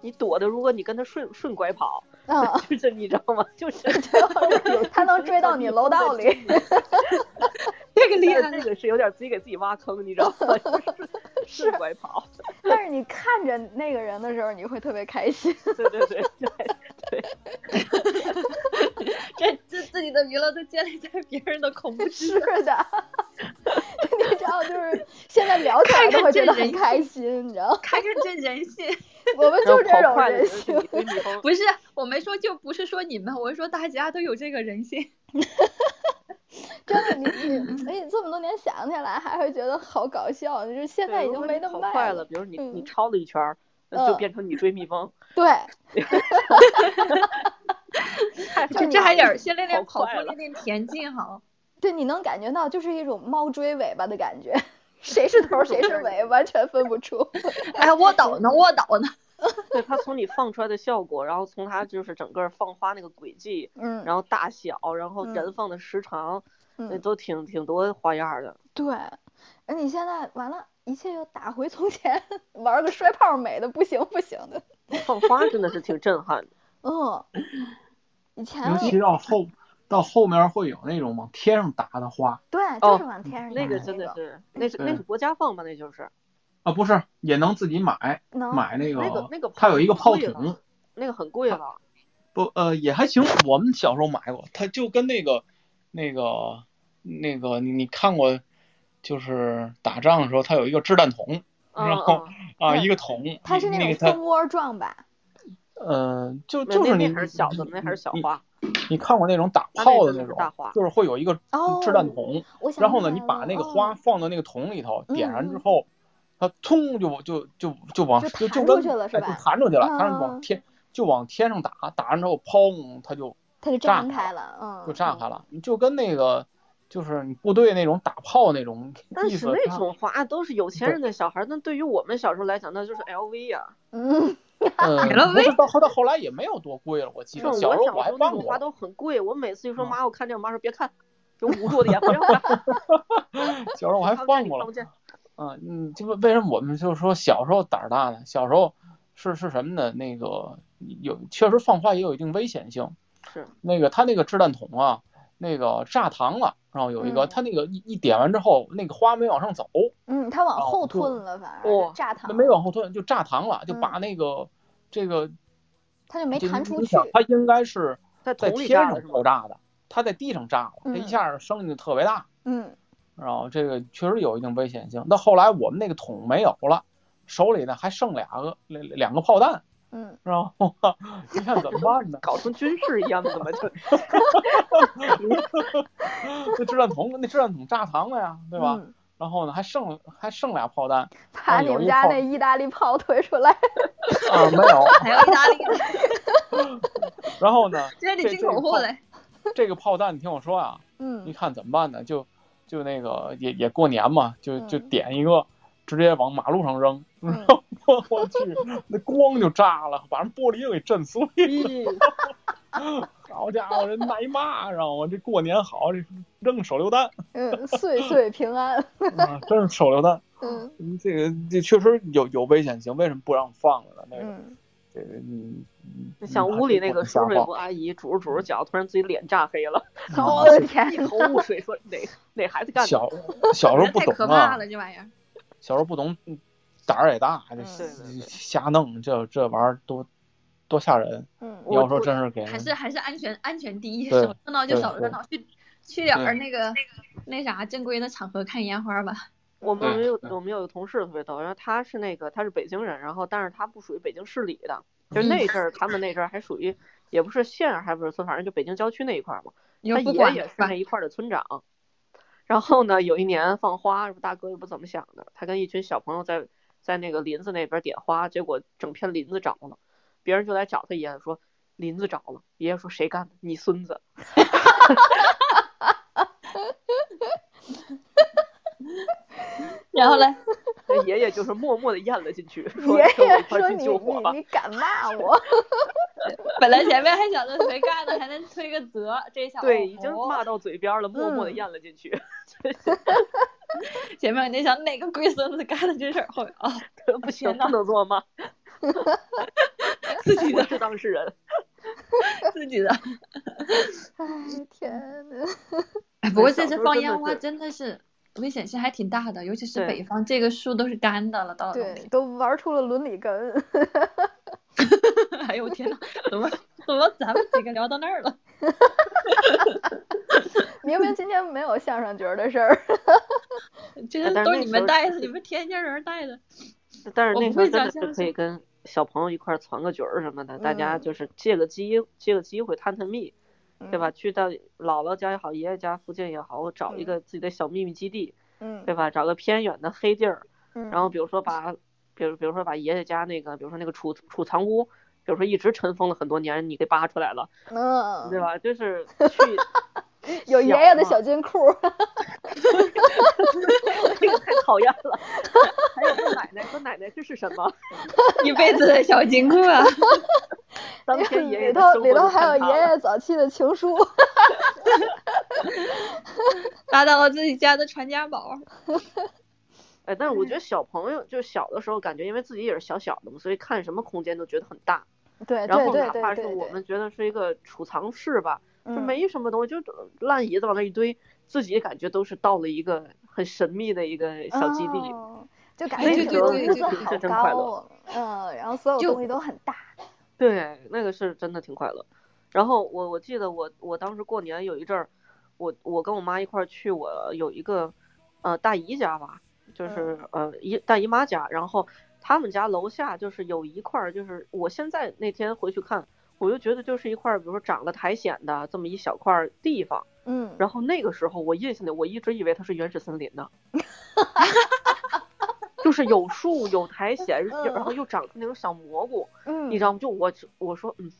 你躲的，如果你跟它顺顺拐跑，
嗯，
就这你知道吗？就是
它能追到你楼道 里。
这 个厉害
但是这个是有点自己给自己挖坑，你知道吗？就是顺拐跑，
但是你看着那个人的时候，你会特别开心。
对对对对。
这这自己的娱乐都建立在别人的恐怖 之
是的， 你知道，就是现在聊起来都会觉得很开心，你知道，
看看这人 性，
我们
然
就
后
是这
跑
种
快了
人
就是
性
你。堆 蜜蜂，
不是我没说就不是说你们，我是说大家都有这个人性。
真的，你你，哎，这么多年想起来还会觉得好搞笑，就是现在已
对如
经
果
没
你
那
跑
么慢
快了，。比如你你
嗯
超了一圈儿，那就
嗯
变成你追 蜜蜂，
对，
太
就
就
你
这还有 点先练
跑
练跑步
快，了
练练田径好。
对，你能感觉到就是一种猫追尾巴的感觉， 谁是头儿谁是尾，完全分不出。
哎，卧倒呢，卧倒呢。
对它从你放出来的效果，然后从它就是整个放花那个轨迹，
嗯，
然后大小，然后
嗯
燃放的时长，那
嗯
都挺挺多花样儿的。
对，而你现在完了，一切又打回从前， 玩个摔炮儿美的不行不行的。
放花真的是挺震撼的。哦
嗯，以前
尤
我
其到后到后面会有那种往天上打的花
对，就
哦
是往天上
那
打
个
那
真的
种
是，那是
对
那是国家放吧？那就是
啊，不是也能自己买
能
买那
哦那个
个，
那个
它有一个炮
贵了
筒，
那个很贵了，
不呃也还行，我们小时候买过，它就跟那个那个那个你你看过，就是打仗的时候它有一个掷弹筒
嗯
然后
嗯，
啊，
对
一个桶，
它是
那
那
个
种
它
蜂窝状吧？
呃就
那
就是
那
你
嗯那还是小的，那还是小
你
花，啊
你看过那种打
那
炮的
真的
那
是
种
大花，
就是会有一个
哦
掷嗯弹筒，
我想
然后
起
呢，
来
你把
了
那个
哦
花放到那个桶里头，
嗯
点燃之
嗯
后，它通就就就就往
就弹
就跟
出去了是
哎
吧
就弹出去了，弹出
嗯
去
嗯
往天就往天上打，打完之后砰，它就
它就
炸
张
开
开了，嗯，
就炸开了，就跟那个就是你部队那种打炮那种
但
意
是
思
那
差，
种花都是有钱人的小孩儿，那对于我们小时候来讲，那就是 LV 呀。
嗯，
嗯，
了
不是到后到后来也没有多贵了，我记
像
得
我
小时候
小
还
时候那
办
种花
过，
都很贵，我每次就说
嗯
妈，我看这个，妈说别看，就捂住我的眼，不要看，
小时 候我还
看不见
办
你看
过了
不。见。
啊，嗯，这个为什么我们就是说小时候胆儿大呢？小时候是是什么呢？那个有确实放花也有一定危险性，
是
那个它那个掷弹筒啊，那个炸膛了，然后有一个
嗯
它那个一一点完之后，那个花没往上走，
嗯，它往
哦
后
就
吞了，反
哦
而炸膛
那没
了，
往后退就炸膛了，就
嗯
把那个这个
它就没
这
弹
你
出
你
去
想，它应该是
在
在
桶里
天
炸
上
的是吗？
爆？炸的，它在地上炸了，它一
嗯
下声音就特别大。
嗯，
然后这个确实有一定危险性。到后来我们那个桶没有了，手里呢还剩俩个两两个炮弹，
嗯，
然后你看怎么办呢
搞成军事一样的，怎 么就
那掷弹筒那掷弹筒炸膛了呀，对吧？
嗯？
然后呢还剩还剩俩炮弹
把你
有
们
一
家
炮
那意大利炮 推出来，
啊没有，
还有意大 利，
然后呢
这
这
得进
这个
口货
炮
嘞。
这个炮弹你听我说啊，你
嗯，
看怎么办呢？就就那个也也过年嘛，就就
嗯
点一个，直接往马路上扔，
嗯
然后我去，那光就炸了，把人玻璃又给震碎了。好家伙，人挨骂，让我这过年好，这扔手榴弹
嗯，岁岁平安，
啊，真是手榴弹。
嗯
嗯这个这确实有有危险性，为什么不让放了呢？那个
嗯，
这个你你
就像
你
屋里
还
那
是不
个
能
叔叔
瞎放
也不阿姨煮着煮着脚，突然自己脸炸黑了，
我
哦
的天
一，头雾水，说哪哪孩子干的？
小小时 候不
太
懂
可
啊
怕，了，这玩意儿。
小时候不懂，嗯胆儿也大，这
嗯
对对对
瞎弄，这这玩意儿多多吓人。
嗯
你要说真是给
还
人
是还是安全安全第一，
对
少热闹就
对
少热
对
闹，去去点儿
对
那个那啥正规的场合看烟花吧。
我们
对
有
对
我们有个同事特别逗，然后他是那个他是北京人，然后但是他不属于北京市里的，就是那阵儿他们那阵儿还属于也不是县儿还不是村，反正就北京郊区那一块儿嘛。
你又
他
不
爷
管
啊也
了
是
吧
那？一块儿的村长。然后呢，有一年放花，大哥也不怎么想的，他跟一群小朋友在在那个林子那边点花，结果整片林子着了，别人就来找他爷爷说林子着了，爷爷说谁干的？你孙子。
然后嘞，
那爷爷就是默默的咽了进 去，说
爷
跟我
爷
一块
说
儿去
你
救火
你
吧。
你敢 骂我？
本来前面还想着谁干的还能推个责，这一下
对，
哦
已经骂到嘴边了，默
嗯
默的咽了进去。
前面你想哪个龟孙子干的这事儿，后面 啊、
不行，不能做吗？
自己
我
的
是当事人。
自己的。
哎天呐，
哎，不过
小
这
时
次
候
放
真的
烟花
是
真的是危险性还挺大的，尤其是
对
北方，这个树都是干的了，到了冬
对，都玩出了伦理根。
天。 哎呦我天呐，怎么怎么咱们几个聊到那儿了？
明明今天没有相声角儿的事儿，
这
哎
些
但
都
是那
是你
时
们
候
带
是
的，你们天津人带的。
但是
我
那时
不
候
会
真
想
的是
象
可以跟小朋友一块儿攒个局儿什么的，大家
嗯
就是借个机借个机会探探秘，对吧？去到姥姥家也好，爷爷家附近也好，我找
嗯
一个自己的小秘密基地，
嗯？
对
嗯，
吧？找个偏远的黑地儿，
嗯
然后比如说把，比如比如说把爷爷家那个，比如说那个储储藏屋，比如说一直尘封了很多年，你给扒出来了，
嗯，
对吧？就是去
有爷爷的
嘛
小金库儿，
这个太讨厌了。还有问奶奶，说奶奶这是什么？
一辈子的小金库啊！
当 天爷爷
里
的
头
生活
里头
就
还有
坍塌
爷
了
爷早期的情书。
扒到了自己家的传家宝。
哎，但是
嗯
我觉得小朋友就小的时候，感觉因为自己也是小小的嘛，所以看什么空间都觉得很大。
对
然
哎对
后
对
哪
对
怕是
对
我
对，
们觉得是一个储藏室吧，就
嗯
没什么东西，就烂椅子往那一堆，自己感觉都是到了一个很神秘的一个小基地。
哦就感
哎
觉
对
整
对
个
对
屋
对
子
对
好
真快
高
乐
哦，嗯，然后所有
就
东西都很大，
对，那个是真的挺快乐。然后我我记得我我当时过年有一阵儿，我我跟我妈一块儿去我有一个呃大姨家吧，
嗯
就是呃姨大姨妈家，然后他们家楼下就是有一块儿，就是我现在那天回去看，我就觉得就是一块儿，比如说长了苔藓的这么一小块儿地方。
嗯，
然后那个时候我印象里，我一直以为它是原始森林 呢，就是有树有苔藓，
嗯
然后又长出那种小蘑菇。
嗯，
你知道吗？就我我说嗯，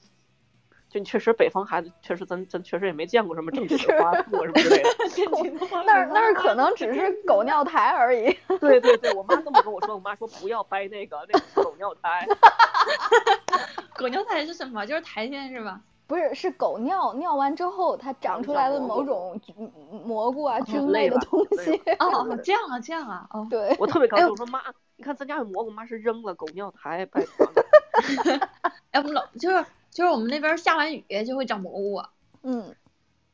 就确实北方孩子确实咱咱确实也没见过什么正经的 花圃啊什么之类的。
那儿那儿可能只是狗尿苔而已，
对对对，我妈这么跟我说，我妈说不要掰那个那个狗尿 苔，
狗尿苔是什么？就是苔藓是 吧？
不是是狗尿尿完之后它长
长
出
小
来的
蘑
某
菇
种菌蘑菇啊菌
类
类的
吧
东
类
西，
哦，这样啊，这样啊，哦，
对，
我特别高
哎
兴，
呦
我说妈，你看咱家有蘑菇，妈是扔了狗尿苔，拜托 了。
哎，我们老就是就是我们那边下完雨就会长蘑菇，啊
嗯，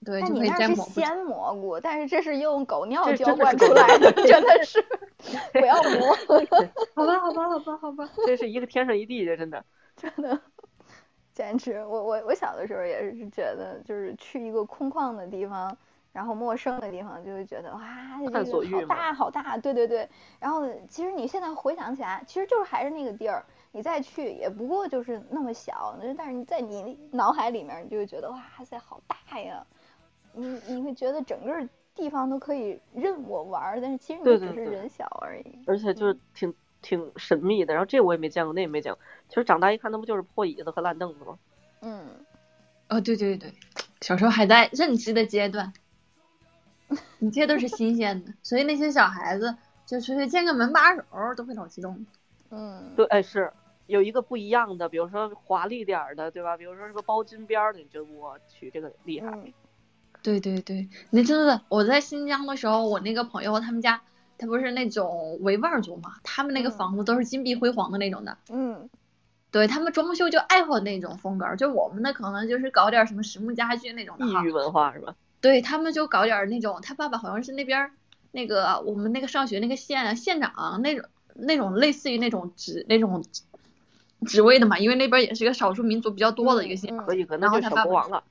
对，
但
就
你
会
那儿
摘
是
蘑菇。
鲜蘑菇，但是这是用狗尿
这
浇
真的
灌
是
出
狗
来
尿
的，真的是不 要磨，
好吧，好吧，好吧，好吧。
这是一个天上一地的，真的。
真的。坚持，我我我小的时候也是觉得，就是去一个空旷的地方，然后陌生的地方，就会觉得哇，这个
探索欲
好
嘛
大好大，对对对。然后其实你现在回想起来，其实就是还是那个地儿，你再去也不过就是那么小，但是你在你脑海里面，你就会觉得哇塞，好大呀！你你会觉得整个地方都可以任我玩儿，但是其实
对
你
对
只是
对
人小而已。
而且就是
嗯
挺挺神秘的。然后这我也没见过，那也没见过。其实长大一看，那不就是破椅子和烂凳子吗？
嗯，
哦，对对对，小时候还在认知的阶段， 一切都是新鲜的，所以那些小孩子就出去见个门把手儿都会老激动。
嗯，
对，哎是。有一个不一样的，比如说华丽点儿的，对吧？比如说是个包金边儿的，你觉得我去这个厉害？
嗯
对对对，那真的，我在新疆的时候，我那个朋友他们家，他不是那种维吾尔族嘛，他们那个
嗯
房子都是金碧辉煌的那种的，
嗯
对他们装修就爱好那种风格儿，就我们的可能就是搞点儿什么实木家具那
嗯
种的
异
哈，
域文化是吧？
对他们就搞点儿那种，他爸爸好像是那边儿那个我们那个上学那个县啊县长那种那种类似于那种职那种职职位的嘛，因为那边儿也是个少数民族比较多的一个县、
嗯
可以，可
然
能
后
就
他
小
爸
国
爸
王了。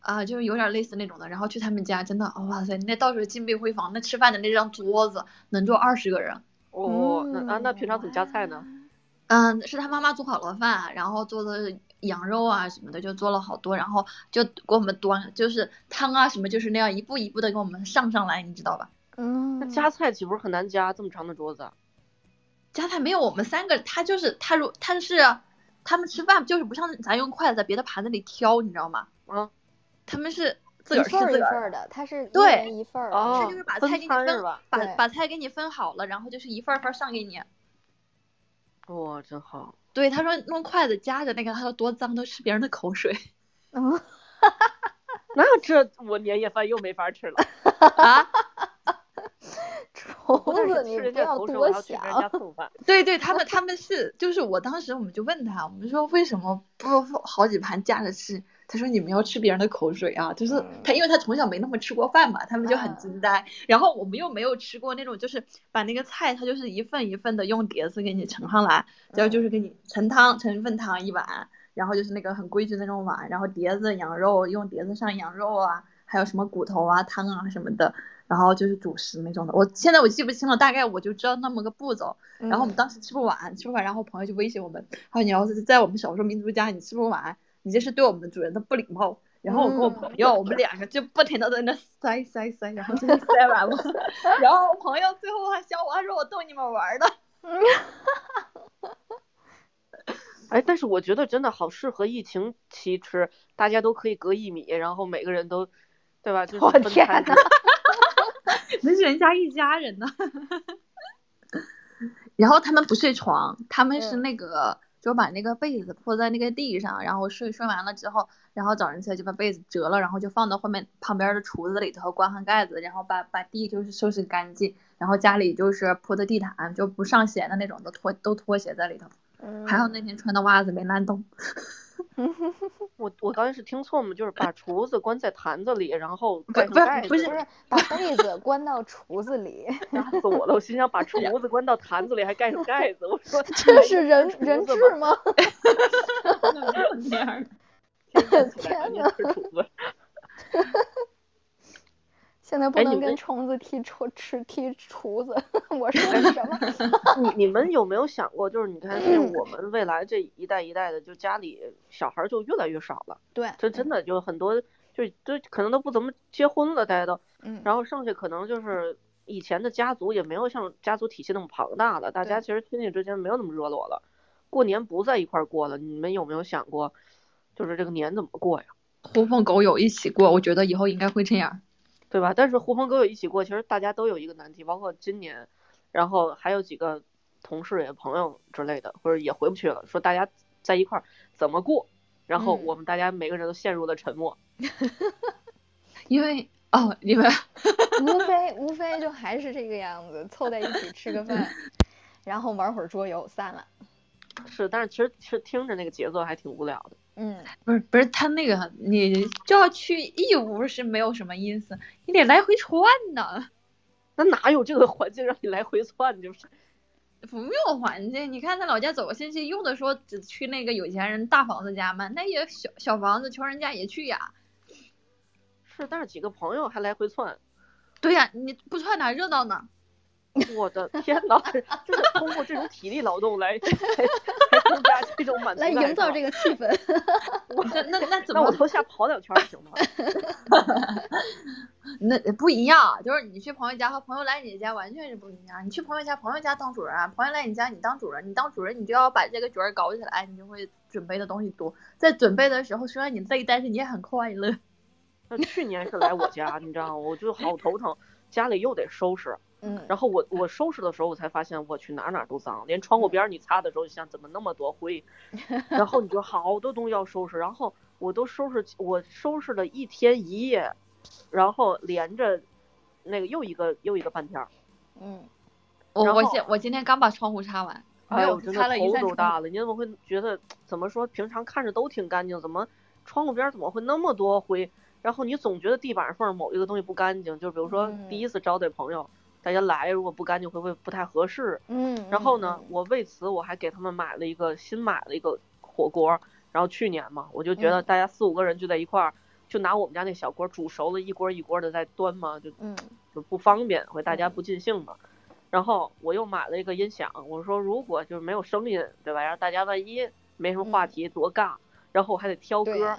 啊，就是有点类似那种的。然后去他们家，真的，哦哇塞，那到处金碧辉煌，那吃饭的那张桌子能坐二十个人。
嗯
哦，那那那平常怎么夹菜呢？
嗯，是他妈妈做好了饭，然后做的羊肉啊什么的，就做了好多，然后就给我们端，就是汤啊什么，就是那样一步一步的给我们上上来，你知道吧？
那
嗯，
夹菜岂不是很难夹？这么长的桌子，啊
加菜没有我们三个，他就是他如他是他们吃饭就是不像咱用筷子在别的盘子里挑，你知道吗？
啊，
他们是自个
一
儿吃
份儿
自
一
个
份
儿，
儿的，它是一
对
人一份儿的。
哦
他就是把
分
菜给你
餐是
分，
吧
把
对
把菜给你分好了，然后就是一份儿份儿上给你。
哇，真好！
对，他说弄筷子夹着那个，他说多脏，都吃别人的口水
嗯，
那这我年夜饭又没法 吃了。
啊！
虫
但
子
是
你
吃人
不
家
要
口水，我
多
还要吃人家
想。
蹭饭。
对对，他们他们是就是我当时我们就问他，我们说为什么不好几盘夹着吃？他说你们要吃别人的口水啊，就是他，因为他从小没那么吃过饭嘛，他们就很
嗯
惊呆。然后我们又没有吃过那种，就是把那个菜，它就是一份一份的用碟子给你盛上来，然后就是给你盛汤，盛一份汤一碗，然后就是那个很规矩那种碗，然后碟子羊肉，用碟子上羊肉啊，还有什么骨头啊、汤啊什么的，然后就是主食那种的。我现在我记不清了，大概我就知道那么个步骤。
嗯
然后我们当时吃不完，吃不完，然后朋友就威胁我们，他说你要是在我们少数民族家你吃不完，你这是对我们主人的不礼貌。然后我跟我朋友，我们两个就不停的在那塞塞塞，然后就塞完了。 然后我朋友最后还笑我，他说我逗你们玩儿的。
哎，但是我觉得真的好适合疫情期吃，大家都可以隔一米，然后每个人都，对吧？就是
我
分
天
开吃
哪！
那是人家一家人呢。然后他们不睡床，他们是
嗯
那个、就把那个被子铺在那个地上，然后睡睡完了之后，然后早上起来就把被子折了，然后就放到后面旁边的橱子里头，关上盖子，然后把把地就是收拾干净，然后家里就是铺的地毯，就不上鞋的那种，都拖都拖鞋在里头。
嗯
还好那天穿的袜子没烂洞。
我我刚才是听错吗？就是把厨子关在坛子里，然后
不
盖上
不是
盖子。
不是
不是把被子关到橱子 里，
吓死我了！我心想把厨子关到坛子里，还盖上盖子。我说
这是 人人
质
质吗？
那样儿
天
哪！吃厨子，
现在不
哎你
能跟
们
虫子踢厨吃踢厨子，我说 的什么？
你你们有没有想过，就是你看，像我们未来这一代一代的，就家里小孩儿就越来越少了。
对，
这真的就很多，就就可能都不怎么结婚了，大家都。
嗯，
然后剩下可能就是以前的家族也没有像家族体系那么庞大了，大家其实亲戚之间没有那么热络了，过年不在一块儿过了。你们有没有想过，就是这个年怎么过呀？
狐朋狗友一起过，我觉得以后应该会这样。
对吧？但是狐朋狗友一起过，其实大家都有一个难题，包括今年，然后还有几个同事也朋友之类的，或者也回不去了，说大家在一块儿怎么过？然后
嗯
我们大家每个人都陷入了沉默。
因为哦，因为
无非无非就还是这个样子，凑在一起吃个 饭，然后玩会儿桌游，散了。
是，但是其实其实听着那个节奏还挺无聊的。
嗯，
不是不是，他那个你就要去义乌是没有什么意思，你得来回串呢，
那哪有这个环境让你来回窜？就是
不用环境。你看他老家走个星期，用的时候只去那个有钱人大房子家嘛，那也小小房子，穷人家也去呀。
是，但是几个朋友还来回窜，
对呀、你不串哪热闹呢？
我的天呐， 就是通过这种体力劳动来 来来增加这种满足
来
感。
营造这
个，
个气氛。
那那 那怎
那 我
么
楼下跑两圈儿行吗？
那不一样？就是你去朋友家和朋友来你家完全是不一样。你去朋友家，朋友家当主人啊；朋友来你家，你当主人。你当主人，你就要把这个局儿搞起来，你就会准备的东西多。在准备的时候，虽然你累，但是你也很快乐。
那去年是来我家，你知道吗？我就好头疼，家里又得收拾。
嗯，
然后我我收拾的时候，我才发现我去哪儿哪儿都脏，连窗户边儿你擦的时候，你想怎么那么多灰， 然后你就好多东西要收拾，然后我都收拾起，我收拾了一天一夜，然后连着那个又一个又一个半天儿，
嗯，
我
然
哦我
后
今我今天刚把窗户擦完，没
哎
有
呦，真的
擦了一
头
扇
都
窗户。
大了。你怎么会觉得怎么说？平常看着都挺干净，怎么窗户边儿怎么会那么多灰？然后你总觉得地板上放着某一个东西不干净，就比如说
嗯
第一次招待朋友，大家来如果不干净会不会不太合适？
嗯，
然后
嗯
呢，我为此我还给他们买了一个新买了一个火锅。然后去年嘛，我就觉得
嗯
大家四五个人聚在一块儿，就拿我们家那小锅煮熟了一锅一锅的在端嘛，就
嗯
就不方便，会大家
嗯
不尽兴嘛。然后我又买了一个音响，我说如果就是没有声音，对吧？让大家万一没什么话
嗯
题，多尬。然后我还得挑
对
歌
呀，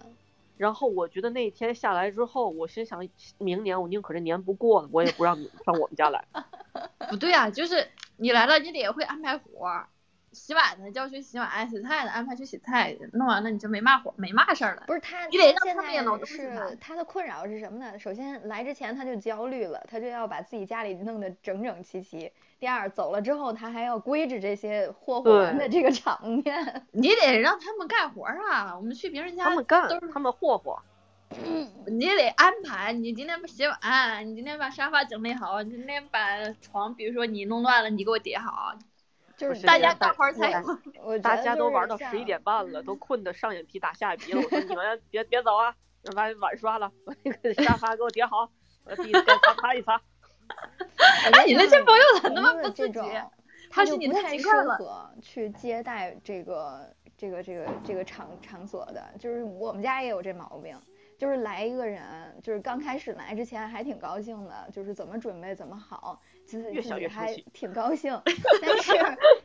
然后我觉得那一天下来之后，我心想，明年我宁可这年不过了，我也 不让你们上我们家来。
不对啊，就是你来了，你得会安排活儿。洗碗的叫去洗碗，洗菜的安排去洗菜，弄完了你就没嘛活，没嘛事儿了。
不是他，
你得让
他现
他们也劳动
在
起来
是他的困扰是什么呢？首先来之前他就焦虑了，他就要把自己家里弄得整整齐齐。第二，走了之后他还要规制这些霍霍完的这个场面。
你得让他们干活儿啊！我们去别人家
他们干
都，是
他们霍霍，
你得安排，你今天洗碗，你今天把沙发整理好，你今天把床，比如说你弄乱了，你给我叠好，
就
不
是
是
大
这
家
样
干活儿
大
才
家
有
我觉
大
得
家
就
都
是
玩到
像
十一点半了，都困得上眼皮打下眼皮了。我说你们别别走啊，把碗刷了，把那个沙发给我叠好，我地该擦擦一擦。
我觉得
哎你那
像
这朋友怎
红
么那么
红
不
的这
自
种
觉，
他
还是
就
你
不
太
太
习
适
惯了
合去接待这个这个这个这个场场所的。就是我们家也有这毛病，就是来一个人，就是刚开始来之前还挺高兴的，就是怎么准备怎么好，自己
越
自
想
己
越出
还
戏
挺高 兴。但是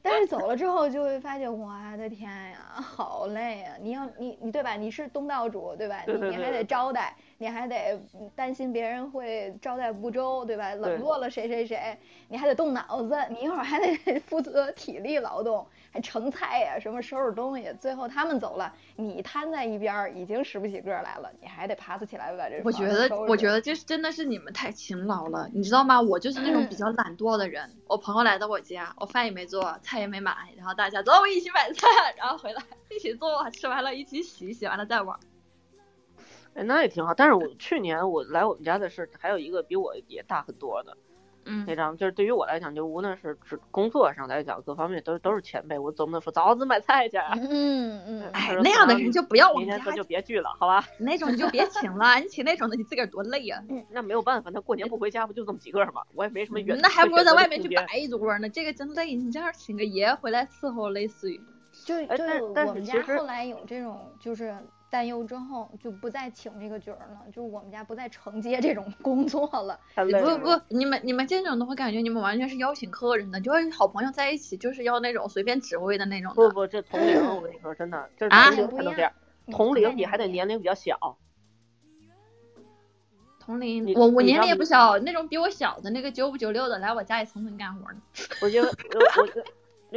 但是走了之后就会发现，我的天呀，好累呀！你要你你对吧？你是东道主对吧？
对对
你你
对
还得
对
招待，你还得担心别人会招待不周对吧？冷
对
落了谁谁谁。你还得动脑子，你一会儿还得负责体力劳动，还盛菜呀，什么收拾东西。最后他们走了，你瘫在一边儿，已经拾不起个儿来了，你还得爬起起来把这
我
房
觉
子
得，
收
我觉
拾
得这是真的是你们太勤劳了，你知道吗？我就是那种
嗯
比较懒惰的人。我朋友来到我家，我饭也没做，菜也没买，然后大家走，我一起买菜， 然后回来一起做，吃完了一起洗，洗完了再玩。
哎，那也挺好。但是我去年我来我们家的是还有一个比我也大很多的
嗯
那，张，就是对于我来讲，就无论是只工作上来讲，各方面都都是前辈，我总不能说早子买菜去啊。
嗯嗯嗯，
他
哎，
说
那样的人就不要往
明
家
天咱就别聚了，好吧？
那种你就别请了，你请那种的你自个儿多累呀、
那没有办法，他过年不回家不就这么几个嘛，我也没什么远。
嗯那还不如在外面去
摆。
摆一桌呢，这个真累。你这样请个爷回来伺候，类似于
就
哎但
就
但
我
是
们
其
家
实
后来有这种就是。担忧之后就不再请这个角儿了，就我们家不再承接这种工作了。
太累
不
了
不，你们你们这种的话，感觉你们完全是邀请客人的，就是好朋友在一起就是要那种随便指挥的那种的。
不不，这同龄我跟你说真的，就是
啊
同龄才能这样。
嗯
同
概
龄你
念
还得
不一样
年龄比较小，
同龄
你，
我我
你
年
让
龄也
你
不小，那种比我小的那个九五九六的来我家也蹭蹭干活呢。
我觉得呃我我觉得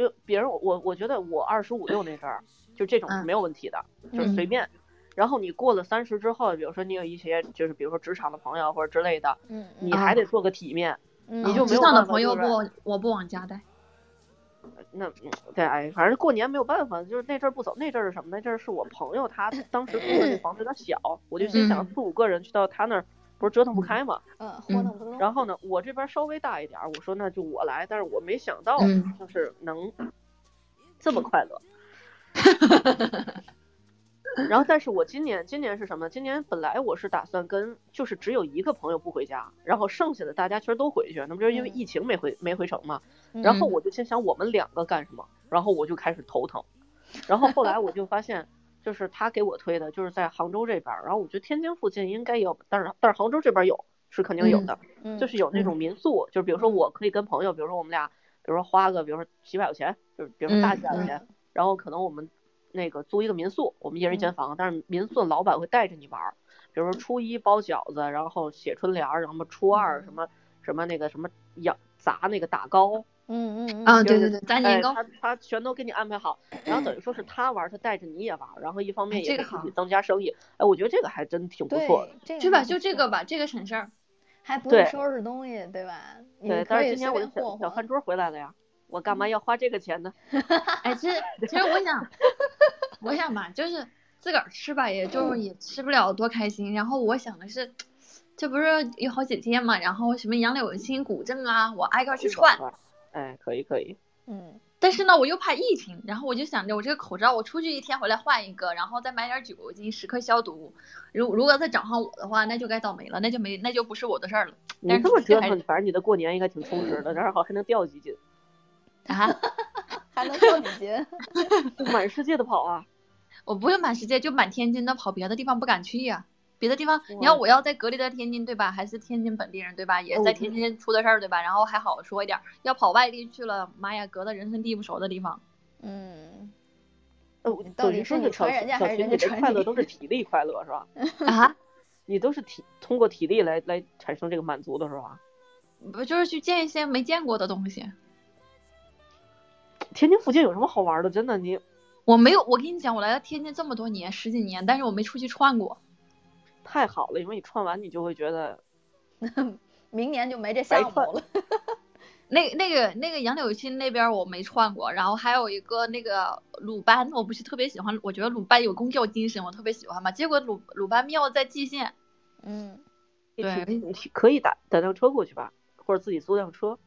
就别人我我觉得我二十五六那阵儿，就这种是
嗯
没有问题的，就是随便。然后你过了三十之后，比如说你有一些就是比如说职场的朋友或者之类的，
嗯，
你
嗯
还得做个体面。
嗯
你就没
职
有
场啊的
办法
朋友
就
不
是，
我不往家带。
那嗯对，哎，反正过年没有办法，就是那阵儿不走，那阵儿是什么？那阵儿是我朋友他当时租的那房子有点小，我就心想
嗯
四五个人去到他那儿，不是折腾不开嘛。
嗯活
嗯
动不动。
然后呢，我这边稍微大一点儿，我说那就我来，但是我没想到啊
嗯
就是能这么快 乐。然后，但是我今年今年是什么呢？今年本来我是打算跟就是只有一个朋友不回家，然后剩下的大家其实都回去，那不就是因为
嗯
疫情没回没回城嘛。
嗯
然后我就心想我们两个干什么？然后我就开始头疼。然后后来我就发现，就是他给我推的，就是在杭州这边儿，然后我觉得天津附近应该也有，但是但是杭州这边儿有是肯定有的。
嗯
就是有那种民宿，就是比如说
嗯
我可以跟朋友，比如说我们俩，比如说花个，比如说几百块钱，就是比如说大几百
嗯
块钱，然后可能我们那个租一个民宿，我们一人一
嗯
间房，但是民宿的老板会带着你玩儿，比如说初一包饺子，然后写春联儿，然后什么初二什么什么那个什么养砸那个打糕，
嗯嗯嗯
啊，
就
对
是
对对，咱
哎，
年糕
他他全都给你安排 好，然后等于说是他玩儿，他带着你也玩儿，然后一方面
哎
也给
这个
自
好
己增加生意，哎，我觉得这个还真挺不错的。
对，这个
去吧，
还
就
不
这
错
个，吧，这个省事儿。
还不
对
用收拾东西，对吧？你
对，
可
但是
以
今
随
天我
便嗯
的
霍
小小
霍
饭。桌回来了呀，我干嘛要花这个钱呢？
哎，其实其实我 想，我想吧，就是自个儿吃吧，也就也吃不了多开心。然后我想的是，这不是有好几天嘛，然后什么杨柳青古镇啊，我挨个儿去串。
哎，可以可以，
嗯，
但是呢，我又怕疫情，然后我就想着我这个口罩，我出去一天回来换一个，然后再买点酒精，时刻消毒。如如果再找上我的话，那就该倒霉了，那就没那就不是我的事儿了。
你
但是
这么
出去
折
还
腾，反正你的过年应该挺充 实的，然后还能掉几斤，
啊，
还能做几斤？
满世界的跑啊！
我不用满世界，就满天津的，跑别的地方不敢去呀、别的地方，
哇
你看我要在隔离在天津，对吧？还是天津本地人，对吧？也
哦
在
对
天津出的事儿，对吧？然后还好说一点儿，要跑外地去了，妈呀，隔得人生地不熟的 地方，
嗯，
呃我
你到
等
底
于说
是你
小
传人家
小
还是
群
人
体
家传
的快
你
乐都是体力快乐是吧？
啊，
你都是体通过体力来来产生这个满足的是吧？
不就是去见一些没见过的东西？
天津附近有什么好玩的？真的，你
我没有，我跟你讲，我来了天津这么多年，十几年，但是我没出去串过。
太好了，因为你串完你就会觉得
明年就没这
白
项目
串
了。
那那个那个杨柳青那边我没串过，然后还有一个那个鲁班，我不是特别喜欢，我觉得鲁班有公教精神，我特别喜欢嘛。结果鲁鲁班庙在蓟县，
嗯，
你
对
提你提可以打打辆车过去吧，或者自己租辆车。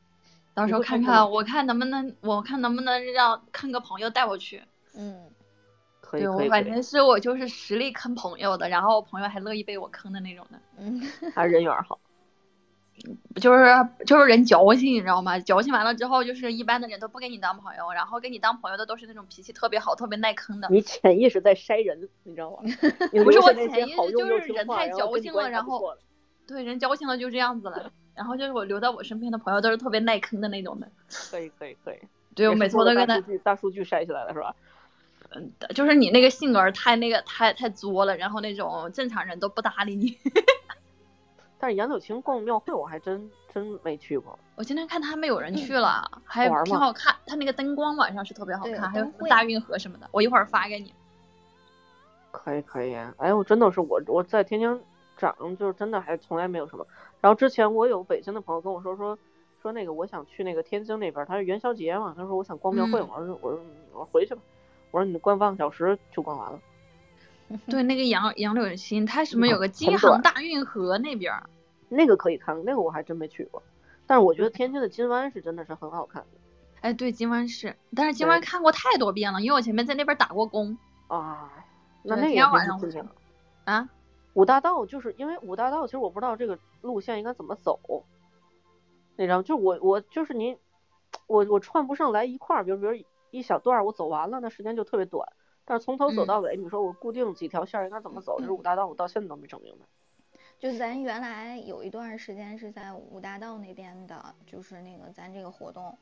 到时候
你会
看
看过
看，我看能不能，我看能不能让坑个朋友带我去。
嗯，
可以
对我
可以，
反
可以
正是我就是实力坑朋友的，然后朋友还乐意被我坑的那种的。
嗯，
还是人缘好。
就是就是人矫情，你知道吗？矫情完了之后，就是一般的人都不跟你当朋友，然后跟你当朋友的都是那种脾气特别好、特别耐坑的。
你潜意识在筛人，你知道 吗？你
不是
留下
我
那些
潜意识
好用
就是
又听
人
话
太
然后
矫
跟你
情
关
了
系
然
不
后
错的
对，人矫情了就这样子了。然后就是我留在我身边的朋友都是特别耐坑的那种的。
可以可以可以。
对，我
也
每
是
次
通
都
过
跟
大
他嗯
数，据大数据筛下来的是吧？
就是你那个性格儿太那个太太作了，然后那种正常人都不搭理你。
但是杨柳青逛庙会我还真真没去过，
我今天看他们有人去了，还
好玩
挺
吗
好看。他那个灯光晚上是特别好
对
看，还有
灯
什么
会
大运河什么的，我一会儿发
嗯
给你。
可以可以。哎，我真的是我我在天津长，就是真的还从来没有什么。然后之前我有北京的朋友跟我说说说那个我想去那个天津那边，他是元宵节嘛，他说我想逛庙会，
嗯
我说我说嗯我说回去吧，我说你逛半个小时就逛完了。
对，那个杨杨柳青，他什么有个
嗯很
京
短
杭大运河那边儿，
那个可以看，那个我还真没去过。但是我觉得天津的金湾是真的是很好看的
哎，对，金湾是，但是金湾
对
看过太多遍了，因为我前面在那边打过工
啊。那
对
那个也
今天
可
晚
以
上
去
我
看
去啊。
五大道就是因为五大道，其实我不知道这个路线应该怎么走，你知道吗，就我我就是你，我我串不上来一块儿，比如比如一小段儿我走完了，那时间就特别短。但是从头走
嗯
到尾，你说我固定几条线儿应该怎么走？这是五大道，我到现在都没整明白。
就咱原来有一段时间是在五大道那边的，就是那个咱这个活动，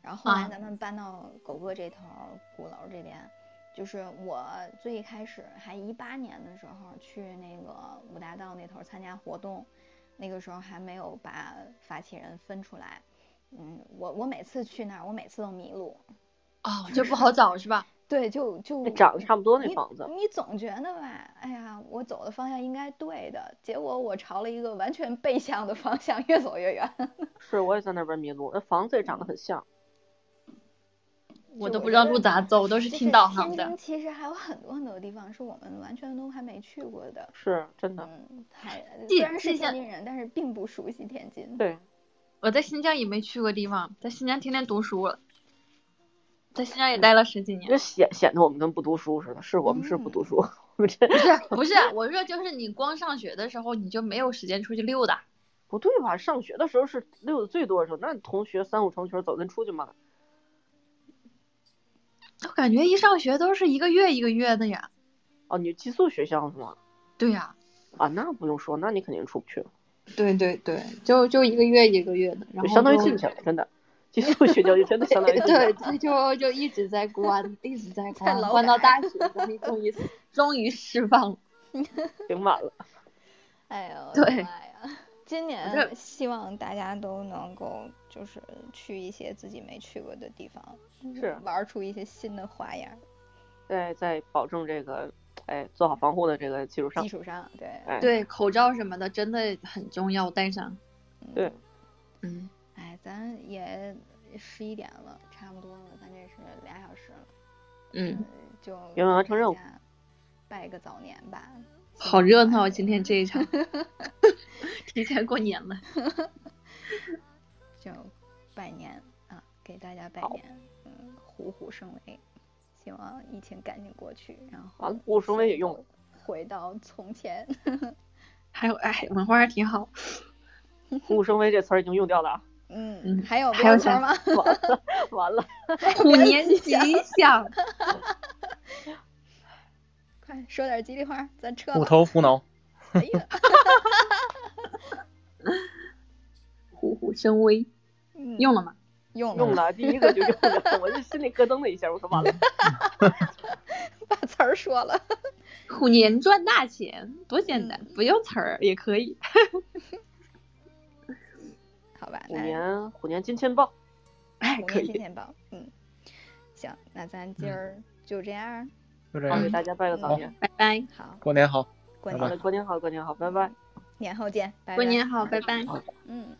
然后后来
啊
咱们搬到狗哥这头儿，鼓楼这边。就是我最开始还一八年的时候去那个五大道那头儿参加活动，那个时候还没有把发起人分出来。嗯，我我每次去那儿，我每次都迷路。
哦，就不好找是吧？
对，就
嗯
就
那哎长得差不多那
你
房子，
你总觉得吧，哎呀，我走的方向应该对的，结果我朝了一个完全背向的方向，越走越远。
是我也在那边迷路，那房子也长得很像。
我
就
都
我
不知
觉
道
得
路咋走，都是
就
听导航
天津
的。
其实还有很多很多地方是我们完全都还没去过的。
是真的，
嗯，还虽
地
然是天
地下
津人，但是并不熟悉天津。
对，
我在新疆也没去过地方，在新疆天天读书了，在新疆也待了十几年。
这显显得我们跟不读书似的，是我们是不读书，我们这
嗯不是 不是，我说就是你光上学的时候，你就没有时间出去溜达。
不对吧？上学的时候是溜的最多的时候，那同学三五成群儿走，咱出去嘛，
我感觉一上学都是一个月一个月的呀。
哦，你寄宿学校是吗？
对呀、
啊，那不用说，那你肯定出不去了，
对对对，就就一个月一个月的，然
就
后
相当于
就
进去了，真的。寄宿学校就真的相 当于进去
对
了。
对，就就一直在关，一直 在
在
关，
劳
关到
改
大学，终于终于 终于释放了。
挺满了。
哎呦，我的
对
妈呀！今年
这
希望大家都能够就是去一些自己没去过的地方，
是
玩出一些新的花样儿。
在在保证这个，哎，做好防护的这个基础上
基，础上，对，
哎，
对，口罩什么的真的很重要，戴上。
嗯
对
嗯，
哎，咱也十一点了，差不多了，咱这是俩小时了，
嗯，
就
有没有完成任务，
拜个早年吧。
好热闹，啊今天这一场， 提前过年了。
就拜年啊，给大家拜
好
年，嗯，虎虎生威，希望疫情赶紧过去，然后
完了虎虎生威也用了，
回到从前。
还有，哎，文化还挺好。
服务生威这词儿已经用掉了啊，
嗯，
嗯
还有
还
别的
有
词儿
啥
吗？
完了， 完了，
虎年吉 祥，
快说点吉利话，咱撤
虎
了。
头虎脑，
哎呀，
虎虎生威，
嗯
用了吗？
用
用
了，
了啊第一个就用了，我这心里咯噔了一下，我说完了，
嗯
把词儿说了。
虎年赚大钱，多简单，不用词儿也可以。
好吧，
虎
那
年虎年金钱豹，
哎，
虎
可
年金
哎以。
钱豹，嗯，行，那咱今儿就这样，
就这
好，
样
啊给，大家拜个早年。
拜拜，
好，
过年好。
过
拜
好
年嗯
的，过年好，过年好，拜拜。
年后见，拜
过
拜
年好，拜拜。
嗯。